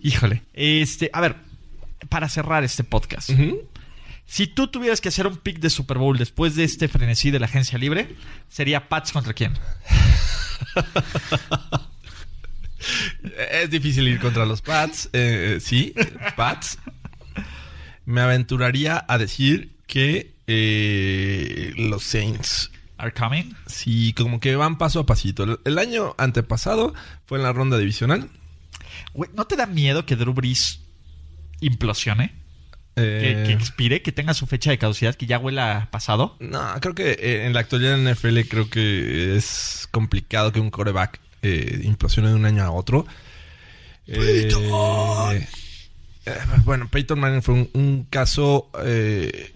Híjole. Este, a ver, para cerrar este podcast.
Ujú.
Si tú tuvieras que hacer un pick de Super Bowl después de este frenesí de la agencia libre, sería Pats contra quién?
Es difícil ir contra los Pats. eh, sí, Pats. Me aventuraría a decir que eh, los Saints.
Are coming.
Sí, como que van paso a pasito. El- El año antepasado fue en la ronda divisional.
Güey, ¿no te da miedo que Drew Brees implosione? Que,
Eh,
que expire, que tenga su fecha de caducidad, que ya huela pasado.
No, creo que eh, en la actualidad en NFL creo que es complicado que un coreback eh, implosione de un año a otro. Eh, ¡Peyton! Eh, bueno, Peyton Manning fue un, un caso eh,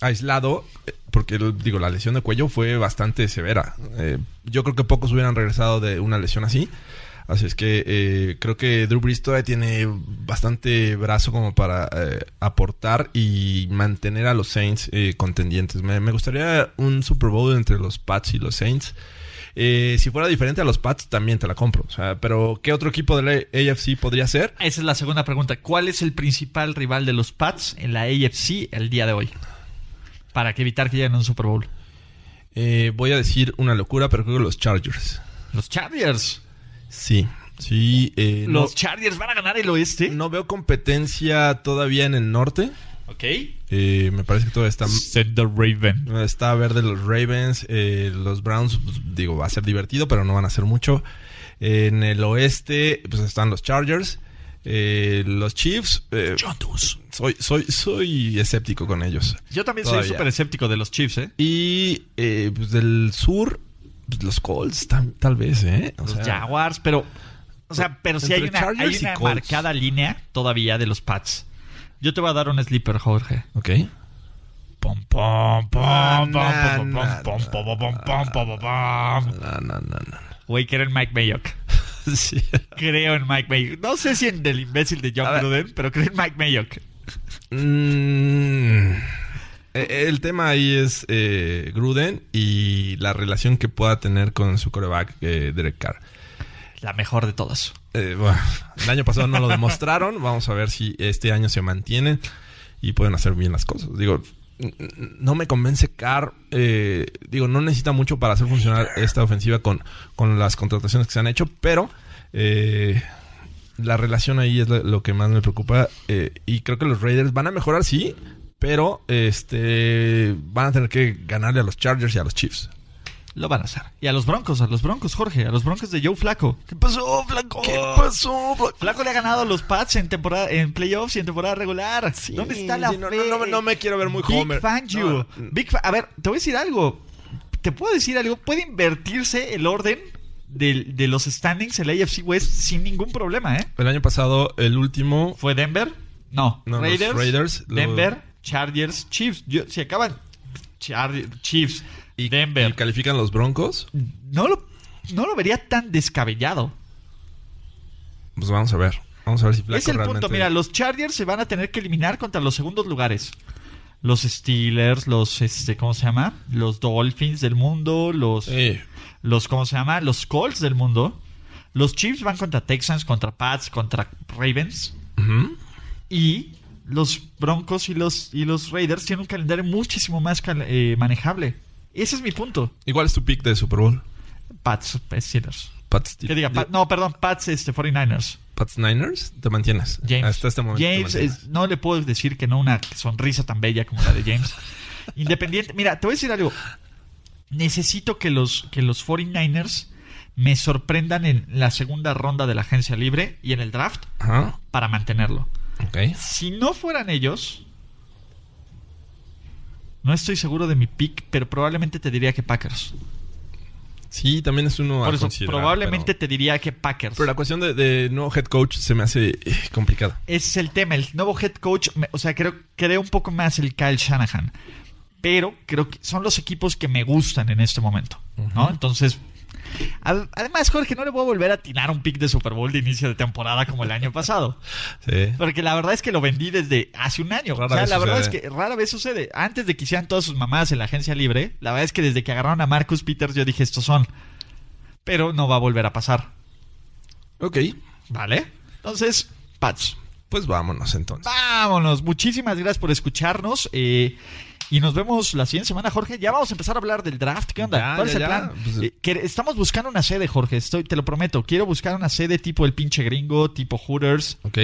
aislado eh, porque, el- digo, la lesión de cuello fue bastante severa. Eh, yo creo que pocos hubieran regresado de una lesión así. Así es que eh, creo que Drew Brees todavía tiene bastante brazo como para eh, aportar y mantener a los Saints eh, contendientes. Me, me gustaría un Super Bowl entre los Pats y los Saints. Eh, si fuera diferente a los Pats, también te la compro. O sea, pero ¿qué otro equipo de la AFC podría ser?
Esa es la segunda pregunta. ¿Cuál es el principal rival de los Pats en la AFC el día de hoy? Para que evitar que lleguen a un Super Bowl.
Eh, voy a decir una locura, pero creo que los Chargers.
Los Chargers.
Sí, sí. eh, no-
Los Chargers van a ganar el oeste.
no veo competencia todavía en el norte.
Ok.
Eh, me parece que todavía está
Send the Raven.
Está verde los Ravens, eh, los Browns, pues, digo, va a ser divertido, pero no van a hacer mucho. En el oeste, pues están los Chargers, eh, los Chiefs. eh, soy, soy, soy escéptico con ellos.
Yo también soy
Todavía.
súper escéptico de los Chiefs, ¿eh?
Y eh, pues, del sur, pues, los Colts, tam- tal vez, ¿eh? O
Los
sea,
Jaguars, pero. O sea, pero si hay
Entre
una, hay
Chargers y
una
Colts.
marcada línea todavía de los Pats. Yo te voy a dar un sleeper, Jorge.
Ok.
Pom, pom,
Ah,
pom, pom,
na,
pom, pom,
na, na.
pom, pom, pom, pom, pom, pom, pom.
No, no, no, no.
Güey, quiero en Mike Mayock.
Sí.
Creo en Mike Mayock. No sé si en el imbécil de
A
John
ver.
Gruden, pero creo en Mike Mayock.
Mm, eh, el tema ahí es eh, Gruden y la relación que pueda tener con su coreback eh, Derek Carr.
La mejor de todas.
Eh, bueno, el año pasado no lo demostraron. Vamos a ver si este año se mantienen y pueden hacer bien las cosas. Digo, n- n- no me convence Carr. eh, digo, no necesita mucho para hacer funcionar esta ofensiva con, con las contrataciones que se han hecho, pero eh, la relación ahí es lo, lo que más me preocupa. eh, y creo que los Raiders van a mejorar, sí, pero este van a tener que ganarle a los Chargers y a los Chiefs.
Lo van a hacer. Y a los Broncos, a los Broncos, Jorge, a los Broncos de Joe Flaco. ¿Qué pasó, Flaco?
¿Qué
Pues,
pasó?
Flaco le ha ganado a los Pats en temporada, en playoffs y en temporada regular. ¿Dónde está la
sí, no,
fe?
no, no, no me quiero ver muy
Big
Homer.
Fangio.
No, no.
Big Fa- a ver, te voy a decir algo. Te puedo decir algo. Puede invertirse el orden del- de, los standings en la AFC West sin ningún problema, ¿eh?
El año pasado, el último.
¿Fue Denver? No.
No, los
Raiders,
Raiders, los-
Denver, Chargers, Chiefs. Yo- si acaban Char- Chiefs,
Y,
Denver.
y califican los Broncos.
no, lo, no lo vería tan descabellado.
Pues vamos a ver. Vamos a ver si Flaco
es el punto,
realmente-
mira, los Chargers se van a tener que eliminar contra los segundos lugares. Los Steelers, los este, ¿cómo se llama? Los Dolphins del mundo, los
Sí.
los ¿cómo se llama? Los Colts del mundo. Los Chiefs van contra Texans, contra Pats, contra Ravens
Ujú.
y los Broncos y los y los Raiders tienen un calendario muchísimo más cal- eh, manejable. Ese es mi punto.
¿Y cuál es tu pick de Super Bowl?
Pats, Steelers.
Pat Steelers.
Que diga, Pat- no, perdón, Pats este 49ers.
Pats Niners, te mantienes.
James.
Hasta este momento. te
James,
mantienes.
es- no le puedo decir que no una sonrisa tan bella como la de James. Independiente. Mira, te voy a decir algo. Necesito que los, que los 49ers me sorprendan en la segunda ronda de la agencia libre y en el draft
Ajá.
para mantenerlo.
Ok.
Si no fueran ellos, no estoy seguro de mi pick, pero probablemente te diría que Packers.
Sí, también es uno a
Por eso,
considerar,
probablemente
Pero,
te diría que Packers.
pero la cuestión de, de nuevo head coach se me hace eh, complicada.
Ese es el tema. El nuevo head coach, me- o sea, creo, creo un poco más el Kyle Shanahan. Pero creo que son los equipos que me gustan en este momento. ¿no? Entonces, a- además, Jorge, no le voy a volver a atinar un pick de Super Bowl de inicio de temporada como el año pasado.
Sí.
Porque la verdad es que lo vendí desde hace un año.
Rara
o sea,
vez
la verdad
sucede.
es que rara vez sucede. Antes de que hicieran todas sus mamás en la agencia libre, la verdad es que desde que agarraron a Marcus Peters, yo dije, estos son. Pero no va a volver a pasar.
Ok.
¿Vale? Entonces, Pats.
Pues vámonos entonces.
Vámonos, muchísimas gracias por escucharnos. eh, y nos vemos la siguiente semana, Jorge. Ya vamos a empezar a hablar del draft. ¿Qué onda?
Ya,
¿Cuál es
ya,
el
ya.
plan?
Pues-
Eh, que- estamos buscando una sede, Jorge. Estoy, te lo prometo. Quiero buscar una sede tipo el pinche gringo, tipo Hooters.
Ok.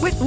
With